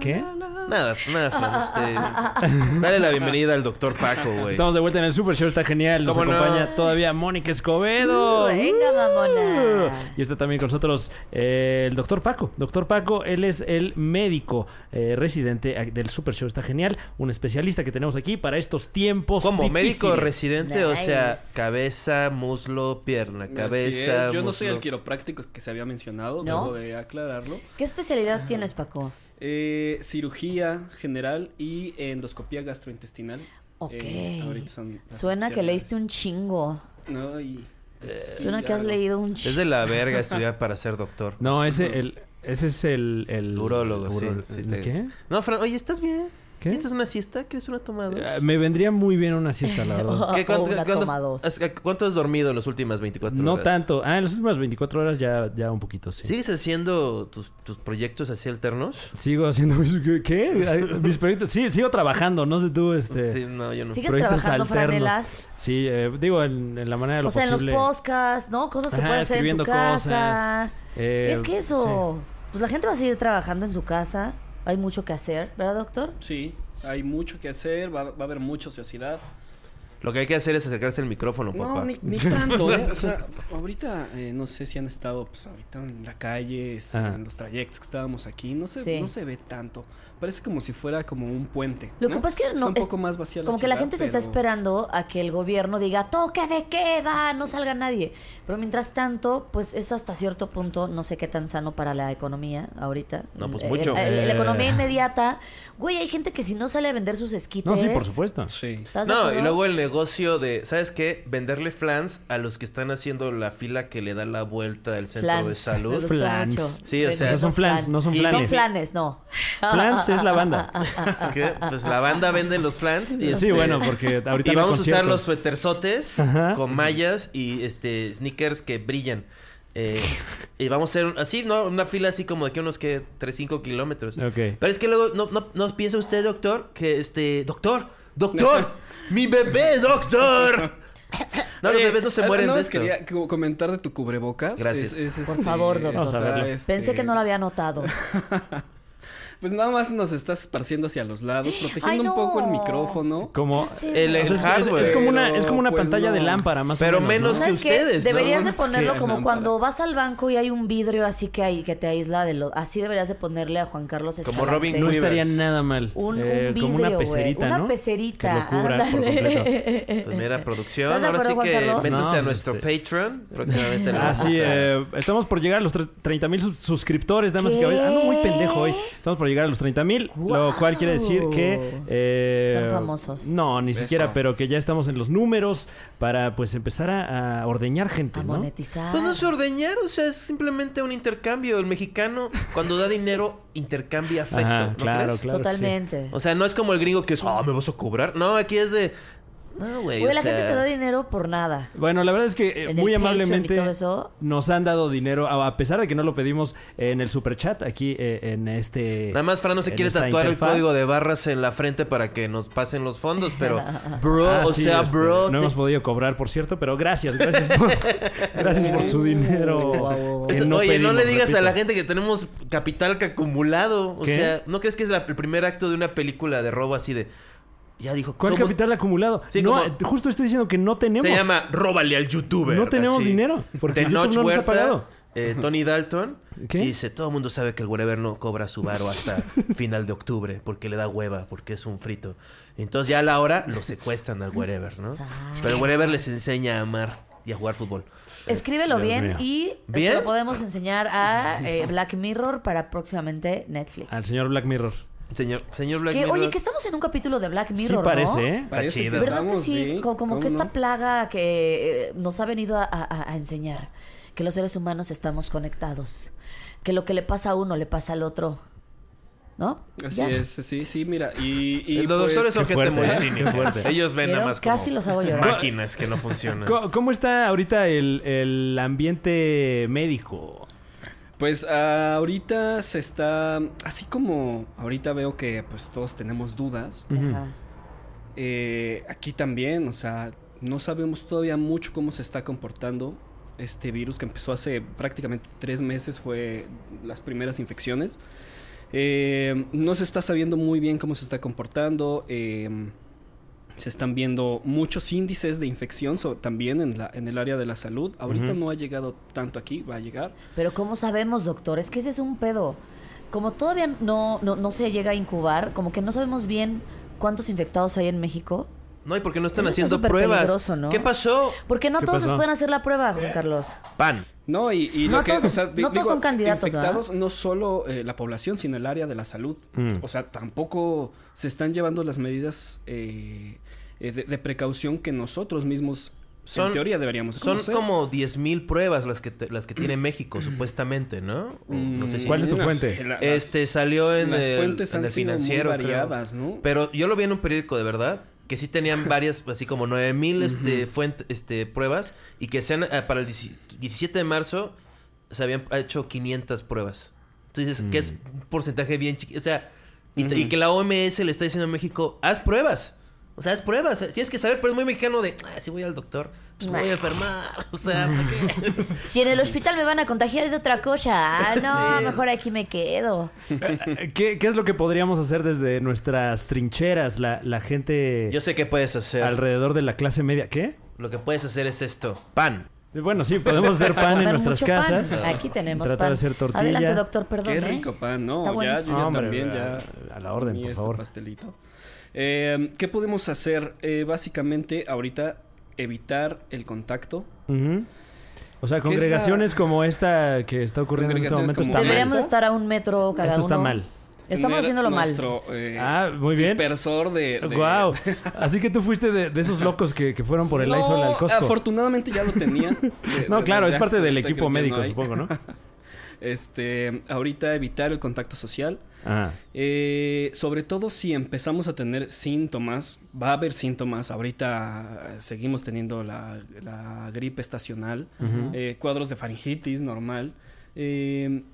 A: ¿Qué?
C: Nada, nada, Fran. Este, dale la bienvenida al doctor Paco, güey.
A: Estamos de vuelta en el Super Show, está genial. Nos
C: ¿Cómo no?
A: acompaña todavía Mónica Escobedo.
B: Uh, Venga, mamona.
A: Y está también con nosotros eh, el doctor Paco. Doctor Paco, él es el médico eh, residente eh, del Super Show, está genial. Un especialista que tenemos aquí para estos tiempos.
C: Como médico
A: difíciles.
C: residente, o sea,
B: Nice.
C: cabeza, muslo, pierna,
F: Así
C: cabeza.
F: es. Yo no soy
C: muslo.
F: el quiropráctico que se había mencionado,
B: ¿No?
F: debo de aclararlo.
B: ¿Qué especialidad tienes, Paco?
F: Eh, cirugía general y endoscopía gastrointestinal.
B: Ok.
F: Eh, ahorita son las
B: Suena que leíste
F: especialidades.
B: un chingo.
F: No, y...
A: Eh,
C: Eh,
F: pues, sí,
B: Suena que has
F: algo.
B: leído un
C: Es
B: chingo.
C: de la verga estudiar para ser doctor.
A: No, ese, el, ese es el. el
C: Urólogo, sí,
A: uró-
C: sí te-
A: ¿Qué?
C: No, Fran, oye, ¿estás bien?
A: ¿Qué?
C: ¿Esta es una siesta? ¿Quieres una tomada?
A: Eh, Me vendría muy bien una siesta, la verdad.
C: ¿Qué,
B: O
C: cuánto,
B: una
C: cuánto-
B: toma dos.
C: has- cuánto has dormido en las últimas 24
A: No
C: horas?
A: tanto. Ah, en las últimas 24 horas ya, ya un poquito, sí.
C: ¿Sigues haciendo tus, tus proyectos así alternos?
A: Sigo haciendo mis... ¿Qué? Ay, Mis proyectos... Sí, sigo trabajando, no sé tú, este...
C: Sí, no, yo no.
B: ¿Sigues
A: proyectos
B: trabajando,
A: alternos.
B: Franelas?
A: Sí, eh, digo, en, en la manera de lo
B: O sea, en
A: posible.
B: los podcasts, ¿no? Cosas que
A: Ajá,
B: puedes hacer en tu
A: escribiendo
B: casa.
A: cosas. Eh,
B: es que eso... Pues la gente va a seguir trabajando en su casa. Hay mucho que hacer, ¿verdad, doctor?
F: Sí, hay mucho que hacer, va, va a haber mucha ociosidad.
C: Lo que hay que hacer es acercarse al micrófono, papá.
F: No, ni, ni tanto, ¿eh? O sea, ahorita, eh, no sé si han estado, pues, ahorita en la calle, este,
A: Ajá.
F: en los trayectos que estábamos aquí, no se,
B: Sí.
F: no se ve tanto. Parece como si fuera como un puente.
B: Lo
F: ¿no?
B: que pasa es que
F: Está
B: no,
F: un
B: es-
F: poco más vacía
B: como que la
F: ciudad,
B: gente se está
F: pero-
B: esperando a que el gobierno diga toque de queda, no salga nadie. Pero mientras tanto, pues es hasta cierto punto, no sé qué tan sano para la economía ahorita.
C: No, pues
B: El-
C: mucho.
B: el- el- la
A: Eh.
B: economía inmediata. Güey, hay gente que si no sale a vender sus esquites.
A: No, sí, por supuesto.
F: Sí.
B: ¿estás de
C: No,
B: acuerdo?
C: y luego el negocio de, ¿sabes qué? Venderle flans a los que están haciendo la fila que le da la vuelta al centro de
B: Flans. me
C: salud.
B: gusta
A: Flans.
B: mucho.
C: Sí, o
B: Me
C: sea,
B: gustan
A: son flans, no son
B: Son
A: planes.
B: planes, no.
A: Flans es la banda.
C: ¿Qué? Pues la banda vende los flans. Y
A: Sí,
C: este,
A: bueno, porque ahorita
C: y
A: no hay
C: vamos a usar
A: conciertos.
C: los sueterzotes
A: Ajá.
C: con mallas y este sneakers que brillan. Eh, y vamos a hacer un- así, ¿no? Una fila así como de que unos que 3, 5 kilómetros.
A: Ok.
C: Pero es que luego, ¿no, no, no piensa usted, doctor? Que este, doctor, doctor, mi bebé, doctor. No,
F: Oye,
C: los bebés no se
F: ah,
C: mueren de
F: más
C: esto.
F: quería co- comentar de tu cubrebocas.
C: Gracias.
B: Por favor, doctor.
A: Vamos a verlo.
F: este,
B: Pensé que no lo había notado.
F: Pues nada más nos estás esparciendo hacia los lados, protegiendo
B: Ay, no.
F: un poco el micrófono.
A: Como,
B: Ya sé.
C: el-
A: o sea, es- es,
C: hardware.
A: es como una, es como una
F: Pero,
A: pantalla de
F: pues, no.
A: lámpara, más
C: Pero
A: o menos.
C: menos
A: ¿no?
B: ¿Sabes
C: que
B: qué?
C: ustedes, ¿no?
B: Deberías de ponerlo
F: Sí,
B: como
F: lámpara.
B: cuando vas al banco y hay un vidrio así que hay que te aísla de lo así deberías de ponerle a Juan Carlos
C: Como
B: Escalante.
C: Robin
A: No
C: Hood.
A: estaría
C: Weavers.
A: nada mal.
B: Un,
A: Eh,
B: un vidrio,
A: como una
B: güey.
A: pecerita,
B: una
A: ¿no?
B: pecerita.
A: Que lo cubra por
B: ándale.
A: completo.
C: Pues mira, producción.
B: ¿Estás de
C: Ahora sí
B: acuerdo, Juan
C: que
B: Carlos?
C: métanse
A: No,
C: a nuestro
A: este-
C: Patreon. Próximamente lo
A: Ah,
C: vamos
A: sí,
C: a-
A: eh, estamos por llegar a los 30 mil suscriptores, damas y
B: ¿Qué?
A: caballeros. Ando ah, muy pendejo hoy. Estamos por llegar a los 30 mil, lo cual quiere decir que... eh,
B: Son famosos.
A: No, ni
F: Eso.
A: siquiera, pero que ya estamos en los números para pues empezar a, a ordeñar gente,
B: A
A: ¿no?
B: monetizar.
C: Pues no es ordeñar, o sea, es simplemente un intercambio. El mexicano, cuando da dinero, intercambia afecto.
A: Ajá,
C: ¿no
A: claro,
C: crees?
A: claro. que
B: Totalmente.
C: O sea, no es como el gringo que es, ah, me vas a cobrar. No, aquí es de, no, güey.
B: Güey,
C: o
B: la
C: sea,
B: gente te da dinero por nada.
A: Bueno, la verdad es que eh,
B: En el
A: muy
B: Patreon y
A: amablemente
B: todo eso.
A: nos han dado dinero, a a pesar de que no lo pedimos en el superchat aquí eh, en este...
C: Nada más, Fran no se
A: en
C: quiere
A: esta
C: tatuar
A: interfaz.
C: el código de barras en la frente para que nos pasen los fondos, pero, bro,
A: Ah,
C: o
A: sí,
C: sea,
A: este,
C: bro.
A: No
C: te-
A: hemos podido cobrar, por cierto, pero gracias, gracias por, gracias por su dinero. que
C: Es- Oye,
A: pedimos,
C: no le digas a la
A: repito.
C: gente que tenemos capital que acumulado. O
A: ¿Qué?
C: sea, ¿no crees que es la- el primer acto de una película de robo así de. Ya dijo.
A: ¿Cuál
C: ¿cómo-
A: capital acumulado?
C: Sí,
A: no,
C: como-
A: eh, justo estoy diciendo que no tenemos.
C: Se llama Róbale al youtuber.
A: No tenemos dinero, porque YouTube no
C: Tenoch
A: nos ha
C: Huerta,
A: pagado.
C: eh, Tony Dalton
A: ¿Qué?
C: dice, todo el mundo sabe que el wherever no cobra su varo hasta final de octubre, porque le da hueva, porque es un frito. Entonces ya a la hora lo secuestran al wherever, ¿no?
B: Sas.
C: Pero el wherever les enseña a amar y a jugar fútbol.
B: Escríbelo
A: Dios mío.
B: bien y
C: ¿Bien?
B: se lo podemos enseñar a eh, Black Mirror para próximamente Netflix.
A: Al señor Black Mirror.
C: Señor, señor Black
B: Que,
C: Mirror,
B: oye, que estamos en un capítulo de Black
A: sí
B: Mirror,
A: parece,
B: ¿no?
A: ¿eh?
F: Parece
C: chido.
F: que
B: ¿Verdad que
F: estamos,
B: sí?
F: ¿sí?
B: Co- Como, que
F: ¿Cómo
B: esta
F: no?
B: plaga que eh, nos ha venido a, a- a enseñar que los seres humanos estamos conectados, que lo que le pasa a uno le pasa al otro, ¿no?
F: Así
B: Ya.
F: es, sí, sí, mira. Y, y pues,
C: Los doctores son
A: pues, qué
C: gente muy
A: fuerte, ¿eh?
C: cínica. Ellos ven nada
B: ¿Vieron?
C: más
B: Casi
C: como
B: los hago llorar.
C: máquinas que no funcionan.
A: ¿Cómo, cómo está ahorita el, el ambiente médico?
F: Pues ah, ahorita se está. Así como ahorita veo que pues todos tenemos dudas.
B: Ajá.
F: eh, aquí también, o sea, no sabemos todavía mucho cómo se está comportando este virus que empezó hace prácticamente tres meses, fue las primeras infecciones. Eh, no se está sabiendo muy bien cómo se está comportando. eh, se están viendo muchos índices de infección so- también en, la, en el área de la salud. Ahorita
A: Ujú.
F: no ha llegado tanto aquí, va a llegar.
B: Pero ¿cómo sabemos, doctor? Es que ese es un pedo. Como todavía no, no, no se llega a incubar, como que no sabemos bien cuántos infectados hay en México.
C: No, y porque no están
B: Eso está
C: haciendo
B: súper
C: pruebas.
B: peligroso, ¿no?
C: ¿Qué pasó?
B: Porque no
A: ¿Qué
B: todos les
A: pasó?
B: pueden hacer la prueba, Juan Carlos.
C: Pan.
F: No, y, y
B: No
F: lo que,
B: todos-
F: o sea, di-
B: no todos
F: digo,
B: son candidatos,
F: infectados no solo eh, la población, sino el área de la salud.
A: Mm.
F: O sea, tampoco se están llevando las medidas eh, eh, de, de precaución que nosotros mismos,
C: Son-
F: en teoría, deberíamos de
C: Son
F: conocer.
C: como 10.000 pruebas las que, te- las que tiene México, supuestamente, ¿no? O
F: Mm,
C: no sé si-
A: ¿Cuál es tu
F: las-
A: fuente?
F: la- las-
C: Este salió en
F: las
C: el,
F: fuentes
C: en
F: han
C: el
F: sido muy
C: financiero. creo.
F: variadas, ¿no?
C: Pero yo lo vi en un periódico de verdad, que sí tenían varias, así como 9000 este, fuente- este, pruebas, y que sean eh, para el 10 17 de marzo se habían hecho 500 pruebas. Entonces, que es
F: Mm.
C: un porcentaje bien chiquito. O sea, y, te- y que la OMS le está diciendo a México, haz pruebas. O sea, haz pruebas. eh, Tienes que saber, pero es muy mexicano de, ah, si voy al doctor, pues me voy a enfermar. O sea, ¿por qué?
B: Si en el hospital me van a contagiar de otra cosa, ah, no, mejor aquí me quedo.
A: Eh, ¿Qué, qué es lo que podríamos hacer desde nuestras trincheras, la, la gente
C: Yo sé qué puedes hacer.
A: alrededor de la clase media? ¿Qué?
C: Lo que puedes hacer es esto. Pan.
A: Eh, Bueno, sí, podemos hacer pan en
B: Comer
A: nuestras
B: mucho pan.
A: casas.
B: Aquí tenemos
A: Tratar
B: pan.
A: de hacer tortilla.
B: Adelante, doctor, perdón.
F: Qué
B: ¿eh?
F: rico pan, ¿no?
B: Está
F: ya,
B: buenísimo.
F: yo
A: Hombre,
F: también
A: a-
F: ya.
A: a la orden,
F: comí
A: por
F: este
A: favor.
F: pastelito. Eh, ¿Qué podemos hacer? Eh, básicamente, ahorita, evitar el contacto.
A: Ujú. O sea, congregaciones como esta que está ocurriendo en este
F: Congregaciones
A: momento
F: como
A: está mal.
B: Deberíamos
F: ¿Está?
B: estar a un metro cada
A: Esto está
B: uno.
A: mal.
B: Estamos
F: tener
B: haciéndolo mal.
F: nuestro, eh,
A: Ah, muy bien.
F: Dispersor de. de-
A: Wow. Así que tú fuiste de, de esos locos que, que fueron por el
F: No,
A: ISOL al Costco.
F: Afortunadamente ya lo tenían. Eh,
A: no, claro,
F: desde
A: es parte
F: hace-
A: del
F: ahorita
A: equipo
F: creo que
A: médico,
F: no hay.
A: supongo, ¿no?
F: Este, ahorita evitar el contacto social.
A: Ah,
F: Eh, sobre todo si empezamos a tener síntomas, va a haber síntomas. Ahorita eh, seguimos teniendo la, la gripe estacional, eh, cuadros de faringitis normal. Eh,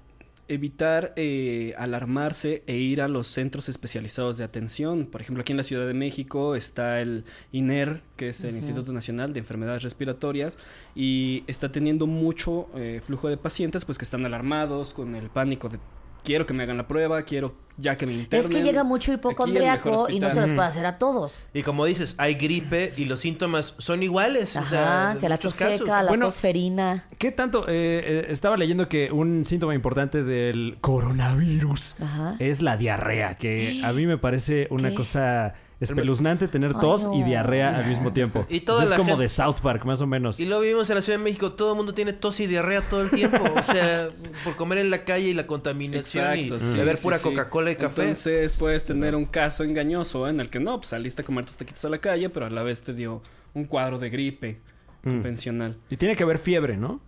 F: evitar eh, alarmarse e ir a los centros especializados de atención. Por ejemplo, aquí en la Ciudad de México está el INER, que es el Instituto Nacional de Enfermedades Respiratorias, y está teniendo mucho eh, flujo de pacientes pues que están alarmados con el pánico de quiero que me hagan la prueba, quiero ya que me internen.
B: Es que llega mucho
F: Aquí el mejor
B: hipocondriaco y no se los
F: hospital".
B: puede hacer a todos.
C: Y como dices, hay gripe y los síntomas son iguales. o sea,
B: Ajá,
C: en
B: que la tos
C: muchos
B: seca,
C: casos.
B: la
A: Bueno,
B: tosferina.
A: ¿Qué tanto? Eh, eh, estaba leyendo que un síntoma importante del coronavirus
B: Ajá.
A: es la diarrea, que a mí me parece una
B: ¿Qué?
A: cosa espeluznante tener tos
B: no.
A: y diarrea al mismo tiempo.
C: Y toda
A: Entonces
C: la
A: es como
C: gente-
A: de South Park, más o menos.
C: Y lo vivimos en la Ciudad de México, todo el mundo tiene tos y diarrea todo el tiempo. O sea, por comer en la calle y la contaminación y
F: sí,
C: beber
F: sí,
C: pura
F: sí.
C: Coca-Cola y café.
F: Entonces puedes tener un caso engañoso en el que no, pues saliste a comer tus taquitos a la calle, pero a la vez te dio un cuadro de gripe
C: Mm.
F: convencional.
A: Y tiene que haber fiebre, ¿no?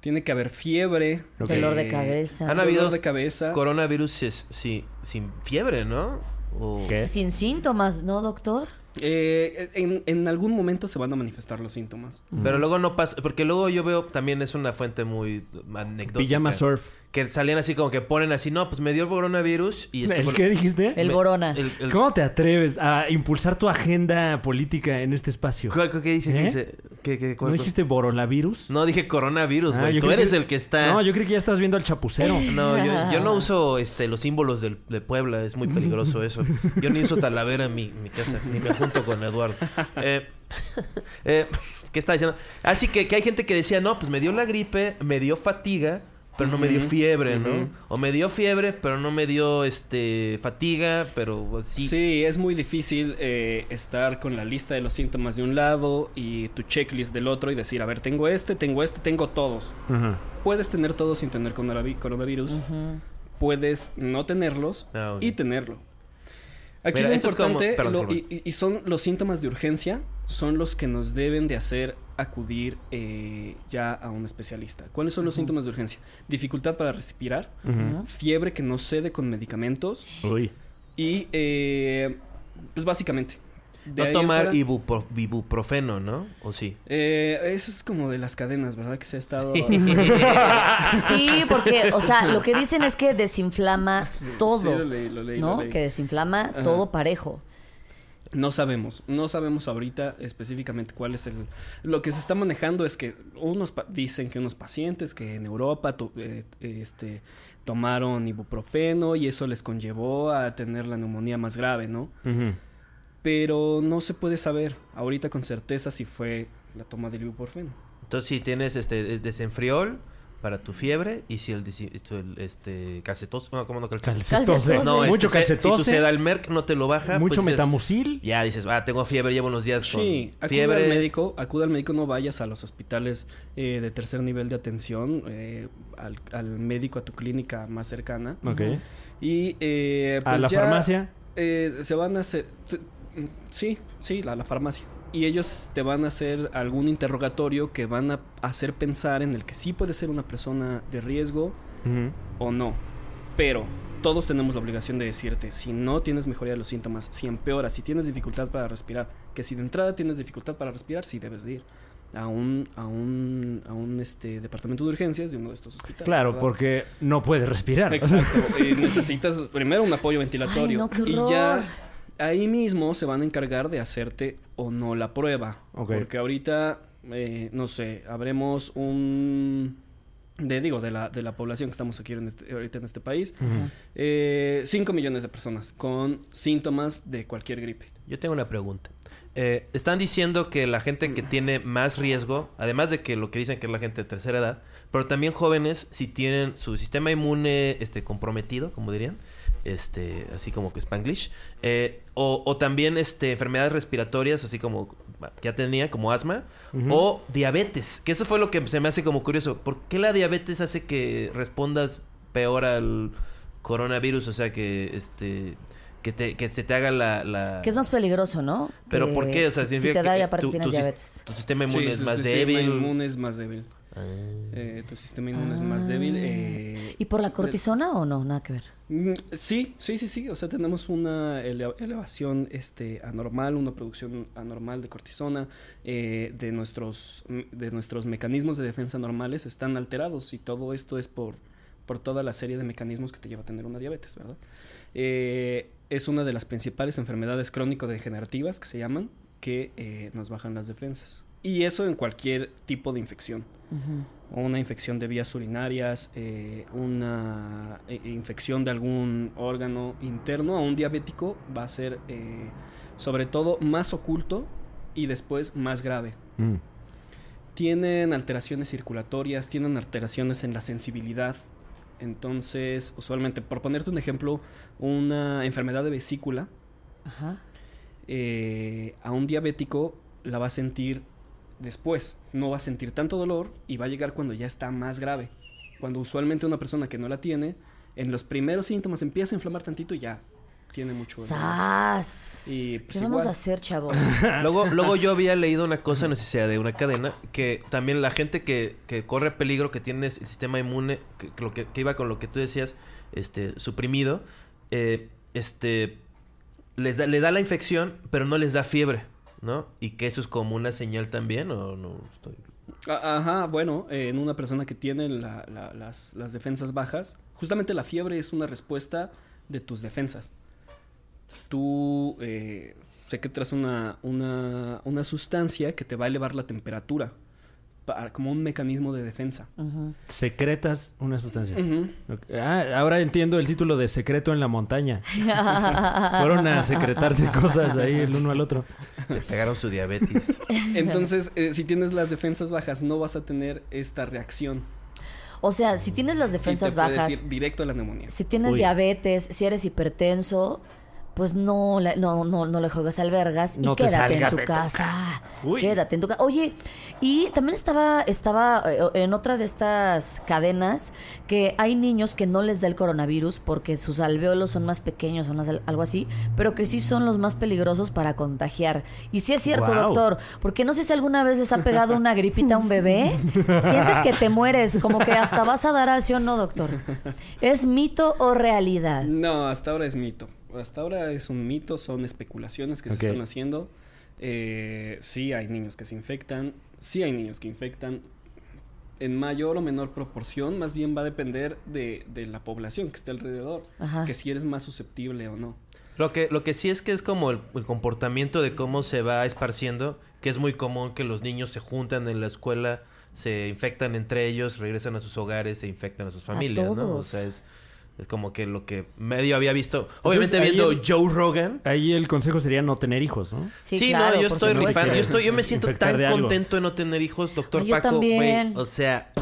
F: Tiene que haber fiebre,
A: Ok.
B: Dolor de
F: eh,
B: cabeza.
C: Han
F: dolor
C: habido
F: de cabeza.
C: coronavirus es- sí, sin fiebre, ¿no? O-
A: ¿Qué?
B: Sin síntomas, ¿no, doctor?
F: Eh, en, en algún momento se van a manifestar los síntomas.
C: Pero luego no pasa, porque luego yo veo también es una fuente muy anecdótica.
A: Pijama surf.
C: Que salían así como que ponen así, no, pues me dio el coronavirus y esto
A: ¿El
C: fue-
A: qué dijiste?
B: El
C: me-
B: borona.
C: el- el-
A: ¿Cómo te atreves a impulsar tu agenda política en este espacio?
C: ¿Cuál- ¿Qué dice? ¿Qué
A: ¿Eh?
C: dice? ¿Qué- qué- cuál-
A: ¿No dijiste borolavirus?
C: No, dije coronavirus,
A: Ah,
C: güey.
A: yo
C: Tú
A: creí que-
C: eres el que está.
A: No, yo creo que ya estás viendo al chapucero.
C: No, yo, yo no uso este, los símbolos del- de Puebla, es muy peligroso eso. Yo ni uso talavera en mi, mi casa, ni me junto con Eduardo. Eh, eh, ¿Qué está diciendo? Así que, que hay gente que decía, no, pues me dio la gripe, me dio fatiga, pero no me dio fiebre, ¿no? O me dio fiebre, pero no me dio este fatiga, pero pues, sí.
F: Sí, es muy difícil eh, estar con la lista de los síntomas de un lado y tu checklist del otro y decir, a ver, tengo este, tengo este, tengo todos.
A: Ajá.
F: Puedes tener todos sin tener coronavi- coronavirus. Puedes no tenerlos
C: Ah, ok.
F: y tenerlo. Aquí
C: Mira,
F: lo
C: eso es como-
F: importante,
C: perdón,
F: lo-
C: disculpa.
F: y, y- y son los síntomas de urgencia, son los que nos deben de hacer acudir eh, ya a un especialista. ¿Cuáles son los síntomas de urgencia? Dificultad para respirar, fiebre que no cede con medicamentos
A: Uy.
F: y, eh, pues básicamente. de
C: No
F: ahí en
C: tomar
F: fuera-
C: ibupro- ibuprofeno, ¿no? ¿O sí?
F: Eh, eso es como de las cadenas, ¿verdad? Que se ha estado...
A: Ah.
B: Sí, porque, o sea, lo que dicen es que desinflama todo.
F: sí, lo leí, lo leí, lo
B: ¿No?
F: leí.
B: Que desinflama
F: Ajá.
B: todo parejo.
F: No sabemos, no sabemos ahorita específicamente cuál es el... Lo que se está manejando es que unos pa- dicen que unos pacientes que en Europa to- eh, este, tomaron ibuprofeno y eso les conllevó a tener la neumonía más grave, ¿no?
A: Ujú.
F: Pero no se puede saber ahorita con certeza si fue la toma del ibuprofeno.
C: Entonces, si tienes este el desenfriol para tu fiebre y si el, disi- esto, el, este calcetos, no, ¿cómo no calcetos?
A: Calcetose.
B: Calcetose.
C: No,
B: No,
A: Mucho
C: este, se- Si tu
A: calcetose.
C: Sedalmerc no te lo baja,
A: mucho
C: pues dices,
A: metamucil.
C: Ya dices, ah, tengo fiebre, llevo unos días
F: Sí,
C: con
F: acude al
C: fiebre.
F: médico, acude al médico, no vayas a los hospitales eh, de tercer nivel de atención, eh, al, al médico, a tu clínica más cercana.
A: Ok.
F: Y, eh,
A: ¿A
F: pues
A: la
F: ya,
A: farmacia?
F: eh, se van a hacer... t- mm, Sí, sí, a la farmacia. Y ellos te van a hacer algún interrogatorio que van a hacer pensar en el que sí puede ser una persona de riesgo
A: Ujú.
F: o no. Pero todos tenemos la obligación de decirte, si no tienes mejoría de los síntomas, si empeoras, si tienes dificultad para respirar, que si de entrada tienes dificultad para respirar, sí debes de ir a un, a un, a un este, departamento de urgencias de uno de estos hospitales.
A: Claro,
F: ¿verdad?
A: porque no puedes respirar.
F: Exacto. y necesitas primero un apoyo
B: Ay,
F: ventilatorio.
B: no, qué
F: y
B: horror.
F: ya ahí mismo se van a encargar de hacerte o no la prueba.
A: Ok.
F: Porque ahorita, eh, no sé, habremos un... De, digo, de la, de la población que estamos aquí en este- ahorita en este país, 5 millones de personas con síntomas de cualquier gripe.
C: Yo tengo una pregunta. Eh, están diciendo que la gente que tiene más riesgo, además de que lo que dicen que es la gente de tercera edad, pero también jóvenes, si tienen su sistema inmune este, comprometido, como dirían, este, así como que spanglish, eh, o, o también este, enfermedades respiratorias, así como ya tenía, como asma, o diabetes, que eso fue lo que se me hace como curioso. ¿Por qué la diabetes hace que respondas peor al, coronavirus, o sea que este que, te, que se te haga la, la-
B: Que es más peligroso, ¿no?
C: Pero
B: Que
C: ¿por qué? O sea,
B: si- si
C: significa
B: te da
C: que
B: y aparte
C: tu,
B: tienes
C: tu sis-
B: diabetes.
C: tu sistema inmune
F: Sí,
C: es
F: su
C: más
F: sistema
C: débil. Ah.
F: inmune es más débil. Eh, tu sistema inmune es más débil. eh,
B: Ah. ¿Y por la cortisona o no? Nada que ver.
F: Mm, Sí, sí, sí, sí. O sea, tenemos una ele- elevación este, anormal, una producción anormal de cortisona, eh, de, nuestros, mm, de nuestros mecanismos de defensa normales están alterados y todo esto es por, por toda la serie de mecanismos que te lleva a tener una diabetes, ¿verdad? Eh, es una de las principales enfermedades crónico-degenerativas que se llaman, que eh, nos bajan las defensas. Y eso en cualquier tipo de infección o una infección de vías urinarias, eh, una eh, infección de algún órgano interno a un diabético va a ser eh, sobre todo más oculto y después más grave.
A: Mm.
F: Tienen alteraciones circulatorias, tienen alteraciones en la sensibilidad. Entonces, usualmente, por ponerte un ejemplo, una enfermedad de vesícula
B: Ajá.
F: eh, a un diabético la va a sentir después. No va a sentir tanto dolor y va a llegar cuando ya está más grave. Cuando usualmente una persona que no la tiene, en los primeros síntomas empieza a inflamar tantito y ya tiene mucho dolor.
B: ¡Sas!
F: pues, Y, pues,
B: ¿Qué vamos
F: igual.
B: a hacer, chavos?
C: Luego, luego yo había leído una cosa, no sé si sea de una cadena, que también la gente que, que corre peligro, que tiene el sistema inmune, que, que lo que, que iba con lo que tú decías, este, suprimido, eh, este, les da, le da la infección, pero no les da fiebre, ¿no? Y que eso es como una señal también, o no estoy...
F: A- Ajá, bueno, eh, en una persona que tiene la- la- las, las defensas bajas, justamente la fiebre es una respuesta de tus defensas. Tú eh, secretas una, una, una sustancia que te va a elevar la temperatura, para- como un mecanismo de defensa.
B: Ujú.
A: Secretas una sustancia.
F: Ujú.
A: Ok. Ah, ahora entiendo el título de Secreto en la montaña. Fueron a secretarse cosas ahí el uno al otro.
C: Se pegaron su diabetes.
F: Entonces, eh, si tienes las defensas bajas, no vas a tener esta reacción.
B: O sea, si tienes las
F: Y
B: defensas
F: te puedes
B: bajas,
F: ir directo a la neumonía.
B: si tienes
A: Uy.
B: diabetes, si eres hipertenso, pues no, la- no, no, no le juegas albergas y
A: No te
B: quédate en
A: salgas
B: tu
A: de tu
B: casa.
A: Uy.
B: Quédate en tu casa. Oye, y también estaba, estaba eh, en otra de estas cadenas que hay niños que no les da el coronavirus porque sus alveolos son más pequeños o más al- algo así, pero que sí son los más peligrosos para contagiar. Y sí es cierto,
A: Guau.
B: doctor, porque no sé si alguna vez les ha pegado una gripita a un bebé. Sientes que te mueres, como que hasta vas a dar al sí o no, doctor. ¿Es mito o realidad?
F: No, hasta ahora es mito. Hasta ahora es un mito, son especulaciones que
A: Ok.
F: se están haciendo. Eh, sí hay niños que se infectan, sí hay niños que infectan en mayor o menor proporción, más bien va a depender de, de la población que esté alrededor,
B: Ajá.
F: que si eres más susceptible o no.
C: Lo que, lo que sí es que es como el, el comportamiento de cómo se va esparciendo, que es muy común que los niños se juntan en la escuela, se infectan entre ellos, regresan a sus hogares, se infectan a sus familias, ¿no? O
B: todos.
C: sea, es, es como que lo que medio había visto. Obviamente
A: ahí
C: viendo
A: el-
C: Joe Rogan.
A: Ahí el consejo sería no tener hijos, ¿no?
C: Sí,
B: claro,
C: no, yo
B: por
C: estoy
B: supuesto.
C: rifando, yo estoy, yo me siento
A: Infectar de
C: tan
A: algo.
C: contento de no tener hijos, doctor
B: Ay, yo
C: Paco, güey.
B: también.
C: O sea,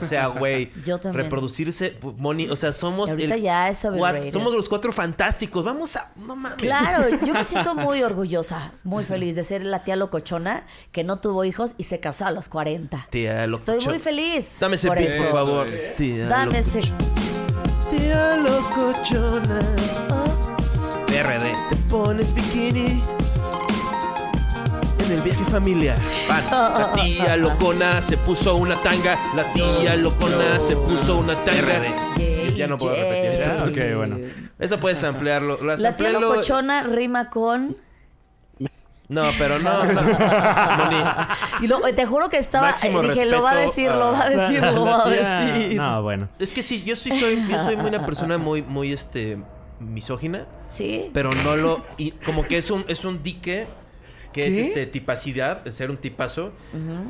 C: sea, güey,
B: Yo también.
C: reproducirse, money, o sea, somos
B: Y ahorita ya es
C: cuat-
B: overrated.
C: somos los cuatro fantásticos. Vamos a, no mames.
B: Claro, yo me siento muy orgullosa, muy feliz de ser la tía locochona que no tuvo hijos y se casó a los 40.
C: Tía, lo
B: Estoy
C: escucho.
B: muy feliz.
C: Dame ese
B: por
C: beat,
B: eso.
C: por favor.
F: es.
C: Tía
B: Dame ese.
C: loco- Tía locochona. PRD. Te pones bikini. En el viaje familiar. Pan. La tía locona se puso una tanga. La tía locona se puso una tanga.
B: Yay,
C: Ya no puedo
B: yay.
C: repetir eso.
A: Ah, ok, bueno.
C: Eso puedes ampliarlo. Lo-
B: La tía
C: amplíalo.
B: locochona rima con.
C: No, pero no. no. Moni,
B: Y lo- te juro que estaba.
C: Máximo
B: dije, lo va a decir,
C: respeto
B: lo va
C: a-
B: a decir, lo va a
A: La tía-
B: decir.
A: No, bueno.
C: Es que sí, yo sí soy, yo soy una persona muy, muy este misógina.
B: Sí.
C: pero no lo y como que es un es un dique que es este tipacidad de ser un tipazo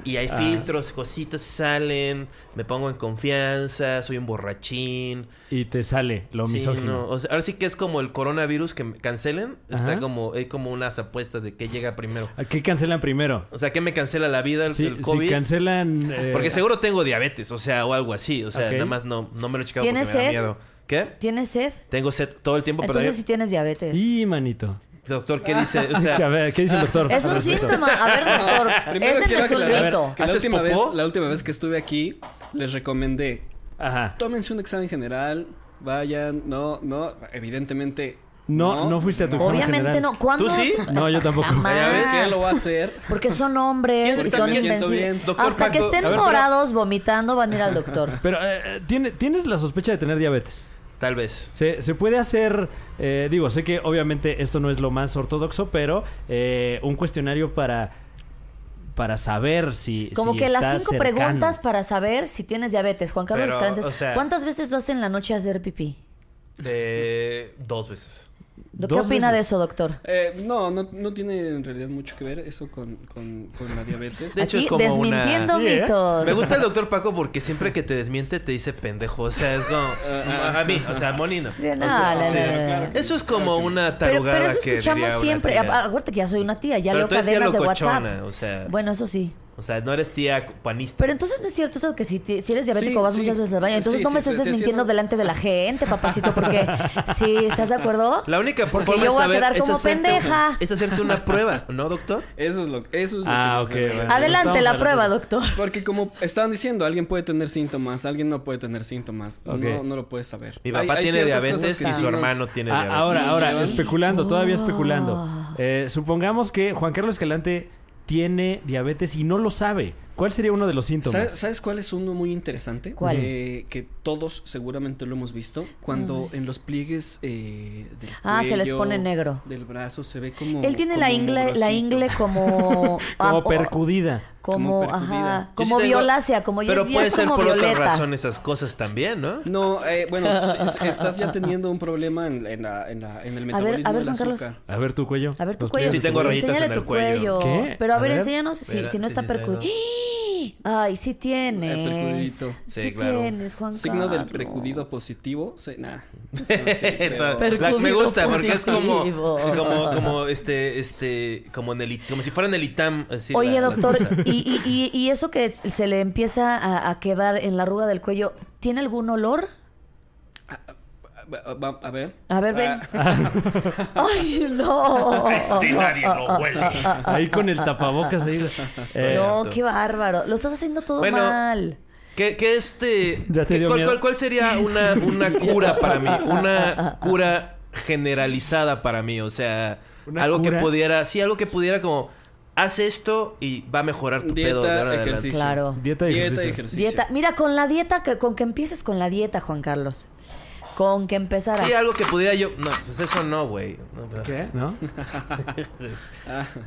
C: y
A: Ah.
C: hay filtros cositas salen me pongo en confianza soy un borrachín
A: Y te sale lo
C: Sí, no,
A: misógino.
C: o sea, ahora sí que es como el coronavirus que me cancelen está
A: Ajá.
C: como hay como unas apuestas de qué llega primero
A: ¿A ¿Qué cancelan primero?
C: o sea que me cancela la vida el,
A: Si,
C: el covid
A: si cancelan... eh,
C: porque seguro tengo diabetes o sea o algo así o sea
A: Ok.
C: nada más no no me lo he checado porque
B: ¿Tienes
C: me da
B: sed?
C: miedo qué
B: ¿Tienes sed?
C: tengo sed todo el tiempo
B: Entonces, si
C: pero
B: tienes diabetes.
A: Y manito.
C: doctor qué dice o
A: a
C: sea ah,
A: ver, ¿qué dice el doctor?
B: Es
A: al
B: un
A: respecto?
B: síntoma. A ver, doctor.
F: Primero
B: Ese
F: quiero
B: no es un
F: aclarar
B: mito.
F: que la
C: ¿Haces
F: última, vez,
C: popó?
F: la última vez que estuve aquí, les recomendé,
A: Ajá.
F: tómense un examen general, vayan, no, no, evidentemente.
A: No, no fuiste a tu examen.
B: Obviamente
A: general.
B: no. ¿Cuándo?
C: ¿Tú sí?
B: has-
A: No, yo tampoco.
B: Jamás.
C: Ya ves,
F: ¿Quién lo
B: Ah.
F: va a hacer?
B: Porque son hombres
C: ¿Quién
B: y
C: se-
B: son
C: me siento
B: invencibles.
C: bien? Doctor
B: Hasta que
C: Paco.
B: estén
C: A ver, pero-
B: morados vomitando van a ir al doctor.
A: Pero eh, eh, tiene- tienes la sospecha de tener diabetes.
C: Tal vez.
A: Se, se puede hacer, eh, digo, sé que obviamente esto no es lo más ortodoxo, pero eh, un cuestionario para, para saber si...
B: Como
A: si
B: que las
A: está
B: cinco
A: cercano.
B: preguntas para saber si tienes diabetes. Juan Carlos
C: Pero,
B: Escalante,
C: o sea-
B: ¿cuántas veces vas en la noche a hacer pipí?
C: Eh, dos veces.
B: ¿Qué
A: Dos
B: opina de
A: veces.
B: eso, doctor?
F: Eh, no, no, no tiene en realidad mucho que ver eso con, con- con la diabetes.
C: De hecho,
B: Aquí
C: es como una-
B: desmintiendo
A: Sí, ¿eh?
B: mitos.
C: Me gusta el doctor Paco porque siempre que te desmiente te dice pendejo. O sea, es como.
F: ah.
C: a mí, o sea, a Moni no.
B: Sí, no,
C: O sea,
B: la-
C: sí.
B: la- la- la-
C: Eso es como una
B: Pero,
C: tarugada
B: pero eso
C: que
B: escuchamos
C: diría una
B: siempre.
C: tía.
B: Ah, Acuérdate que ya soy una tía, ya
C: Pero
B: leo
C: tú eres tía
B: cadenas de
C: locochona,
B: WhatsApp.
C: o sea.
B: Bueno, eso sí.
C: O sea, no eres tía panista.
B: Pero entonces no es cierto eso de que si, te- si eres diabético
F: Sí,
B: vas
F: sí.
B: muchas veces al baño. Entonces
F: Sí,
B: no
F: sí,
B: me
F: sí,
B: estés
F: sí,
B: desmintiendo
F: sí, no.
B: delante de la gente, papacito, porque sí, ¿estás de acuerdo?
C: La única
B: Porque
C: forma de
B: yo voy a
C: saber
B: quedar
C: es,
B: como
C: hacerte,
B: pendeja.
C: es hacerte una prueba, ¿no, doctor?
F: Eso es lo, eso es lo
A: Ah,
F: que nos
A: ok,
F: hace-
A: bueno.
B: Adelante la
A: Estamos
B: prueba,
A: hablando-
B: doctor.
F: Porque como estaban diciendo, alguien puede tener síntomas, alguien no puede tener síntomas.
A: Ok.
F: No, no lo puedes saber.
C: Mi
F: Hay-
C: papá
F: hay
C: tiene
F: ciertas
C: diabetes
F: cosas que
C: y
F: sí
C: su
F: nos-
C: hermano tiene
A: Ah,
C: diabetes.
A: ahora, ahora,
F: Millón.
A: especulando, todavía especulando.
B: Oh.
A: Eh, supongamos que Juan Carlos Escalante tiene diabetes y no lo sabe. ¿Cuál sería uno de los síntomas?
F: ¿Sabes, sabes cuál es uno muy interesante?
B: ¿Cuál?
F: Eh, que todos seguramente lo hemos visto. Cuando en los pliegues eh, del
B: Mm. Ah, se les
F: cuello,
B: pone negro.
F: Del brazo se ve como...
B: Él tiene la
F: como
B: ingle, la
F: grosito.
B: ingle como ah,
A: Como
B: o-
A: percudida.
B: como,
F: Como percudida.
B: ajá,
C: Yo
B: como
C: sí tengo-
B: violácea, como ya
C: Pero
B: es- ya
C: puede
B: es
C: ser
B: como
C: por
B: violeta.
C: otra razón esas cosas también, ¿no?
F: No, eh, bueno, s- s- estás ya teniendo un problema en, en la, en, la, en el
B: A ver,
F: metabolismo
B: a ver,
F: del
B: Juan Carlos.
F: azúcar.
A: A ver tu cuello.
B: A ver tu
A: Los
B: cuello.
A: pliegues
C: Sí,
A: de tu
C: tengo rayitas
B: Enséñale
C: en el
B: tu
C: cuello.
A: ¿Qué?
B: Pero a,
A: A
B: ver,
A: ver.
B: enséñanos si,
C: Espera,
B: si no
C: sí,
B: está
C: sí,
B: percudido.
C: tengo.
B: Ay, sí tienes.
F: percudidito.
B: Sí,
C: Sí, claro.
B: tienes, Juan
F: Signo del
B: Carlos.
F: precudido positivo. Sí, nah, no sé, sí, pero-
C: Entonces, la- me gusta porque es como
B: Positivo.
C: como como este este como en el I- como si fuera en el itam así
B: Oye,
C: la- la
B: doctor,
C: cosa.
B: y, y- y- y eso que se le empieza a, a quedar en la arruga del cuello, ¿tiene algún olor?
F: Va- va- A ver.
B: A ver, ven.
F: Ah,
B: ¡Ay, no!
G: Este nadie lo huele.
A: Ahí con el tapabocas ahí. Eh,
B: No, qué bárbaro. Lo estás haciendo todo
C: Bueno,
B: mal.
C: ¿Qué, qué, este
A: Ya te
C: qué-
A: dio
C: cuál,
A: miedo.
C: cuál- cuál sería una una cura para mí una cura generalizada para mí o sea
A: Una
C: algo
A: cura.
C: que pudiera sí algo que pudiera como haz esto y va a mejorar tu pedo de
F: Dieta,
C: ahora en adelante.
F: ejercicio.
B: Claro.
A: Dieta y
F: Dieta y
A: ejercicio.
F: ejercicio.
B: Dieta. Mira, con la dieta, que, con que empieces con la dieta, Juan Carlos. Con que empezara.
C: sí algo que pudiera yo no pues eso no güey No, pues, pero-
A: ¿Qué? ¿No?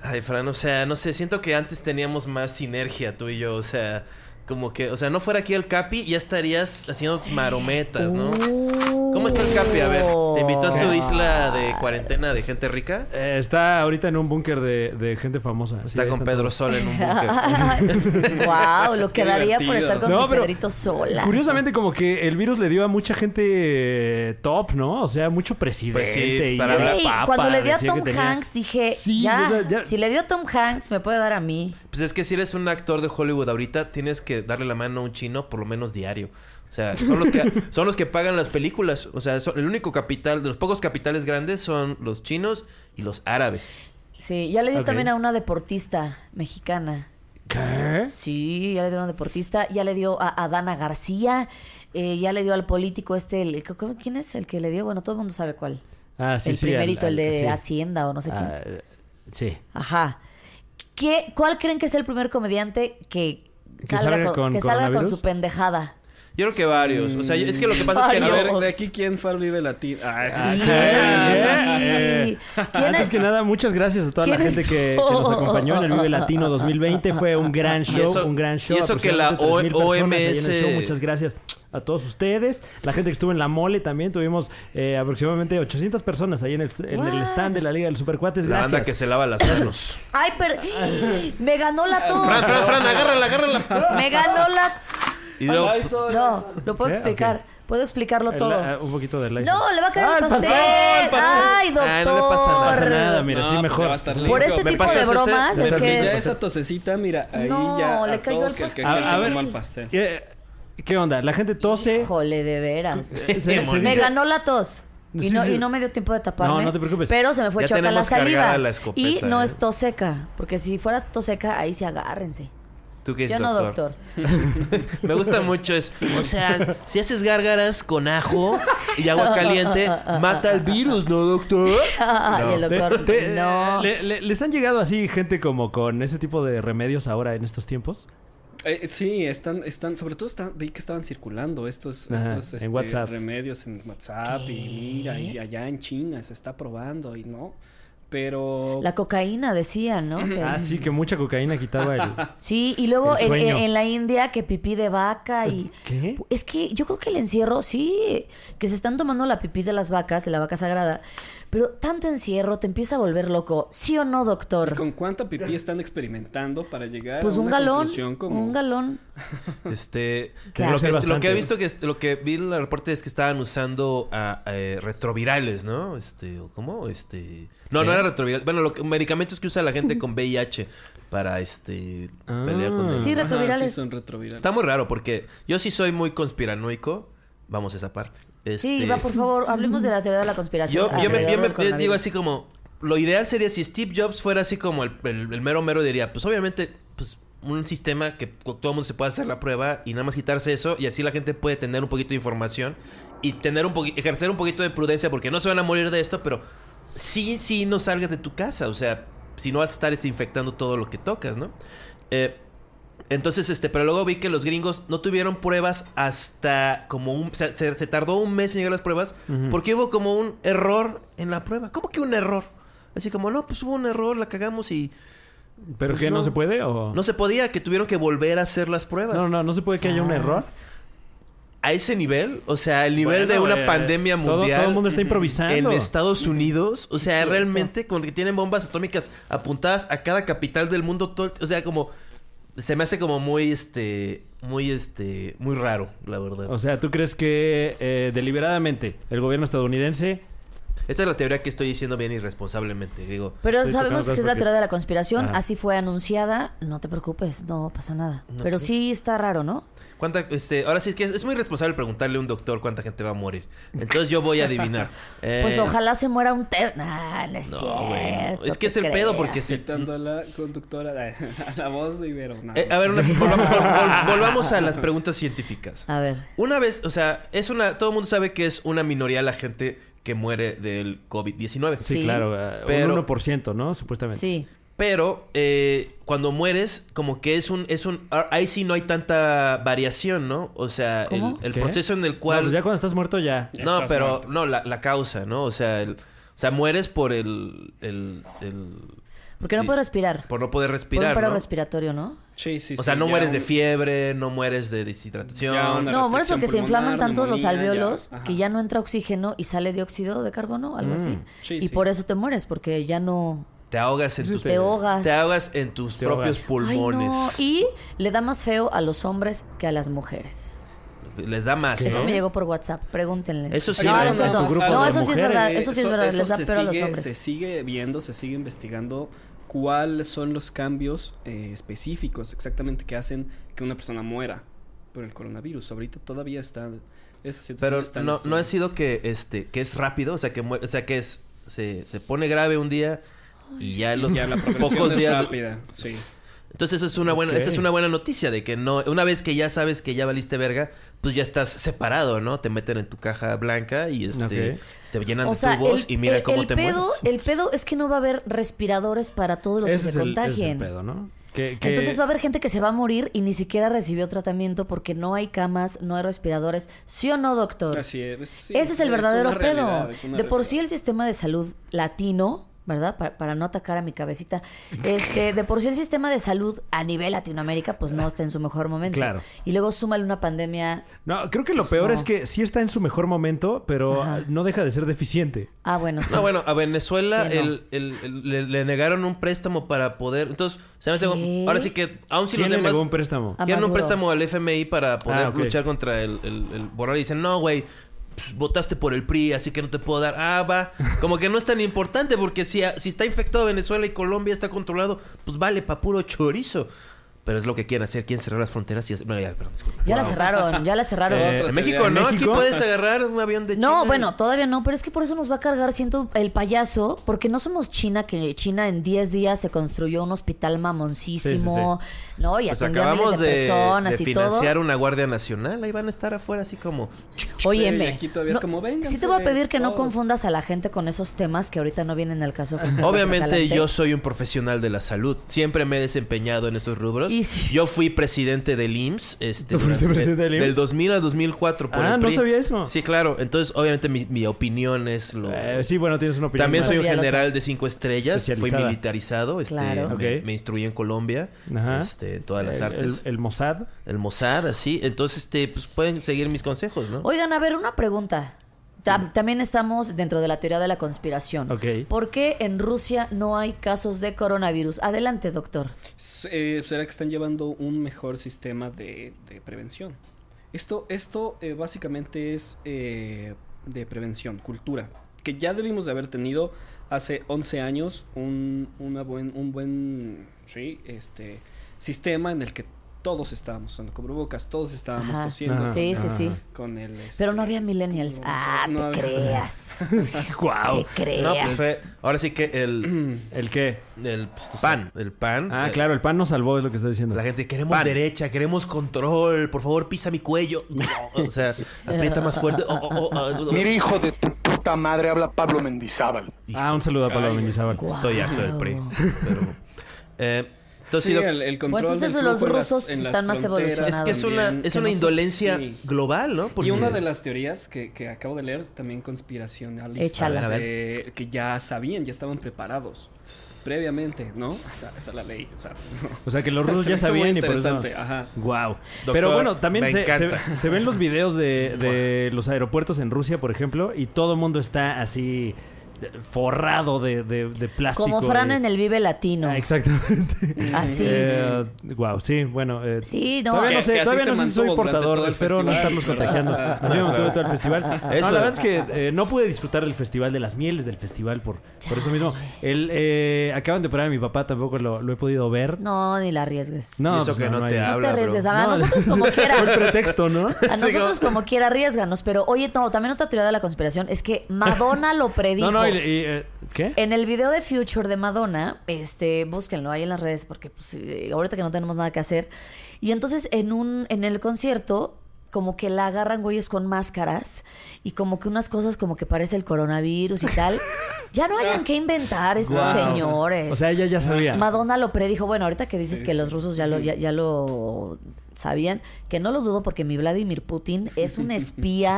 C: Ay, Fran, o sea, no sé, siento que antes teníamos más sinergia tú y yo, o sea, como que, o sea, no fuera aquí el Capi, ya estarías haciendo marometas, ¿no? ¿Cómo está el Capi? A ver, ¿te invitó a
B: Uh.
C: su isla de cuarentena de gente rica?
A: Eh, está ahorita en un búnker de, de gente famosa. Sí,
C: Está
A: ahí
C: con
A: están
C: Pedro
A: todos.
C: Sol en un búnker.
B: wow, lo
F: Qué
B: que daría por
F: divertido.
B: estar con
A: No,
B: mi
A: pero-
B: Pedrito sola.
A: Curiosamente, como que el virus le dio a mucha gente eh, top, ¿no? O sea, mucho presidente.
C: Pues sí,
A: y
C: para
A: la
C: hablar-
B: Güey,
A: papa,
B: cuando le di a
A: decía
B: Tom
A: que tenía-
B: Hanks dije,
A: Sí,
B: ya,
A: o sea, ya-
B: si le dio a Tom Hanks, me puede dar a mí.
C: Pues es que si eres un actor de Hollywood ahorita, tienes que darle la mano a un chino por lo menos diario. O sea, son los que, son los que pagan las películas. O sea, son- el único capital, de los pocos capitales grandes son los chinos y los árabes.
B: Sí, ya le di
A: Ok.
B: también a una deportista mexicana.
A: ¿Qué?
B: Sí, ya le dio a una deportista, ya le dio a, a Dana García, eh, ya le dio al político este, el- ¿cómo- ¿quién es el que le dio? Bueno, todo el mundo sabe cuál.
A: Ah, sí,
B: el
A: sí, al-
B: primerito,
A: al-
B: el de
A: sí.
B: Hacienda o no sé quién.
A: Ah, sí.
B: Ajá. ¿Qué, ¿Cuál creen que es el primer comediante que,
A: Que
B: salga,
A: salga
B: con,
A: con
B: que salga con
A: coronavirus?
B: su pendejada?
C: Yo creo que varios. O sea, es que lo que pasa es que
F: A
C: no-
F: ver, de aquí, ¿quién fue al Vive Latino? Ay,
A: Ah,
B: Sí.
A: ¿qué? ¿Qué?
B: ¿Quién
A: Antes
B: es-
A: que nada, muchas gracias a toda la
B: ¿Quién
A: gente
B: es- Oh.
A: que, que nos acompañó en el Vive Latino 2020. Fue un gran
C: Y
A: show,
C: eso-
A: un gran show.
C: y eso que la
A: Aproximadamente 3,000
C: O-
A: personas ahí en el
C: OMS
A: show. Muchas gracias a todos ustedes. La gente que estuvo en la mole también. Tuvimos eh, aproximadamente 800 personas ahí en el, en el
B: Wow.
A: stand de la Liga del Supercuates.
C: La
A: Gracias.
C: banda que se lava las manos.
B: Ay, pero me ganó la
C: Fran,
B: tos.
C: Fran, Fran, agárrala, agárrala.
B: Me ganó la
C: Y luego,
B: No, lo puedo
A: ¿Eh?
B: explicar. Puedo explicarlo
A: El-
B: todo.
A: ah, un poquito de like.
B: No, le va a caer
A: Ah,
B: el pastel.
A: el pastel.
B: Ay, doctor.
C: Ah, no le pasa
A: No
C: nada.
A: pasa nada, mira,
F: No,
A: sí
F: pues
A: mejor.
F: ya va a estar
B: Por
F: libre.
B: este
C: Me
B: tipo
C: pasas
B: de
C: ese-
B: bromas
C: me
B: es
A: permite
F: Ya
B: que...
F: esa tosecita, mira, ahí
B: No,
F: ya a
B: le cayó
F: todo
B: el
F: que que- que
B: pastel.
A: A, a ver,
F: toma el pastel.
A: eh, ¿qué onda? La gente tose.
B: Híjole, de veras.
A: eh, se- se
B: Me
A: dice-
B: ganó la tos. Y
A: Sí,
B: no,
A: sí.
B: y no me dio tiempo de taparme.
A: No, no te preocupes.
B: Pero se me fue
C: Ya
B: chota la
C: tenemos cargada
B: saliva.
C: la escopeta,
B: y no
C: eh.
B: es tos seca. Porque si fuera tos seca, ahí sí agárrense.
C: ¿Tú qué
B: ¿Sí
C: dices,
B: o no, doctor?
C: Me gusta mucho es, o sea, si haces gárgaras con ajo y agua caliente, mata el virus, ¿no, doctor?
B: y el doctor,
A: Te-
B: no.
A: le- le- ¿Les han llegado así gente como con ese tipo de remedios ahora en estos tiempos?
F: Eh, sí, están, están, sobre todo está- vi que estaban circulando estos,
A: Ajá,
F: estos
A: en
F: este,
A: WhatsApp.
F: remedios en WhatsApp y mira, y allá en China se está probando y no, pero
B: La cocaína, decían, ¿no? Que-
A: Ah, sí, que mucha cocaína quitaba el...
B: Sí, y luego
A: El
B: en,
A: sueño.
B: en- en la India que pipí de vaca y...
A: ¿Qué?
B: Es que yo creo que el encierro, sí, que se están tomando la pipí de las vacas, de la vaca sagrada, pero tanto encierro te empieza a volver loco, ¿sí o no,
F: ¿y
B: doctor?
F: con cuánta pipí están experimentando para llegar
B: Pues
F: a
B: un
F: una
B: galón,
F: conclusión como
B: un galón.
C: Este,
B: Qué
C: lo,
A: asco.
C: que- lo que
A: Bastante.
C: he visto que es- lo que vi en el reporte es que estaban usando ah, eh, retrovirales, ¿no? Este, ¿o ¿cómo? Este, no,
A: ¿Qué?
C: no era retroviral. Bueno, lo que- medicamentos que usa la gente con VIH para este
A: Ah.
C: pelear contra el-
B: Sí,
F: Ajá,
B: retrovirales.
F: son retrovirales.
C: Está muy raro porque yo sí soy muy conspiranoico. Vamos a esa parte.
B: Sí,
C: Este,
B: va, por favor, hablemos de la teoría de la conspiración.
C: Yo, yo me, yo
B: alrededor
C: me-
B: del
C: yo
B: coronavirus.
C: digo así como, lo ideal sería si Steve Jobs fuera así como el, el- el mero mero diría, pues obviamente, pues un sistema que co- todo el mundo se pueda hacer la prueba y nada más quitarse eso y así la gente puede tener un poquito de información y tener un poqui- ejercer un poquito de prudencia porque no se van a morir de esto, pero sí, sí no salgas de tu casa, o sea, si no vas a estar este, infectando todo lo que tocas, ¿no? Eh, entonces, este, pero luego vi que los gringos no tuvieron pruebas hasta como un. Se, se- se tardó un mes en llegar las pruebas
A: Ujú.
C: porque hubo como un error en la prueba. ¿Cómo que un error? Así como, no, pues hubo un error, la cagamos y.
A: ¿Pero
C: Pues
A: qué? ¿No,
C: no.
A: se puede o...?
C: No se podía, que tuvieron que volver a hacer las pruebas.
A: no, no, no se puede que haya un error.
C: A ese nivel, o sea, el nivel
A: Bueno,
C: de una
A: eh,
C: pandemia
A: todo-
C: mundial.
A: Todo el mundo está improvisando.
C: En Estados Unidos, o sea, realmente con que tienen bombas atómicas apuntadas a cada capital del mundo, todo- o sea, como se me hace como muy este muy este muy raro, la verdad.
A: O sea, ¿tú crees que eh, deliberadamente el gobierno estadounidense...
C: Esta es la teoría que estoy diciendo bien irresponsablemente, digo.
B: Pero
A: Estoy
B: sabemos
A: tocando
B: que es la
A: porque-
B: teoría de la conspiración,
A: Ajá.
B: así fue anunciada, no te preocupes, no pasa nada.
C: No
B: pero
A: pues
C: te-
B: sí está raro, ¿no?
C: ¿Cuánta, este, ahora sí es que es, es muy responsable preguntarle a un doctor cuánta gente va a morir. Entonces yo voy a adivinar. Eh,
B: Pues ojalá se muera un ter... Nah, no es
C: No,
B: cierto,
C: bueno. Es que
B: ¿qué
C: es el pedo porque
B: crees?
C: se-
F: Citando a la conductora, a la, a la voz de Ibero. no.
C: eh, a ver, una- volva- vol- vol- volvamos a las preguntas
A: Ah.
C: científicas.
B: A ver,
C: Una vez, o sea, es una. Todo el mundo sabe que es una minoría la gente que muere del COVID-19.
A: Sí,
B: Sí.
A: claro. eh,
C: Pero-
A: Un 1%, ¿no? Supuestamente.
B: sí.
C: Pero eh, cuando mueres, como que es un, es un. ah, Ahí sí no hay tanta variación, ¿no? O sea, el-
B: ¿Cómo?
C: el,
A: ¿Qué?
C: proceso en el
A: No,
C: cual.
A: pues ya cuando estás muerto ya.
F: Ya
C: No,
F: estás
C: pero
F: muerto.
C: no, la, la causa, ¿no? O sea, el- o sea, mueres por el, el, el-
B: Porque no
C: Sí.
B: puedo respirar.
C: por no poder
B: Por un
C: respirar,
B: paro
C: ¿no?
B: respiratorio, ¿no?
F: Sí, sí,
C: o sea,
F: sí,
C: no
F: ya
C: mueres
F: un-
C: de fiebre, no mueres de
F: ya
C: deshidratación.
F: una
B: No, bueno, es
F: restricción
B: porque se
F: pulmonar,
B: inflaman tantos los
F: neumonía, ya,
B: alvéolos
F: ajá.
B: que ya no entra oxígeno y sale dióxido de carbono, algo así.
C: Mm,
F: Sí,
B: y
F: sí.
B: por eso te mueres, porque ya no...
C: Te ahogas en tus
B: Te ahogas.
C: te ahogas en tus
A: Te
C: propios
A: ahogas.
B: Ay,
C: pulmones.
B: no. Y le da más feo a los hombres que a las mujeres.
C: Les da más.
B: Eso
C: ¿no?
B: me llegó por WhatsApp, pregúntenle.
C: Eso sí,
B: no,
C: ¿verdad?
B: no, es cierto.
A: Tu grupo
B: No,
A: de
B: eso sí es
A: mujeres.
B: verdad, eso sí es verdad,
F: eso
B: les da
F: se
B: peor a los
F: sigue- Se
B: hombres.
F: sigue viendo, se sigue investigando cuáles son los cambios eh, específicos exactamente que hacen que una persona muera por el coronavirus. Ahorita todavía está... esa situación
C: Pero
F: está en
C: no,
F: estudio.
C: no ha sido que este que es rápido, o sea que mue- o sea que es se, se pone grave un día y ya los
F: Ya la progresión
C: pocos
F: es
C: días.
F: rápida, sí.
C: Entonces eso es una buena esa es una buena noticia de que no una vez que ya sabes que ya valiste verga, pues ya estás separado, ¿no? Te meten en tu caja blanca y este
A: Ok.
C: te llenan
B: O sea,
C: de tubos
B: el,
C: y mira
B: el-
C: cómo
B: el
C: te
B: pedo,
C: mueres.
B: el pedo es que no va a haber respiradores para todos los
A: Ese
B: que
A: es
B: se
A: el, ese es el
B: contagien.
A: pedo, ¿no? Que, que-
B: Entonces va a haber gente que se va a morir y ni siquiera recibió tratamiento porque no hay camas, no hay respiradores. ¿Sí o no, doctor?
F: Así es. sí,
B: Ese es el
F: una
B: verdadero
F: realidad, es
B: pedo.
F: una
B: De por
F: realidad.
B: sí el sistema de salud latino, ¿verdad? Pa- Para, no atacar a mi cabecita. Este, de por sí el sistema de salud a nivel Latinoamérica pues no está en su mejor momento.
A: Claro.
B: Y luego súmale una pandemia.
A: No, creo que lo peor
B: Pues no.
A: es que sí está en su mejor momento, pero
B: Ajá.
A: no deja de ser deficiente.
B: Ah, bueno, sí.
C: No, bueno, a Venezuela
B: Sí, no.
C: el- el- el- le, le negaron un préstamo para poder. Entonces, se me hace-
B: ¿Qué?
C: ahora sí que, aún si los
A: ¿Quién le
C: demás.
A: negó un préstamo?
B: Ah,
C: Quieren un
B: Maduro.
C: préstamo al FMI para poder
A: Ah, ok.
C: luchar contra el, el, el borrar. Y dicen, no, güey, pues, votaste por el PRI, así que no te puedo dar. Ah, va. Como que no es tan importante porque si, si está infectado Venezuela y Colombia está controlado, pues vale pa' puro chorizo. Pero es lo que quieren hacer. Quieren cerrar las fronteras y... hacer- Bueno, ya, perdón, disculpa.
B: Ya la cerraron, ya la cerraron.
A: Eh,
C: En México,
F: ¿En
C: ¿no? Aquí
A: México? Ah.
C: puedes agarrar un avión de China.
B: No,
C: y-
B: bueno, todavía no, pero es que por eso nos va a cargar, siento, el payaso, porque no somos China, que China en 10 días se construyó un hospital mamoncísimo, ¿no? Y
C: Pues
B: atendía a
C: acabamos
B: miles de,
C: de,
B: personas
C: de
B: y todo.
C: financiar una Guardia Nacional. Ahí van a estar afuera así como...
B: Óyeme.
F: Sí, aquí todavía es como, "Vénganse,
B: sí te voy a pedir que no
F: todos".
B: confundas a la gente con esos temas que ahorita no vienen al caso. con Carlos
C: Obviamente
B: Escalante.
C: yo soy un profesional de la salud. Siempre me he desempeñado en estos rubros.
B: Y sí.
C: Yo fui presidente del IMSS. Este,
A: ¿Tú fuiste
C: durante-
A: presidente del IMSS?
C: 2000 al 2004. Por
A: Ah,
C: el
A: no
C: PRI.
A: sabía eso.
C: Sí, claro. Entonces, obviamente, mi, mi opinión es lo...
A: Eh, sí, bueno, tienes una opinión.
C: También
A: más.
C: soy un
B: Ya lo
C: general de cinco estrellas. Fui
A: Especializada.
C: militarizado. Este,
B: Claro.
C: me,
A: Ok.
C: me instruí en Colombia.
A: Ajá.
C: Este, en todas las
A: El-
C: artes.
A: El,
C: El,
A: el Mossad.
C: Mossad, así. Entonces, este, pues pueden seguir mis consejos, ¿no?
B: Oigan, a ver, una pregunta. Ta- también estamos dentro de la teoría de la conspiración.
A: Ok.
B: ¿Por qué en Rusia no hay casos de coronavirus? Adelante, doctor.
F: S- eh, será que están llevando un mejor sistema de, de prevención. Esto, esto eh, básicamente es eh, de prevención, cultura, que ya debimos de haber tenido hace 11 años un, una buen, un buen sí, este, sistema en el que todos estábamos usando cubrebocas, todos estábamos
B: Ajá.
F: tosiendo
A: Ajá.
B: Sí, sí, sí.
A: Ajá.
F: con el... este,
B: Pero no había millennials.
F: no, no
B: Ah,
F: sé, no
B: te
F: había-
B: creas.
A: ¡Guau!
B: Te creas.
C: No, pues fue- ahora sí que el,
A: ¿El qué?
C: el pues, tú sabes, El pan.
A: Ah,
C: Eh,
A: claro, el pan nos salvó, es lo que está diciendo.
C: La gente, queremos derecha, queremos control, por favor, pisa mi cuello. No, o sea, aprieta más fuerte. Oh, oh, oh, oh, oh.
D: Mira, hijo de tu puta madre, habla Pablo Mendizábal.
A: Ah, un saludo a Pablo Mendizábal.
C: Estoy harto del PRI. Pero, eh, entonces,
F: Sí,
C: lo-
F: el, el control
B: Bueno, entonces
F: del
B: los
F: flujo en las-
B: rusos
F: en las
B: están más
F: fronteras
C: es que es una,
F: también,
C: es
F: que
C: una
F: no son-
C: indolencia
F: sí.
C: global, ¿no?
F: Y
C: Porque-
F: una de las teorías que, que acabo de leer, también conspiracionalistas,
B: Échala.
F: eh, que ya sabían, ya estaban preparados previamente, ¿no? O sea, esa la ley. O sea,
A: O sea, que los
F: Se
A: rusos
F: me
A: ya
F: hizo muy
A: sabían y por eso...
F: interesante, ajá.
A: Wow.
C: Doctor,
A: Pero bueno, también
C: me
A: se,
C: encanta.
A: se- se ven los videos de, de los aeropuertos en Rusia, por ejemplo, y todo el mundo está así eh, forrado de, de- de plástico.
B: Como Fran en el Vive Latino.
A: eh. Ah, exactamente.
B: Así.
A: wow, sí, bueno. eh,
B: Ah, Sí, no.
A: Todavía no
F: Que-
A: sé,
F: que así
A: todavía no
F: se
A: sé si soy
F: mantuvo durante
A: portador,
F: todo el
A: espero no
F: festival,
A: estarlos
F: ¿verdad?
A: contagiando. Así me mantuve todo el festival. No,
C: Eso.
A: la verdad es que eh, no pude disfrutar del festival, de las mieles del festival, por, por eso mismo. El, eh, acaban de operar a mi papá, tampoco lo, lo he podido ver. pues
B: No, ni la arriesgues.
C: Y eso que no te
B: No
C: habla,
B: te
C: bro.
B: arriesgues. A
A: No,
B: nosotros como quiera.
A: Por pretexto, ¿no?
B: A nosotros como quiera arriesganos, pero oye, no, también otra teoría de la conspiración es que Madonna lo predijo.
A: No, no, y, y, eh, ¿qué?
B: En el video de Future de Madonna, este, búsquenlo ahí en las redes porque pues, eh, ahorita que no tenemos nada que hacer. Y entonces en un en el concierto como que la agarran güeyes con máscaras y como que unas cosas como que parece el coronavirus y tal. Ya no hayan que inventar estos
A: Guau.
B: señores.
A: O sea, ella ya sabía.
B: Madonna lo predijo. Bueno, ahorita que dices que los rusos ya lo, ya, ya lo sabían, que no lo dudo porque mi Vladimir Putin es un espía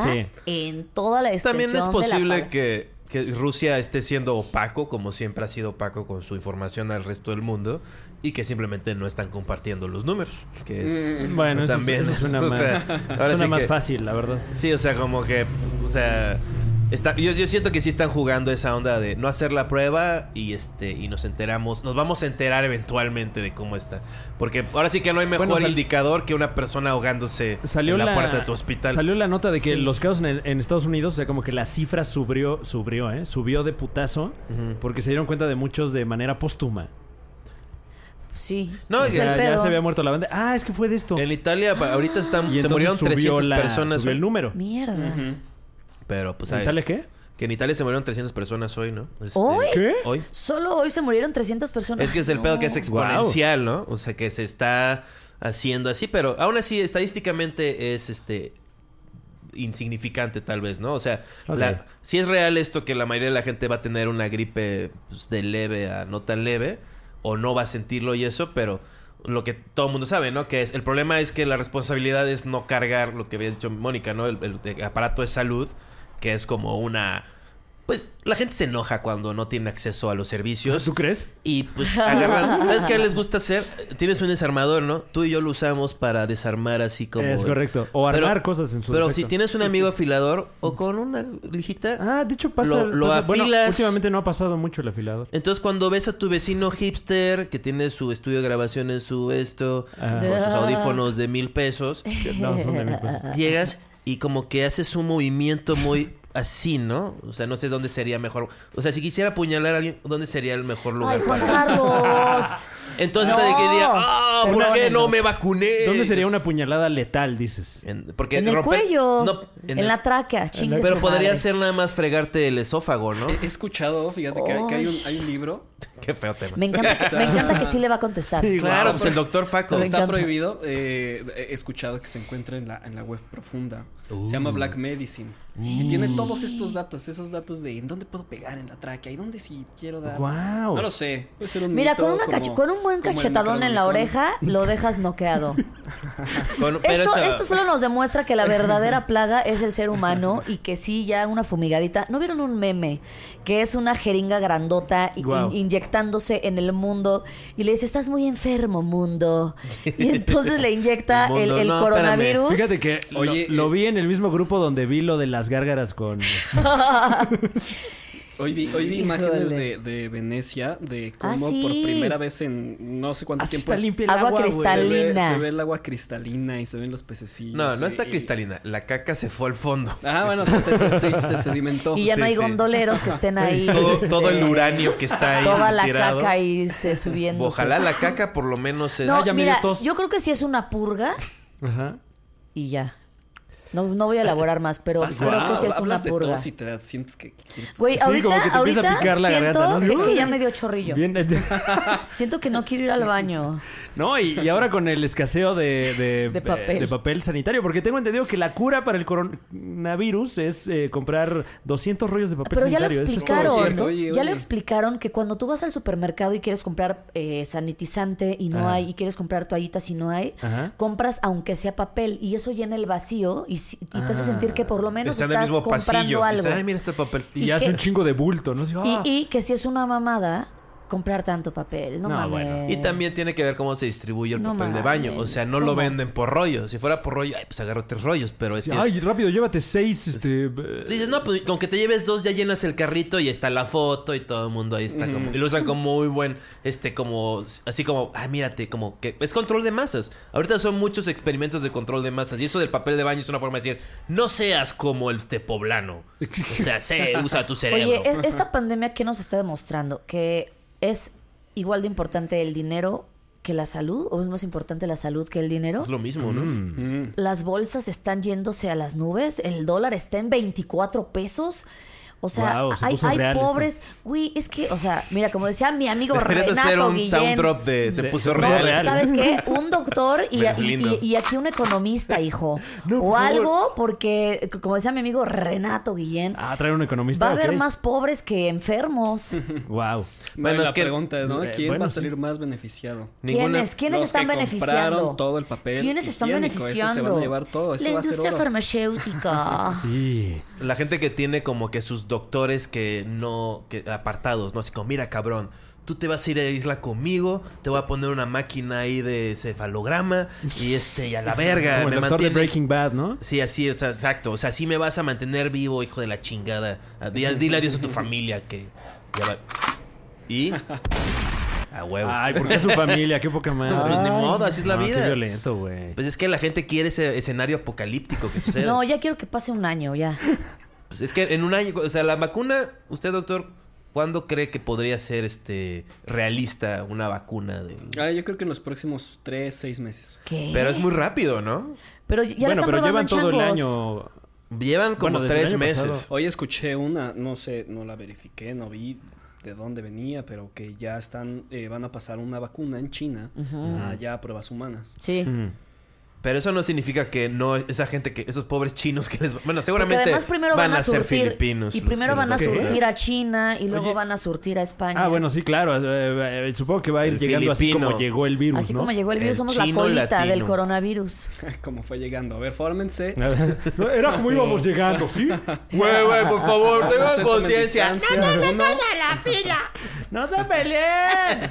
A: Sí.
B: en toda la extensión
C: También es
B: de la
C: posible
B: pala-
C: que, que Rusia esté siendo opaco, como siempre ha sido opaco con su información al resto del mundo, y que simplemente no están compartiendo los números, que es...
A: Bueno, eso-
C: también.
A: eso suena
C: O
A: más,
C: sea, ahora
A: suena
C: sí
A: más
C: que-
A: fácil, la verdad.
C: Sí, o sea, como que, o sea, está, yo, yo siento que sí están jugando esa onda de no hacer la prueba y este y nos enteramos, nos vamos a enterar eventualmente de cómo está, porque ahora sí que no hay mejor
A: Bueno, sal-
C: indicador que una persona ahogándose
A: Salió
C: en la, puerta de tu hospital.
A: Salió la nota de que
B: Sí.
A: los casos en, el- en Estados Unidos, o sea, como que la cifra subió, subió, ¿eh? Subió de putazo
C: Ujú.
A: porque se dieron cuenta de muchos de manera póstuma.
B: Sí.
C: No,
A: O
B: es
C: y-
B: el
A: sea, ya
B: pedo.
A: se había muerto la banda. Ah, es que fue de esto.
C: En Italia pa- ahorita están
A: y
C: se
A: entonces
C: murieron
A: subió
C: 300
A: la-
C: personas,
A: Subió el
C: hoy,
A: número.
B: Mierda.
C: pero pues
A: ¿En
C: hay-
A: Italia qué?
C: que en Italia se murieron 300 personas hoy, ¿no? Este,
B: ¿Hoy?
A: ¿Qué?
C: Hoy.
B: Solo hoy se murieron 300 personas.
C: Es que es el
B: No.
C: pedo que es exponencial, ¿no? O sea, que se está haciendo así, pero aún así estadísticamente es este insignificante tal vez, ¿no? O sea,
A: Ok.
C: la- si es real esto que la mayoría de la gente va a tener una gripe pues, de leve a no tan leve o no va a sentirlo y eso, pero lo que todo el mundo sabe, ¿no? Que es el problema es que la responsabilidad es no cargar lo que había dicho Mónica, ¿no? El, el aparato de salud que es como una pues la gente se enoja cuando no tiene acceso a los servicios.
A: ¿Tú crees?
C: Y pues agarran. ¿Sabes qué les gusta hacer? Tienes un desarmador, ¿no? Tú y yo lo usamos para desarmar así como.
A: Es correcto. O
C: Pero-
A: armar cosas en su
C: Pero
A: defecto.
C: si tienes un amigo afilador o con una lijita.
A: Ah, de hecho pasa...
C: Lo- lo
A: pasa- bueno,
C: afilas.
A: últimamente no ha pasado mucho el afilador.
C: Entonces cuando ves a tu vecino hipster que tiene su estudio de grabación en su esto,
A: Ah.
C: con sus audífonos de mil pesos,
B: Ah.
A: No, son de pues. mil pesos.
C: llegas y como que haces un movimiento muy así, ¿no? O sea, no sé dónde sería mejor. O sea, si quisiera apuñalar a alguien, ¿dónde sería el mejor lugar?
B: Ay, Juan
C: para-
B: Carlos.
C: Entonces
B: No.
C: te diría, ah, ¿por qué no
B: Perdónenos.
C: me vacuné?
A: ¿Dónde sería una puñalada letal, dices?
C: En, porque
B: En el
C: romper-
B: cuello.
C: No,
B: en, la tráquea, chingue
C: Pero
B: su
C: podría
B: madre. Eh,
C: ser nada más fregarte el esófago, ¿no?
F: He, he escuchado, fíjate, que, hay- que hay, un, hay un libro.
C: Qué feo tema.
B: Me encanta, me encanta que sí le va a contestar.
A: Sí,
C: Claro,
A: Guau,
C: pues el doctor Paco.
B: Me
F: Está
B: encanta.
F: prohibido. eh, he escuchado que se encuentra en la, en la web profunda. Se
A: Uh.
F: llama Black Medicine.
A: Mm.
F: Y tiene todos estos datos, esos datos de en dónde puedo pegar en la tráquea, y dónde si quiero dar.
A: Guau.
F: No lo sé. Puede ser un
B: Mira,
F: mito
B: con, una
F: como-
B: cach- con un buen
F: como el
B: cachetadón en la
F: Necronomicon.
B: oreja, lo dejas noqueado.
C: Con- pero
B: Esto,
C: esa-
B: esto solo nos demuestra que la verdadera plaga es el ser humano y que sí, ya una fumigadita. ¿No vieron un meme que es una jeringa grandota y-
A: Guau.
B: in- inyectándose en el mundo y le dice, estás muy enfermo, mundo? Y entonces le inyecta
C: El
B: el,
C: mundo,
B: el
C: no,
B: coronavirus.
A: Fíjate que lo-
F: Oye,
A: lo,
F: eh,
A: vi en el mismo grupo donde vi lo de las gárgaras con...
F: Hoy vi, hoy vi imágenes de,
B: Híjole.
F: de Venecia, de
B: Ah,
F: cómo por
B: sí.
F: primera vez en no sé cuánto
A: Así
F: tiempo
A: está
F: es-
A: limpia el
B: Agua
A: agua, güey.
F: se,
B: cristal.
F: ve,
B: Cristalina.
F: se ve el agua cristalina y se ven los pececillos.
C: No, no
F: y-
C: está
F: y-
C: cristalina. La caca se fue al fondo.
F: Ah, bueno, se, se- se- se- se sedimentó.
B: Y ya no
C: Sí,
B: hay
C: sí.
B: gondoleros que estén ahí.
C: Todo, todo el
B: este,
C: uranio que está ahí.
B: Toda la
C: tirado.
B: caca ahí este, subiendo.
C: Ojalá la caca por lo menos es.
B: No,
A: ya me dio
B: mira,
A: tos.
B: yo creo que sí es una purga
A: Ajá.
B: y ya. No, no voy a
A: Eh,
B: elaborar más, pero
F: Pasa,
B: pues, creo que sí es
F: hablas
B: una
F: de
B: purga.
F: tos y te da- sientes que que quieres-
B: Güey,
A: Sí,
B: ahorita,
A: como que te empieza
B: ahorita
A: a picar la
B: siento
A: garganta, ¿no?
B: que, que ya
A: Uy.
B: me dio chorrillo.
A: Bien. este,
B: Siento que no quiero ir al baño.
A: No, y, y ahora con el escaseo de, de,
B: De papel.
A: de papel sanitario, porque tengo entendido que la cura para el coronavirus es eh, comprar 200 rollos de papel
B: Pero ya lo
A: sanitario. ¿Eso es todo
B: explicaron.
A: cierto?
F: Oye,
B: Ya
F: oye.
B: lo explicaron que cuando tú vas al supermercado y quieres comprar eh, sanitizante y no
A: Ajá.
B: hay, y quieres comprar toallitas y no hay,
A: Ajá.
B: compras aunque sea papel y eso llena el vacío y, si- y te hace
A: Ah.
B: sentir que por lo menos
C: está en el
B: estás
C: mismo
B: comprando
C: pasillo.
B: algo.
C: Dice, Ay, mira este papel.
A: Y,
B: ¿Y
A: ya es
B: qué?
A: un chingo de bulto, ¿no? Así,
B: Y,
A: ah.
B: y que si es una mamada comprar tanto papel, no,
A: No,
B: mames.
A: bueno.
C: Y también tiene que ver cómo se distribuye el
B: No
C: papel de
B: mames.
C: baño. O sea, no lo
B: ¿Cómo?
C: venden por rollo. Si fuera por rollo, ay, pues agarro tres rollos. Pero es
A: Sí,
C: que-
A: Ay, rápido, llévate seis, este... eh,
C: Dices, no, pues con que te lleves dos ya llenas el carrito y está la foto y todo el mundo ahí está como... Y lo usan como muy buen, este, como... Así como, ah, mírate, como que... Es control de masas. Ahorita son muchos experimentos de control de masas. Y eso del papel de baño es una forma de decir, no seas como este poblano. O sea, sé, usa tu cerebro.
B: Oye, e- esta pandemia que nos está demostrando que es igual de importante el dinero que la salud o es más importante la salud que el dinero.
C: Es lo mismo, ¿no?
F: Mm.
B: Las bolsas están yéndose a las nubes, el dólar está en 24 pesos. O sea,
A: Guau, se
B: hay,
A: puso
B: hay
A: real esto.
B: pobres. Güey, es que, o sea, mira, como decía mi amigo
C: Deberías
B: Renato
C: hacer un
B: Guillén.
C: sound drop de... Se
A: De-
C: puso
A: No,
B: No,
C: real.
A: real.
B: ¿Sabes qué? Un doctor y,
C: Pero es
B: y-
C: lindo.
B: y- y aquí un economista, hijo.
A: No,
B: o
A: por favor.
B: algo, porque, c- como decía mi amigo Renato Guillén,
A: Ah, Mm. traer un economista.
B: va a haber más pobres que enfermos.
A: Wow.
F: Bueno,
C: Bueno, es
F: la
C: que-
F: pregunta es, ¿no?
A: eh,
F: ¿Quién
A: bueno,
F: va a
A: sí.
F: salir más beneficiado?
C: Ninguna-
B: ¿Quiénes? ¿Quiénes
F: Los
B: están
F: que
B: beneficiando?
F: compraron todo el papel
B: ¿Quiénes están
F: higiénico, eso se van a
B: beneficiando?
F: llevar todo, eso
B: La
F: va a ser
B: industria
F: oro.
B: farmacéutica.
A: Y...
C: La gente que tiene como que sus doctores que no, que apartados, ¿no? Así como, mira cabrón, tú te vas a ir a la isla conmigo, te voy a poner una máquina ahí de cefalograma y este, y a la verga.
A: Como el
C: me
A: doctor de
C: mantienes-
A: Breaking Bad, ¿no?
C: Sí, así, o sea, exacto. O sea, así me vas a mantener vivo, hijo de la chingada. A- di- Dile adiós a tu familia que... ya va- Y... A huevo.
A: Ay, porque es su familia, qué poca madre.
C: Pues ni modo, así es la
A: No, Qué
C: vida.
A: violento, güey.
C: Pues es que la gente quiere ese escenario apocalíptico que sucede.
B: No, ya quiero que pase un año, ya.
C: Pues es que en un año, o sea, la vacuna, usted doctor, ¿cuándo cree que podría ser este realista una vacuna? del-
F: Ah, yo creo que en los próximos tres, seis meses.
B: ¿Qué?
C: Pero es muy rápido, ¿no?
B: Pero ya la
A: bueno,
B: están
A: pero
B: probando
A: llevan
B: en
A: todo el
B: changos.
A: año.
C: Llevan como
A: Bueno, desde el
C: tres
A: año
C: meses.
A: pasado.
F: Hoy escuché una, no sé, no la verifiqué, no vi de dónde venía, pero que ya están, eh, van a pasar una vacuna en China a ya a pruebas humanas.
B: Sí.
A: Mm.
C: Pero eso no significa que no esa gente que esos pobres chinos que les va- bueno
B: Porque
C: seguramente
B: además primero van, a
C: ser
B: surtir
C: filipinos
B: y
C: los que
B: primero
C: les
B: van a
C: va
A: tocar.
B: surtir a China y luego
A: Oye.
B: van a surtir a España.
A: Ah, bueno, sí, claro. eh, eh, supongo que va a ir
C: El
A: llegando así
C: filipino.
A: como llegó el virus,
B: Así
A: ¿no?
B: como llegó el virus,
C: El
B: somos la
C: chino
B: colita
C: latino.
B: del coronavirus.
F: Como fue llegando. A ver, fórmense.
A: No, Era como
B: Sí.
A: íbamos llegando, ¿sí?
C: Güey, güey,
B: Ah,
C: por favor, tengan
F: Se tomen
C: conciencia.
F: distancia. Uno,
A: ¡No se peleen!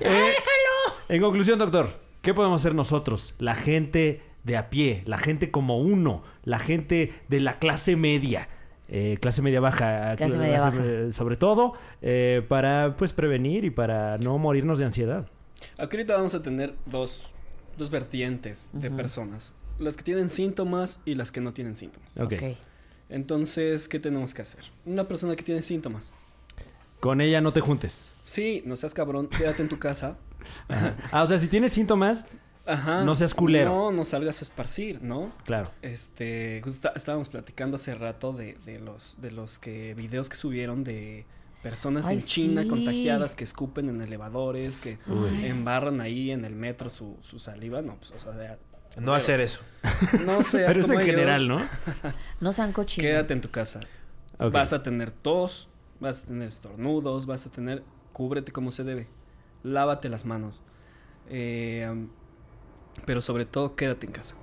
A: eh,
B: ¡Ah,
A: En conclusión, doctor, ¿qué podemos hacer nosotros? La gente de a pie, la gente como uno, la gente de la clase media. eh, clase media baja,
B: Clase
A: cl-
B: media
A: eh, sobre todo, eh, para pues prevenir y para no morirnos de ansiedad.
F: Aquí ahorita vamos a tener dos, dos vertientes de personas. Las que tienen síntomas y las que no tienen síntomas.
A: Ok.
B: Ok.
F: Entonces, ¿qué tenemos que hacer? Una persona que tiene síntomas.
A: Con ella no te juntes.
F: Sí, no seas cabrón, quédate en tu casa.
A: Ah, o sea, si tienes síntomas,
F: Ajá.
A: No seas culero.
F: No, no salgas a esparcir, ¿no?
A: claro.
F: Este, justo está- estábamos platicando hace rato de, de los de los que videos que subieron de personas
B: Ay,
F: en China
B: sí.
F: contagiadas que escupen en elevadores, que embarran ahí en el metro su, su saliva, no, pues o sea, de-
C: No hacer eso.
F: no seas
A: Pero es en
F: como ellos.
A: general, ¿no?
B: No sean cochinos.
F: Quédate en tu casa.
A: Ok.
F: Vas a tener tos, vas a tener estornudos, vas a tener. Cúbrete como se debe. Lávate las manos. Eh, pero sobre todo, quédate en casa.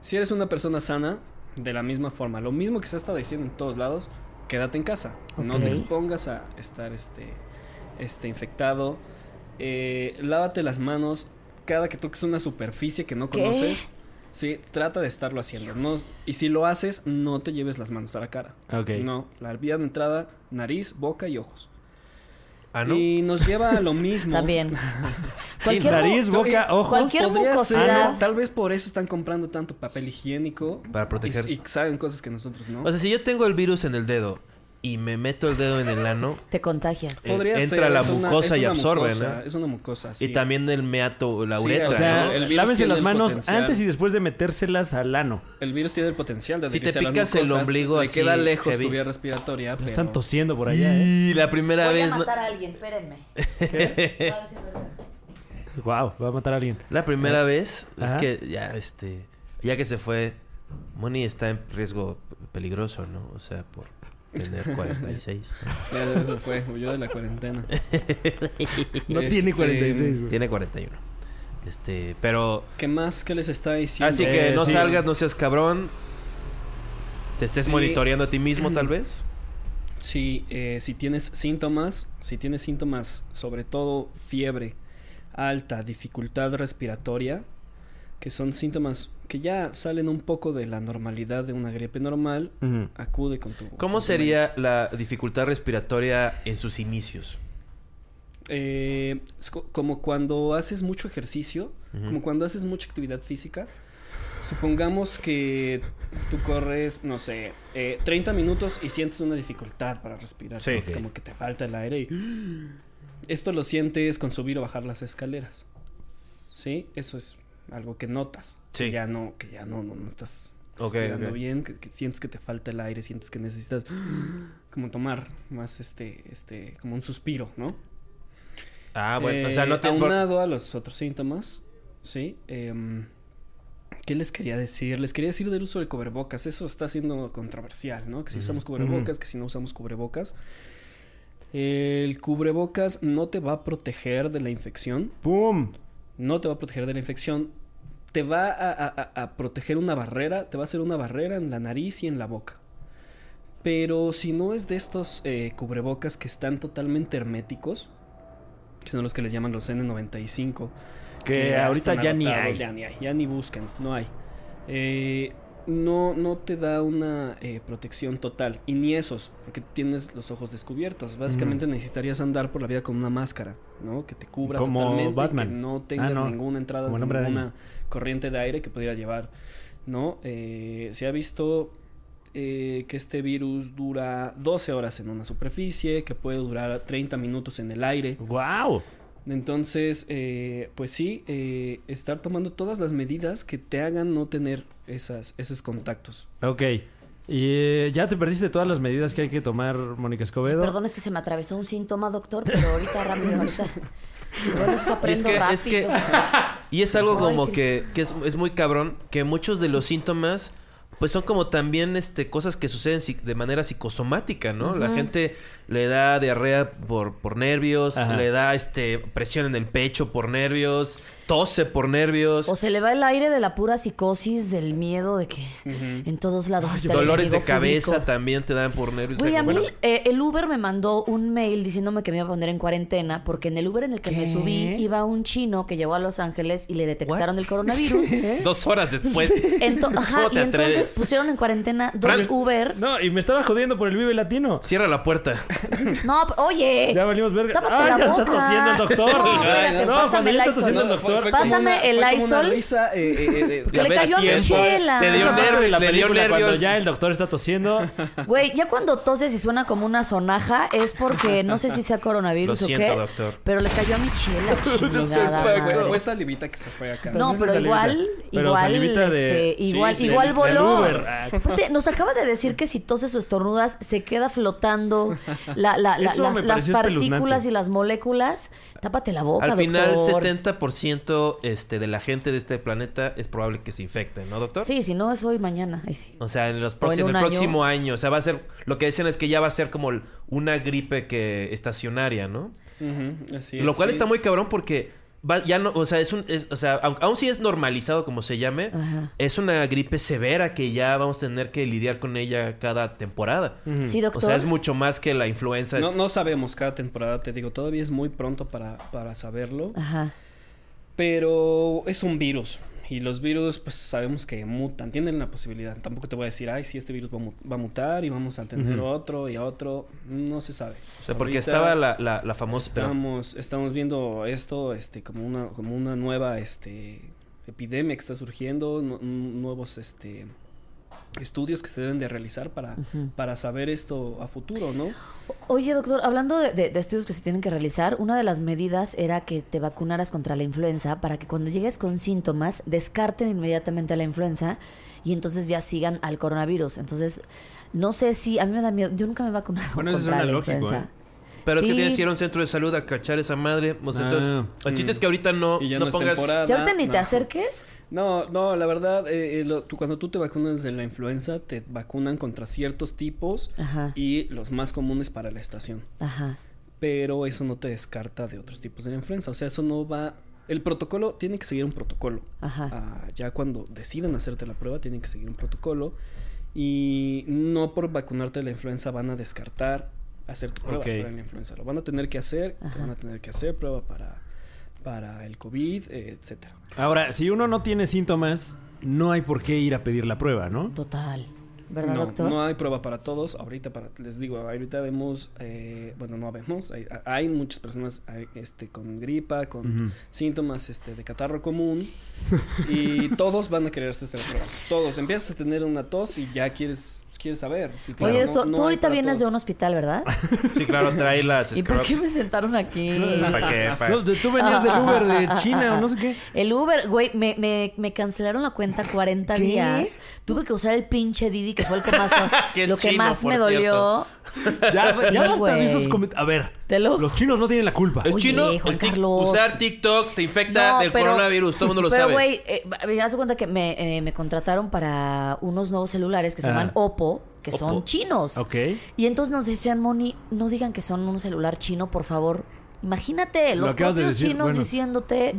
F: Si eres una persona sana, de la misma forma, lo mismo que se ha estado diciendo en todos lados, quédate en casa. No
B: Ok.
F: te expongas a estar este, este infectado. Eh, lávate las manos cada que toques una superficie que no
B: ¿Qué?
F: conoces. Sí, trata de estarlo haciendo. No, y si lo haces, no te lleves las manos a la cara.
A: Ok.
F: No, la vía de entrada, nariz, boca y ojos.
C: Ah, ¿no?
F: Y nos lleva a lo mismo.
B: También. Cualquier mu-
A: Nariz, boca, ojos.
B: cualquier-
F: Podría
B: mucosidad.
C: Ah,
F: ser, tal vez por eso están comprando tanto papel higiénico.
C: Para proteger.
F: Y, y saben cosas que nosotros no.
C: O sea, si yo tengo el virus en el dedo y me meto el dedo en el ano
B: Te contagias.
C: Eh, entra la
F: es una-
C: mucosa
F: es
C: y
F: una
C: absorbe,
F: mucosa,
C: ¿no?
F: Es una mucosa, sí.
C: y también el meato o la
F: Sí,
C: uretra,
A: O sea,
C: ¿no?
F: El virus
A: lávense
F: tiene
A: las
F: el
A: manos
F: potencial.
A: antes y después de metérselas al ano.
F: El virus tiene el potencial de
C: Si te
F: adherirse a las
C: picas el
F: mucosas,
C: ombligo
F: le
C: así,
F: queda lejos
C: heavy.
F: tu vía respiratoria, pero...
A: Están tosiendo por allá, ¿eh?
C: Y la primera
B: Voy a
C: vez... ¿no?
B: matar a alguien, espérenme.
A: Wow, va a matar a alguien.
C: La primera vez
A: Ajá.
C: es que ya, este... Ya que se fue, Moni está en riesgo peligroso, ¿no? O sea, por tener 46. ¿no?
F: Ya, se fue, huyó de la cuarentena.
A: No tiene
F: Este,
A: 46. güey.
C: Tiene 41. Este, pero...
F: ¿Qué más que les está diciendo?
C: Así que
A: Eh,
C: no
A: sí.
C: salgas, no seas cabrón. Te estés
F: Sí.
C: monitoreando a ti mismo, tal vez.
F: Si, eh, si tienes síntomas, si tienes síntomas, sobre todo fiebre alta, dificultad respiratoria, que son síntomas que ya salen un poco de la normalidad de una gripe normal,
A: Ujú.
F: acude con tu... con
C: ¿Cómo
F: tu
C: sería la dificultad respiratoria en sus inicios?
F: Eh, es co- como cuando haces mucho ejercicio,
C: Ujú.
F: como cuando haces mucha actividad física. Supongamos que tú corres, no sé, eh, 30 minutos y sientes una dificultad para respirar.
A: Sí.
F: sientes
A: Ok.
F: como que te falta el aire y... Esto lo sientes con subir o bajar las escaleras. ¿Sí? Eso es algo que notas.
C: Sí.
F: Que ya no, que ya no, no, no estás
C: Ok,
F: respirando
C: ok.
F: bien, que, que sientes que te falta el aire, sientes que necesitas como tomar más este, este, como un suspiro, ¿no?
C: Ah, bueno, o
F: Eh,
C: sea, no te...
F: aunado a los otros síntomas, ¿sí? em, ¿Qué les quería decir? Les quería decir del uso de cubrebocas. Eso está siendo controversial, ¿no? Que si usamos cubrebocas, que si no usamos cubrebocas. El cubrebocas no te va a proteger de la infección.
A: ¡Pum!
F: No te va a proteger de la infección. Te va a, a- a- a proteger una barrera. Te va a hacer una barrera en la nariz y en la boca. Pero si no es de estos eh, cubrebocas que están totalmente herméticos, que son los que les llaman los N95.
A: Que
F: ya
A: ahorita
F: están
A: ya ni
F: adoptados,
A: hay.
F: Ya ni hay, ya ni buscan, no hay. Eh, no, no te da una eh, protección total. Y ni esos, porque tienes los ojos descubiertos. Básicamente
A: Mm.
F: necesitarías andar por la vida con una máscara, ¿no? Que te cubra
A: Como
F: totalmente. y Que
A: Batman.
F: no tengas
A: Ah, no.
F: ninguna entrada,
A: Como el hombre
F: ninguna
A: araña.
F: corriente de aire que pudiera llevar, ¿no? Eh, se ha visto eh, que este virus dura 12 horas en una superficie, que puede durar 30 minutos en el aire.
A: ¡Wow!
F: Entonces, eh, pues sí, eh, estar tomando todas las medidas que te hagan no tener esas, esos contactos.
A: Ok. Y eh, ya te perdiste todas las medidas que hay que tomar, Mónica Escobedo.
B: Perdón, es que se me atravesó un síntoma, doctor, pero ahorita rápido, ahorita. Lo bueno es que
C: Y es
B: aprendo
C: que,
B: rápido.
C: es que- y es algo
B: Ay,
C: como que, que es, es muy cabrón, que muchos de los síntomas, pues son como también este, cosas que suceden psi- de manera psicosomática, ¿no? La gente le da diarrea por, por nervios,
A: Ajá.
C: le da este presión en el pecho por nervios, tose por nervios.
B: O se le va el aire de la pura psicosis, del miedo de que en todos lados está el
C: Dolores de
B: enemigo
C: cabeza
B: público.
C: también te dan por nervios. O sea,
B: Güey, a mí
C: bueno,
B: eh, el Uber me mandó un mail diciéndome que me iba a poner en cuarentena porque en el Uber en el que me subí iba un chino que llegó a Los Ángeles y le detectaron el coronavirus.
C: Dos horas después.
B: Ento- ajá,
C: ¿Cómo
B: y
C: te atreves?
B: entonces pusieron en cuarentena dos
C: Fran-
B: Uber.
A: No, y me estaba jodiendo por el Vive Latino.
C: Cierra la puerta.
B: No, p- oye.
A: Ya valimos verga.
B: Eh, Tápate
A: ¡Ah,
B: la
A: ya
B: boca.
A: está tosiendo el doctor!
B: No, espérate,
A: no,
B: pásame
A: cuando
B: el
A: ya está
B: Lysol.
A: tosiendo el
F: No,
A: doctor,
F: sea, fue como
B: Pásame
F: una-
B: el
F: fue como una
B: Lysol.
F: risa, eh, eh, eh, de-
B: Que le cayó a
C: tiempo,
B: Michela.
C: te dio nervio,
A: la
C: le dio
A: película
C: nervio.
A: cuando ya el doctor está tosiendo.
B: Güey, ya cuando toses y suena como una sonaja es porque no sé si sea coronavirus
C: Lo
B: o
C: siento,
B: qué.
C: doctor.
B: Pero le cayó a Michela,
F: No sé,
B: chingada
F: fue-
B: madre.
F: fue salivita que se fue acá.
B: No,
A: También
B: pero
A: salivita.
B: igual,
A: Pero
B: igual,
A: salivita de-
B: este,
A: sí,
B: igual,
A: sí,
B: igual
A: del-
B: voló.
A: del Uber. Ah.
B: Aparte, nos acaba de decir que si toses o estornudas, se queda flotando la- la- la-
A: Eso
B: las,
A: me
B: las
A: pareció
B: partículas
A: espeluznante.
B: y las moléculas. Tápate la boca,
C: Al final,
B: doctor.
C: 70% este, de la gente de este planeta es probable que se infecte, ¿no, doctor?
B: Sí, si no es hoy, mañana. Ay, sí.
C: O sea, en, los
B: O en
C: próximos- en
B: un
C: el
B: año.
C: próximo año. O sea, va a ser. Lo que dicen es que ya va a ser como l- una gripe que estacionaria, ¿no?
F: Ujú, así es,
C: lo cual
F: sí.
C: está muy cabrón porque. va- ya no, o sea, es un. es- o sea, aun, aun si es normalizado como se llame,
B: Ajá.
C: es una gripe severa que ya vamos a tener que lidiar con ella cada temporada.
A: Mm.
B: Sí,
C: O
B: doctor.
C: sea, es mucho más que la influenza.
F: No,
C: es-
F: no sabemos cada temporada, te digo, todavía es muy pronto para, para saberlo.
B: Ajá.
F: Pero es un virus. Y los virus, pues sabemos que mutan, tienen la posibilidad. Tampoco te voy a decir, ay, sí, este virus va, a mu- va a mutar y vamos a tener otro y a otro. No se sabe.
C: o sea, porque
F: Ahorita
C: estaba la, la, la famosa. pero-
F: Estamos, estamos viendo esto este, como, una, como una nueva este, epidemia que está surgiendo, nu- nu- nuevos este, estudios que se deben de realizar para, para saber esto a futuro, ¿no?
B: Oye, doctor, hablando de, de- de estudios que se tienen que realizar, una de las medidas era que te vacunaras contra la influenza para que cuando llegues con síntomas descarten inmediatamente a la influenza y entonces ya sigan al coronavirus. Entonces, no sé si a mí me da miedo. Yo nunca me he vacunado
H: Bueno, eso
B: contra
H: suena
B: la
H: lógico,
B: influenza.
F: ¿eh?
C: Pero es
B: Sí.
C: que tienes que ir a un centro de salud a cachar esa madre. O sea,
H: Ah.
C: entonces, el chiste es que ahorita no,
F: Y ya
C: no
F: no, es
C: pongas.
F: temporada.
B: Si ahorita ni te
F: no.
B: acerques,
F: No, no, la verdad, eh, eh, lo- tú, cuando tú te vacunas de la influenza, te vacunan contra ciertos tipos
B: Ajá.
F: y los más comunes para la estación.
B: ajá.
F: Pero eso no te descarta de otros tipos de la influenza. O sea, eso no va... El protocolo tiene que seguir un protocolo.
B: Ajá.
F: Ah, ya cuando decidan hacerte la prueba, tienen que seguir un protocolo. Y no por vacunarte de la influenza van a descartar hacerte pruebas
A: Ok.
F: para la influenza. Lo van a tener que hacer, te van a tener que hacer prueba para, para el COVID, eh, etcétera.
A: Ahora, si uno no tiene síntomas, no hay por qué ir a pedir la prueba, ¿no?
B: Total. ¿Verdad,
F: no,
B: doctor?
F: no hay prueba para todos. Ahorita, para, les digo, ahorita vemos, eh, bueno, no vemos, hay, hay muchas personas hay, este, con gripa, con síntomas este, de catarro común y todos van a quererse hacer la prueba. Todos, empiezas a tener una tos y ya quieres, quieres saber. si te-
B: Oye,
F: no-
B: doctor,
F: no
B: tú
F: hay
B: ahorita
F: para
B: vienes de
F: todos.
B: un hospital, ¿verdad?
C: Sí, claro, trae las
B: ¿Y por qué
C: scrubs.
B: me sentaron aquí?
C: ¿Para qué? Para-
A: No, tú venías del Uber de China o no sé qué.
B: El Uber, güey, me, me, me cancelaron la cuenta 40
A: ¿Qué?
B: días. Tuve que usar el pinche Didi, que fue el que más,
C: Que es
B: lo que
C: chino,
B: más
C: por
B: me dolió.
A: Ya,
B: Sí,
A: ya basta
B: güey.
A: de esos comentarios. A ver,
B: Te lo-
A: los chinos no tienen la culpa.
C: Es
B: Oye,
C: chino,
B: Juan
C: el tic-
B: Carlos.
C: usar TikTok te infecta del coronavirus, todo el mundo lo
B: pero,
C: sabe.
B: güey, eh, me das cuenta que me, eh, me contrataron para unos nuevos celulares que se
A: Ajá.
B: llaman Oppo, que son
C: Oppo.
B: chinos.
A: Ok.
B: Y entonces nos decían, Moni, no digan que son un celular chino, por favor. Imagínate,
A: Lo
B: los
A: acabas
B: propios
A: de decir,
B: chinos
A: bueno.
B: diciéndote.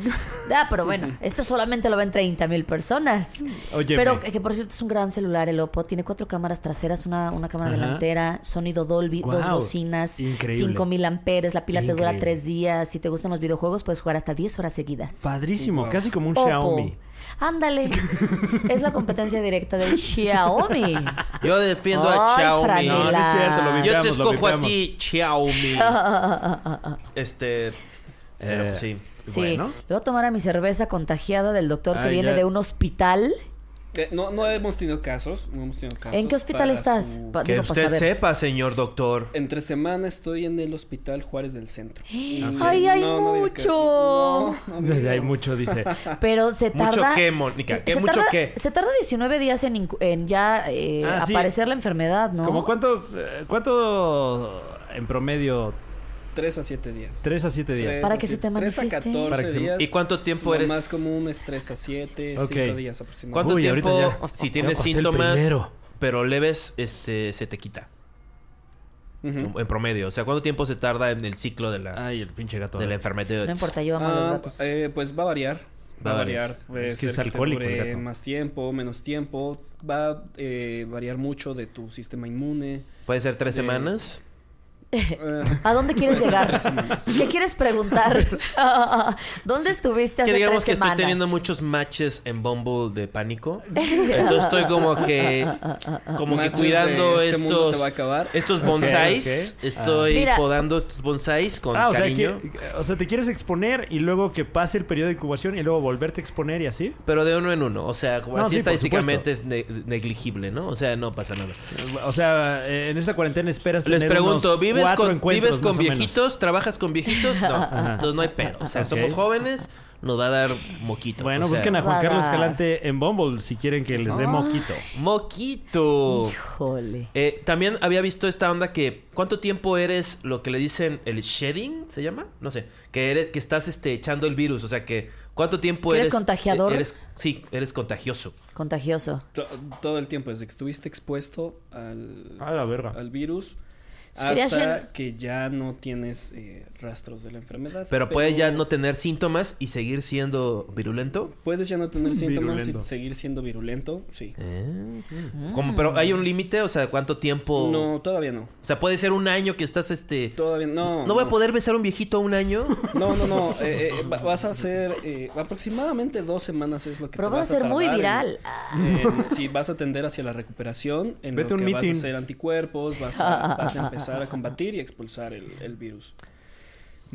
B: Ah, pero bueno, este solamente lo ven 30 mil personas.
A: Óyeme.
B: Pero que, que por cierto es un gran celular el Oppo. Tiene cuatro cámaras traseras, una, una cámara
A: Ajá.
B: delantera, sonido Dolby, dos
A: Guau.
B: bocinas,
A: Increíble.
B: 5000 amperes. La pila te dura
A: Increíble.
B: tres días. Si te gustan los videojuegos, puedes jugar hasta 10 horas seguidas.
A: Padrísimo,
F: Wow.
A: casi como un
B: Oppo.
A: Xiaomi.
B: Ándale. es la competencia directa del Xiaomi.
C: Yo defiendo a
B: Ay,
C: Xiaomi.
B: franela. No, no es cierto, lo
C: Yo
A: vipeamos,
C: te
A: lo
C: escojo a
A: vipeamos.
C: ti, Xiaomi. este. pero,
A: Eh,
C: sí.
B: Sí.
A: Bueno.
B: Le voy a tomar a mi cerveza contagiada del doctor que
A: Ay,
B: viene
A: ya.
B: de un hospital.
F: Eh, no, no hemos tenido casos, no hemos tenido casos.
B: ¿En qué hospital
F: para
B: estás?
F: su-
B: Pa-
C: Que
B: digo, para
C: usted
B: saber.
C: sepa, señor doctor.
F: Entre semana estoy en el hospital Juárez del Centro. Y-
B: ¡Ay, hay
F: había
B: mucho!
F: que- no, no había-
A: Hay mucho, dice.
B: Pero se
C: Mucho
B: tarda.
C: qué, Mónica, ¿qué
B: se
C: mucho
B: tarda-
C: qué?
B: Se tarda 19 días en, incu- en ya eh,
A: Ah, sí.
B: aparecer la enfermedad, ¿no?
A: ¿Cómo cuánto, eh, cuánto en promedio?
F: Tres a siete días.
A: 3 a 7 días.
F: Tres
B: Para
F: a
B: que se
F: siete-
B: te
F: tres a
B: manifieste.
F: 14
A: Para que se-
F: días.
C: ¿Y cuánto tiempo
F: Lo
C: eres?
F: más común es 3 a 7,
A: Ok.
F: 5 días aproximadamente.
C: ¿Cuánto
A: Uy, ahorita
C: tiempo,
A: ya.
C: si
A: Ya
C: tienes
A: pasé el
C: síntomas,
A: primero.
C: pero leves, este, se te quita?
F: Ujú.
C: En promedio. O sea, ¿cuánto tiempo se tarda en el ciclo de la,
A: Ay, el pinche gato.
C: de la enfermedad?
B: No importa, yo amo a los
F: Ah,
B: gatos.
F: eh, pues va a variar.
C: Va
F: Va, a
C: a
F: variar. Puede
A: Es que
F: ser
A: es
F: te
A: alcohólico el
F: dure
A: gato.
F: más tiempo, menos tiempo. Va a eh, variar mucho de tu sistema inmune. Eh,
C: Puede ser tres
F: De-
C: semanas.
B: ¿A dónde quieres
C: Pues,
B: llegar? ¿Qué quieres preguntar? ¿Dónde estuviste hace
C: que
B: tres
C: digamos que
B: semanas?
C: estoy teniendo muchos matches en Bumble de pánico. Entonces estoy como que como que
F: Matches
C: cuidando
F: de este mundo
C: estos
F: se va a acabar.
C: estos bonsáis.
A: ok.
C: Estoy
B: Mira.
C: podando estos bonsáis con
A: Ah, o sea,
C: cariño.
A: que- o sea, te quieres exponer y luego que pase el periodo de incubación y luego volverte a exponer y así.
C: Pero de uno en uno, o sea, como
A: No, sí,
C: así
A: por
C: estadísticamente es ne- negligible, ¿no? O sea, no pasa nada.
A: O sea, eh, en esta cuarentena esperas
C: Les
A: tener
C: pregunto,
A: unos
C: ¿vives
A: cuatro
C: con,
A: encuentros,
C: ¿vives con
A: más o menos?
C: viejitos? ¿Trabajas con viejitos? No, entonces no hay pedo. O sea,
A: Ok.
C: somos jóvenes, nos va a dar moquito.
A: Bueno,
C: o sea,
A: busquen a Juan
B: Va a
A: Carlos
B: dar.
A: Escalante en Bumble si quieren que
B: Ah.
A: les dé moquito.
C: Moquito.
B: Híjole.
C: Eh, también había visto esta onda que cuánto tiempo eres lo que le dicen el shedding, ¿se llama? No sé, que eres que estás este echando el virus, o sea que cuánto tiempo
B: ¿Que
C: eres
B: eres contagiador?
C: eh, eres- sí, eres contagioso.
B: Contagioso.
F: To- todo el tiempo, desde que estuviste expuesto al,
A: A la verga.
F: al virus
B: Es que ya
F: hasta
B: se-
F: que ya no tienes eh, rastros de la enfermedad.
C: Pero puedes ya no tener síntomas y seguir siendo virulento.
F: Puedes ya no tener síntomas
A: Virulento.
F: y seguir siendo virulento, sí.
C: Eh, Como pero hay un límite, o sea, cuánto tiempo
F: No, todavía no.
C: O sea, puede ser un año que estás este
F: Todavía no.
C: no, voy a poder besar a un viejito un año.
F: No, no, no. eh, eh, va- vas a hacer eh, aproximadamente dos semanas es lo que
B: Pero
F: te
B: vas a ser muy
F: tardar en-
B: viral.
F: en- si vas a tender hacia la recuperación, en
A: Vete a
F: lo
A: un
F: que vas a
A: meeting.
F: hacer anticuerpos, vas a, vas a empezar a combatir y a expulsar el, el virus.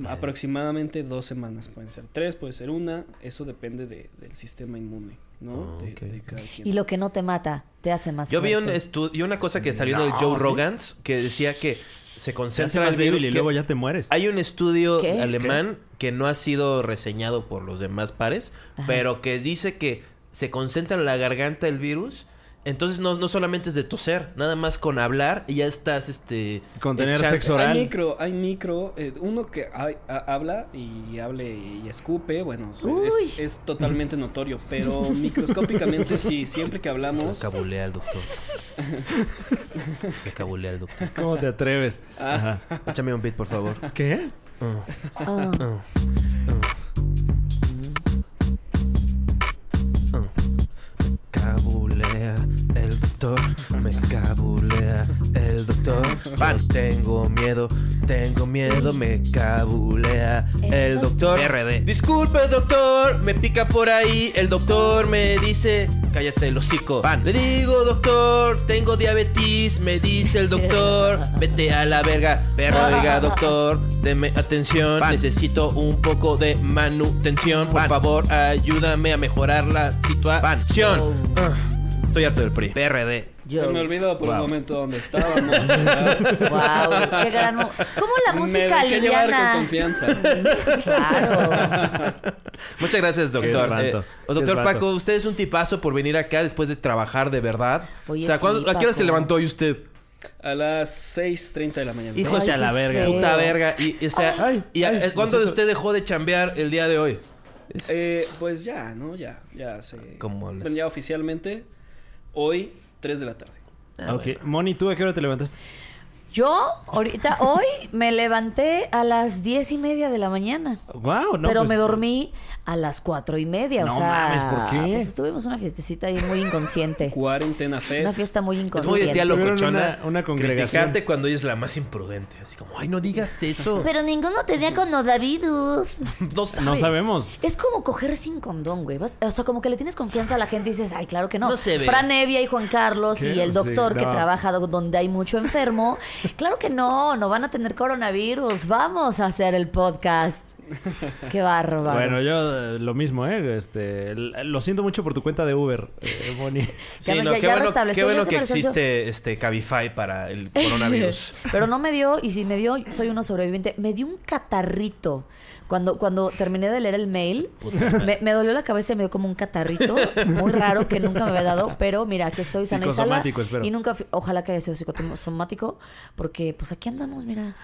F: Aproximadamente dos semanas, pueden ser tres, puede ser una, eso depende de- del sistema inmune,
A: Ah,
F: ¿no? De- de cada quien.
B: Y lo que no te mata te hace más
C: Yo vi un
B: fuerte.
C: estudio, una cosa que salió del Joe Rogan's que decía que se
A: Se hace
C: concentra
A: más
C: el virus
A: débil y
C: que-
A: luego ya te mueres.
C: Hay un estudio
B: ¿Qué?
C: alemán que no ha sido reseñado por los demás pares, pero que dice que se concentra en la garganta el virus. Entonces no, no solamente es de toser, nada más con hablar y ya estás este
A: Con tener
C: echan-
A: sexo oral.
F: Hay micro, hay micro. eh, uno que hay- a- habla y hable y escupe, bueno, es- es,
B: Uy.
F: es totalmente notorio, pero microscópicamente sí, siempre que hablamos.
C: Cabulea al doctor. Me cabulea al doctor.
A: ¿Cómo te atreves?
C: Ah.
A: Ajá.
C: Échame un beat, por favor.
A: ¿Qué?
B: Ah.
C: Cabulea el doctor, me cabulea el doctor. Yo tengo miedo, tengo miedo, me cabulea el doctor. RD. Disculpe, doctor, me pica por ahí. El doctor me dice, cállate el hocico. Le digo, doctor, tengo diabetes. Me dice el doctor, vete a la verga. Perro, diga, doctor, deme atención. Necesito un poco de manutención. Por favor, ayúdame a mejorar la situación. Ah, Estoy harto del PRI. PRD.
B: Yo.
F: Me olvidó por
A: Wow.
F: un momento donde estábamos. ¿verdad?
B: Wow, qué gran. mo- ¿Cómo la música
F: Me dejé llevar con
B: liviana?
F: confianza.
B: Claro.
C: Muchas gracias, doctor.
A: Qué espanto.
C: Eh, o doctor
A: Qué espanto.
C: Paco, usted es un tipazo por venir acá después de trabajar de verdad.
B: Oye,
C: o sea,
B: sí,
C: ¿cuándo- ¿a qué hora se
B: Paco.
C: levantó hoy usted?
F: A las 6.30 de la mañana.
C: Hijo
B: Ay,
A: de la
B: qué
A: verga.
B: feo.
C: Puta Pues, verga. Y, y, o sea,
A: Ay,
C: y a-
A: ay,
C: ¿cuándo de
A: nosotros-
C: usted dejó de chambear el día de hoy?
F: Eh, pues ya, ¿no? Ya, ya se...
C: ¿Cómo hablas?
F: bueno, ya oficialmente, hoy, 3 de la tarde.
B: Ah,
A: ok. Moni, ¿tú a qué hora te levantaste?
B: Yo, ahorita, hoy me levanté a las diez y media de la mañana.
A: Wow, no.
B: pero
A: pues-
B: me dormí a las cuatro y media.
A: No
B: o sea,
A: mames, ¿por qué? Pues,
B: pues tuvimos una fiestecita ahí muy inconsciente.
F: Cuarentena Fest.
B: una fiesta muy
C: Es muy
B: inconsciente.
C: de tía locochona
A: Tuvieron una- una congregación.
C: criticarte cuando ella es la más imprudente. Así como, ay, no digas eso.
B: pero ninguno tenía coronavirus.
C: No sabes.
A: No sabemos.
B: Pues, Es como coger sin condón, güey. Vas- o sea, como que le tienes confianza a la gente y dices, ay, claro que no.
C: No se ve.
B: Fran Evia y Juan Carlos
A: ¿Qué?
B: y el
A: Sí,
B: doctor que
A: no.
B: trabaja do- donde hay mucho enfermo. claro que no, no van a tener coronavirus. Vamos a hacer el podcast. Qué bárbaro.
A: Bueno, yo eh, lo mismo, ¿eh? Este, l- lo siento mucho por tu cuenta de Uber, eh, Moni.
C: Sí,
B: Ya-
C: no,
B: ya-
C: qué
B: ya
C: bueno,
B: restableció,
C: qué bueno
B: ya se
C: que
B: restableció.
C: existe este Cabify para el coronavirus.
B: Pero no me dio, y si me dio, soy uno sobreviviente. Me dio un catarrito. Cuando, cuando terminé de leer el mail, me, me dolió la cabeza y me dio como un catarrito muy raro que nunca me había dado. Pero mira, que estoy sana y salva.
A: Psicosomático, espero.
B: Y nunca, fui- ojalá que haya sido psicosomático, porque pues aquí andamos, mira.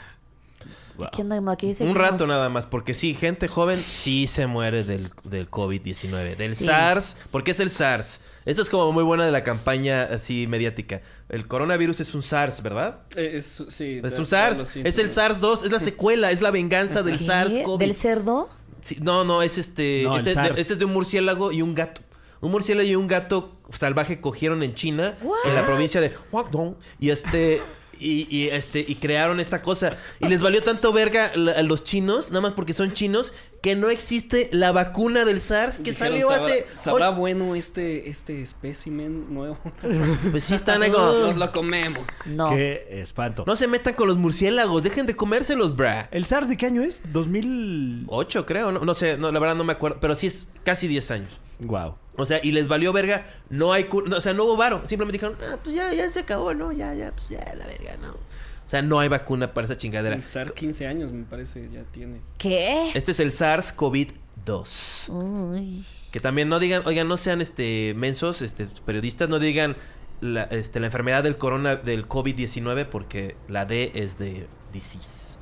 B: Aquí andamos, aquí
C: Un
B: seguimos.
C: rato nada más, porque sí, gente joven sí se muere del, del COVID-19, del
B: Sí.
C: SARS, porque es el SARS. Esto es como muy buena de la campaña así mediática. El coronavirus es un SARS, ¿verdad?
F: Eh, es, sí,
C: Es
F: da-
C: un
F: da los
C: SARS, es el
F: síntomas.
C: SARS-2, es la secuela, es la venganza del
B: ¿Qué?
C: SARS-COVID.
B: ¿Del cerdo?
C: Sí, no, no, es este.
A: No, el
C: este, es de,
A: SARS.
C: este es de un murciélago y un gato. Un murciélago y un gato salvaje cogieron en China, en la
B: What?
C: provincia de Guangdong. Y este. Y, y, este, y crearon esta cosa. Y les valió tanto verga la- a los chinos, nada más porque son chinos, que no existe la vacuna del SARS que
F: Dijeron,
C: salió
F: "Sabrá-
C: hace...
F: ¿Sabrá bueno este, este espécimen nuevo?
C: Pues sí están ahí como-
F: Nos lo comemos.
B: No.
A: Qué espanto.
C: No se metan con los murciélagos, dejen de comérselos, bra.
A: ¿El SARS de qué año es? 2000.
C: Ocho, creo, no, no sé, no, la verdad no me acuerdo, pero sí es casi 10 años.
A: Wow.
C: O sea, y les valió verga, no hay cu- no, o sea, no hubo varo, simplemente dijeron, ah, pues ya, ya se acabó, no, ya, ya, pues ya, la verga, no. O sea, no hay vacuna para esa chingadera.
F: El SAR 15 años, me parece, ya tiene.
B: ¿Qué?
C: Este es el SARS-CoV-2.
B: Uy.
C: Que también no digan, oigan, no sean este mensos, este periodistas, no digan la, este, la enfermedad del corona del COVID-19 porque la D es de disease.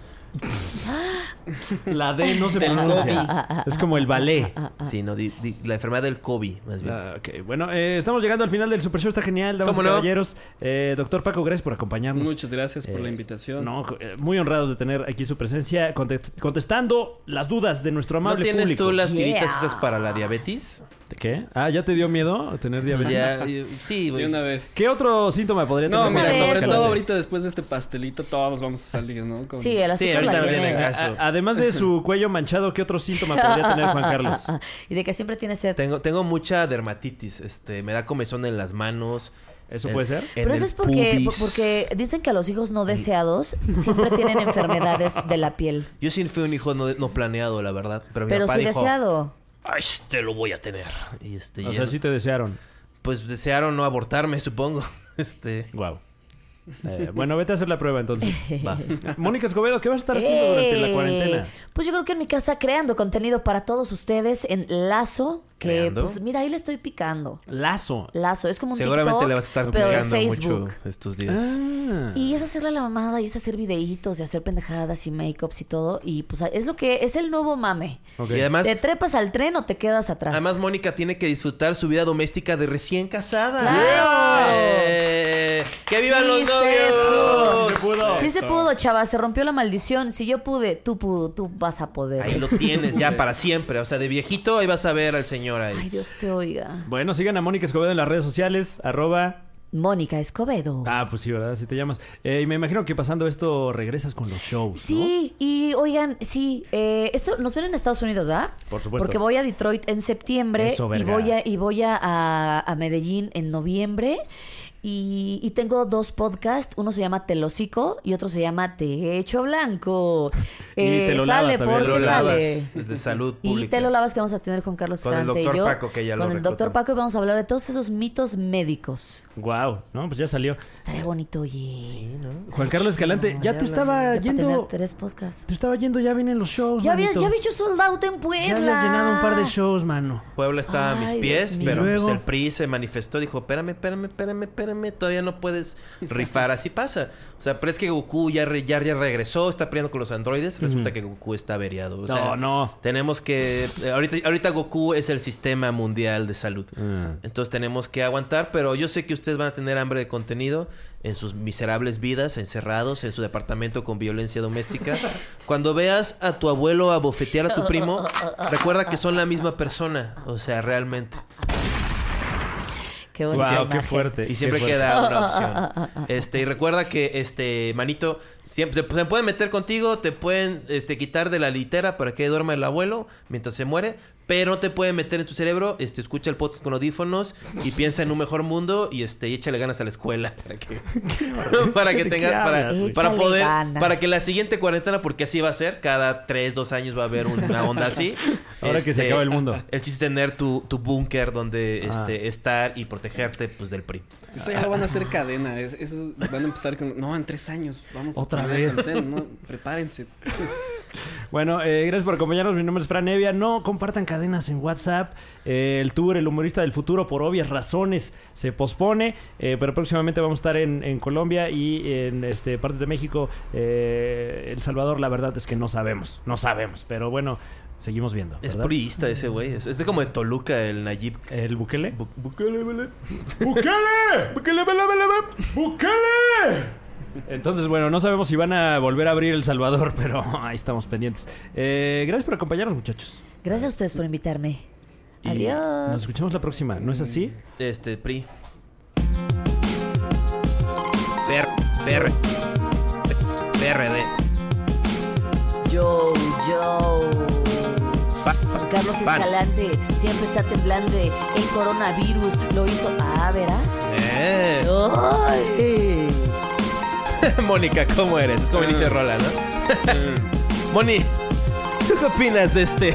A: La D no se
F: Del
A: pronuncia. Es como el ballet.
C: Sí, no, di- di- la enfermedad del COVID, más bien.
A: Ah, ok, bueno, eh, estamos llegando al final del Super Show. Está genial, damas y
C: ¿Cómo no?
A: caballeros. Eh, doctor Paco, gracias por acompañarnos.
F: Muchas gracias por
A: Eh,
F: la invitación.
A: No, eh, muy honrados de tener aquí su presencia contest- contestando las dudas de nuestro
C: ¿No
A: amable
C: tienes
A: público.
C: tú las
B: Yeah.
C: tiritas esas para la diabetes?
A: ¿Qué? Ah, ¿ya te dio miedo tener diabetes?
C: Ya, eh, sí,
F: De
C: pues.
F: una vez.
A: ¿Qué otro síntoma podría tener?
F: No,
B: Una
F: mira,
B: vez,
F: sobre
B: ¿no?
F: todo ahorita después de este pastelito todos vamos a
A: Ah.
F: salir, ¿no? Con-
B: Sí, el azúcar
C: Sí,
B: la
C: ahorita no
B: tienes.
C: viene
A: A- a- Además de su cuello manchado, ¿qué otro síntoma podría tener Juan Carlos?
B: Ah, y de que siempre tiene sed.
C: Tengo, tengo mucha dermatitis, este, me da comezón en las manos.
A: ¿Eso
C: en-
A: puede ser?
C: en
B: Pero
C: el
B: eso es porque,
C: pubis.
B: porque dicen que a los hijos no deseados siempre tienen enfermedades de la piel.
C: Yo sí fui un hijo no, no planeado, la verdad. Pero, mi
B: Pero
C: papá
B: sí
C: dijo,
B: deseado.
C: "Ay, te lo voy a tener. Y este,
A: O
C: ya-
A: sea, sí te desearon.
C: pues desearon no abortarme, supongo. Este,
A: Wow. Eh, bueno, vete a hacer la prueba entonces.
C: va.
A: Mónica Escobedo, ¿qué vas a estar haciendo durante la
B: ¡Eh!
A: cuarentena?
B: Pues yo creo que en mi casa creando contenido para todos ustedes en Lazo, que
C: ¿Creando?
B: pues mira, ahí le estoy picando.
A: Lazo.
B: Lazo, es como un
C: Seguramente
B: TikTok,
C: le vas a estar
B: pero de
C: pegando
B: Facebook.
C: mucho estos días.
A: Ah.
B: Y es hacerle la mamada y es hacer videitos y hacer pendejadas y make-ups y todo. Y pues es lo que es el nuevo mame.
A: Ok.
C: Y además,
B: ¿Te trepas al tren o te quedas atrás?
C: además Mónica tiene que disfrutar su vida doméstica de recién casada.
B: ¡Claro!
C: ¡Eh! ¡Que vivan
B: Sí
C: los
B: se pudo.
C: novios!
A: Se pudo.
B: Sí se pudo, chava, se rompió la maldición. Si yo pude, tú pudo, tú vas a poder.
C: Ahí lo tienes ya para siempre. O sea, de viejito ahí vas a ver al señor ahí.
B: Ay, Dios te oiga.
A: Bueno, sigan a Mónica Escobedo en las redes sociales, arroba...
B: Mónica Escobedo.
A: Ah, pues sí, ¿verdad? Si te llamas. Eh, y me imagino que pasando esto regresas con los shows, ¿no?
B: Sí, y oigan, sí, eh, esto nos ven en Estados Unidos, ¿verdad?
A: Por supuesto.
B: Porque voy a Detroit en septiembre
A: Eso,
B: y
A: verga.
B: voy a, y voy a, a- a Medellín en noviembre. Y, y tengo dos podcasts, uno se llama Telocico y otro se llama Techo Blanco. Eh,
A: Y te lo lavas
B: sale
A: también,
B: porque
C: Lo lavas
B: sale.
C: de salud
B: Y
C: pública.
B: te lo lavas que vamos a tener con Carlos
C: Con el
B: Escalante
C: doctor
B: y yo.
C: Paco, que ya lo
B: Con el
C: reclutó.
B: doctor Paco y vamos a hablar de todos esos mitos médicos.
A: Wow, ¿no? Pues ya salió.
B: Estaría bonito, oye.
A: Juan Carlos Escalante, ya te estaba
B: Para tener
A: yendo.
B: tres podcasts.
A: Te estaba yendo, ya vienen los shows.
B: Ya había,
A: manito.
B: ya había hecho sold out en Puebla.
A: Ya habías llenado un par de shows, mano.
C: Puebla está a mis
B: Ay, Dios
C: pies,
B: mío.
C: pero
A: Y
C: pues,
A: luego-
C: el PRI se manifestó, dijo, espérame, espérame, espérame, espérame, todavía no puedes rifar, así pasa. O sea, pero es que Goku ya, re- ya, ya regresó, está peleando con los androides, resulta que Goku está averiado. O sea,
A: No, no.
C: Tenemos que... eh, Ahorita, ahorita Goku es el sistema mundial de salud. Entonces tenemos que aguantar, pero yo sé que ustedes van a tener hambre de contenido en sus miserables vidas, encerrados en su departamento con violencia doméstica. Cuando veas a tu abuelo abofetear a tu primo, recuerda que son la misma persona, o sea, realmente.
B: Qué bonita
A: Wow, qué
B: imagen.
A: fuerte.
C: Y siempre
A: qué fuerte.
C: queda una opción. Este, y recuerda que este manito siempre se, se pueden meter contigo, te pueden este quitar de la litera para que duerma el abuelo mientras se muere, pero no te pueden meter en tu cerebro, este escucha el podcast con audífonos y piensa en un mejor mundo y este y échale ganas a la escuela para que para
A: ¿De
C: que
A: qué
C: tengas para,
A: hablas,
B: güey?
C: para
B: Échale
C: poder
B: ganas.
C: para que la siguiente cuarentena porque así va a ser, cada tres, dos años va a haber una onda así.
A: Ahora que se
C: Este,
A: acaba el mundo.
C: el chiste es tener tu, tu búnker donde
A: Ah.
C: este, estar y protegerte pues del PRI.
F: Eso ya lo van a hacer cadena. es- eso van a empezar con. No, en tres años. Vamos a
A: Otra
F: poner
A: vez.
F: cartel, ¿no? Prepárense.
A: Bueno, eh, gracias por acompañarnos. Mi nombre es Fran Evia. No compartan cadenas en WhatsApp. Eh, el tour, el humorista del futuro, por obvias razones, se pospone. eh, pero próximamente vamos a estar en, en Colombia y en este, partes de México. Eh, el Salvador, la verdad es que no sabemos. No sabemos. Pero bueno, seguimos viendo.
C: Es
A: ¿verdad?
C: priista ese güey. Es, es de como de Toluca, el Nayib.
A: ¿El Bukele?
C: Bu- Bukele, bele.
A: ¡Bukele!
C: Bukele, bele, bele, bele.
A: ¡Bukele! Entonces, bueno, no sabemos si van a volver a abrir El Salvador, pero ahí estamos pendientes. Eh, gracias por acompañarnos, muchachos.
B: Gracias a ustedes por invitarme.
A: Y Nos
B: Adiós.
A: escuchamos la próxima, ¿no es así?
C: Este, PRI. Per. PR. PRD.
B: Yo, yo.
C: Pa-
B: Juan Carlos
C: Pan.
B: Escalante siempre está temblando. El coronavirus lo hizo. Ah, ¿verdad?
C: Eh.
B: ¡Ay!
C: Mónica, ¿cómo eres? Es como inicio de rola, ¿no? Moni, ¿tú qué opinas de este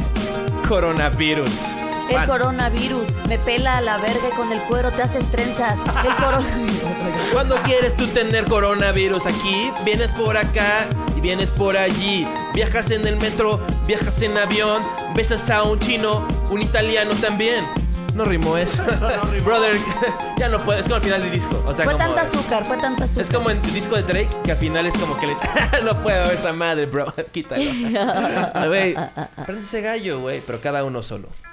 C: coronavirus?
B: El
C: Pan.
B: coronavirus me pela a la verga y con el cuero te haces trenzas. El coronavirus.
C: Cuando quieres tú tener coronavirus aquí, vienes por acá y vienes por allí. Viajas en el metro, viajas en avión, besas a un chino, un italiano también. No rimó eso. Brother, ya no puedes, es como al final del disco. O sea,
B: Fue
C: como-
B: tanta azúcar, fue tanta azúcar.
C: es como en el disco de Drake, que al final es como que le... no puedo esa madre, bro. Quítalo. Güey, prende ese gallo, güey, pero cada uno solo.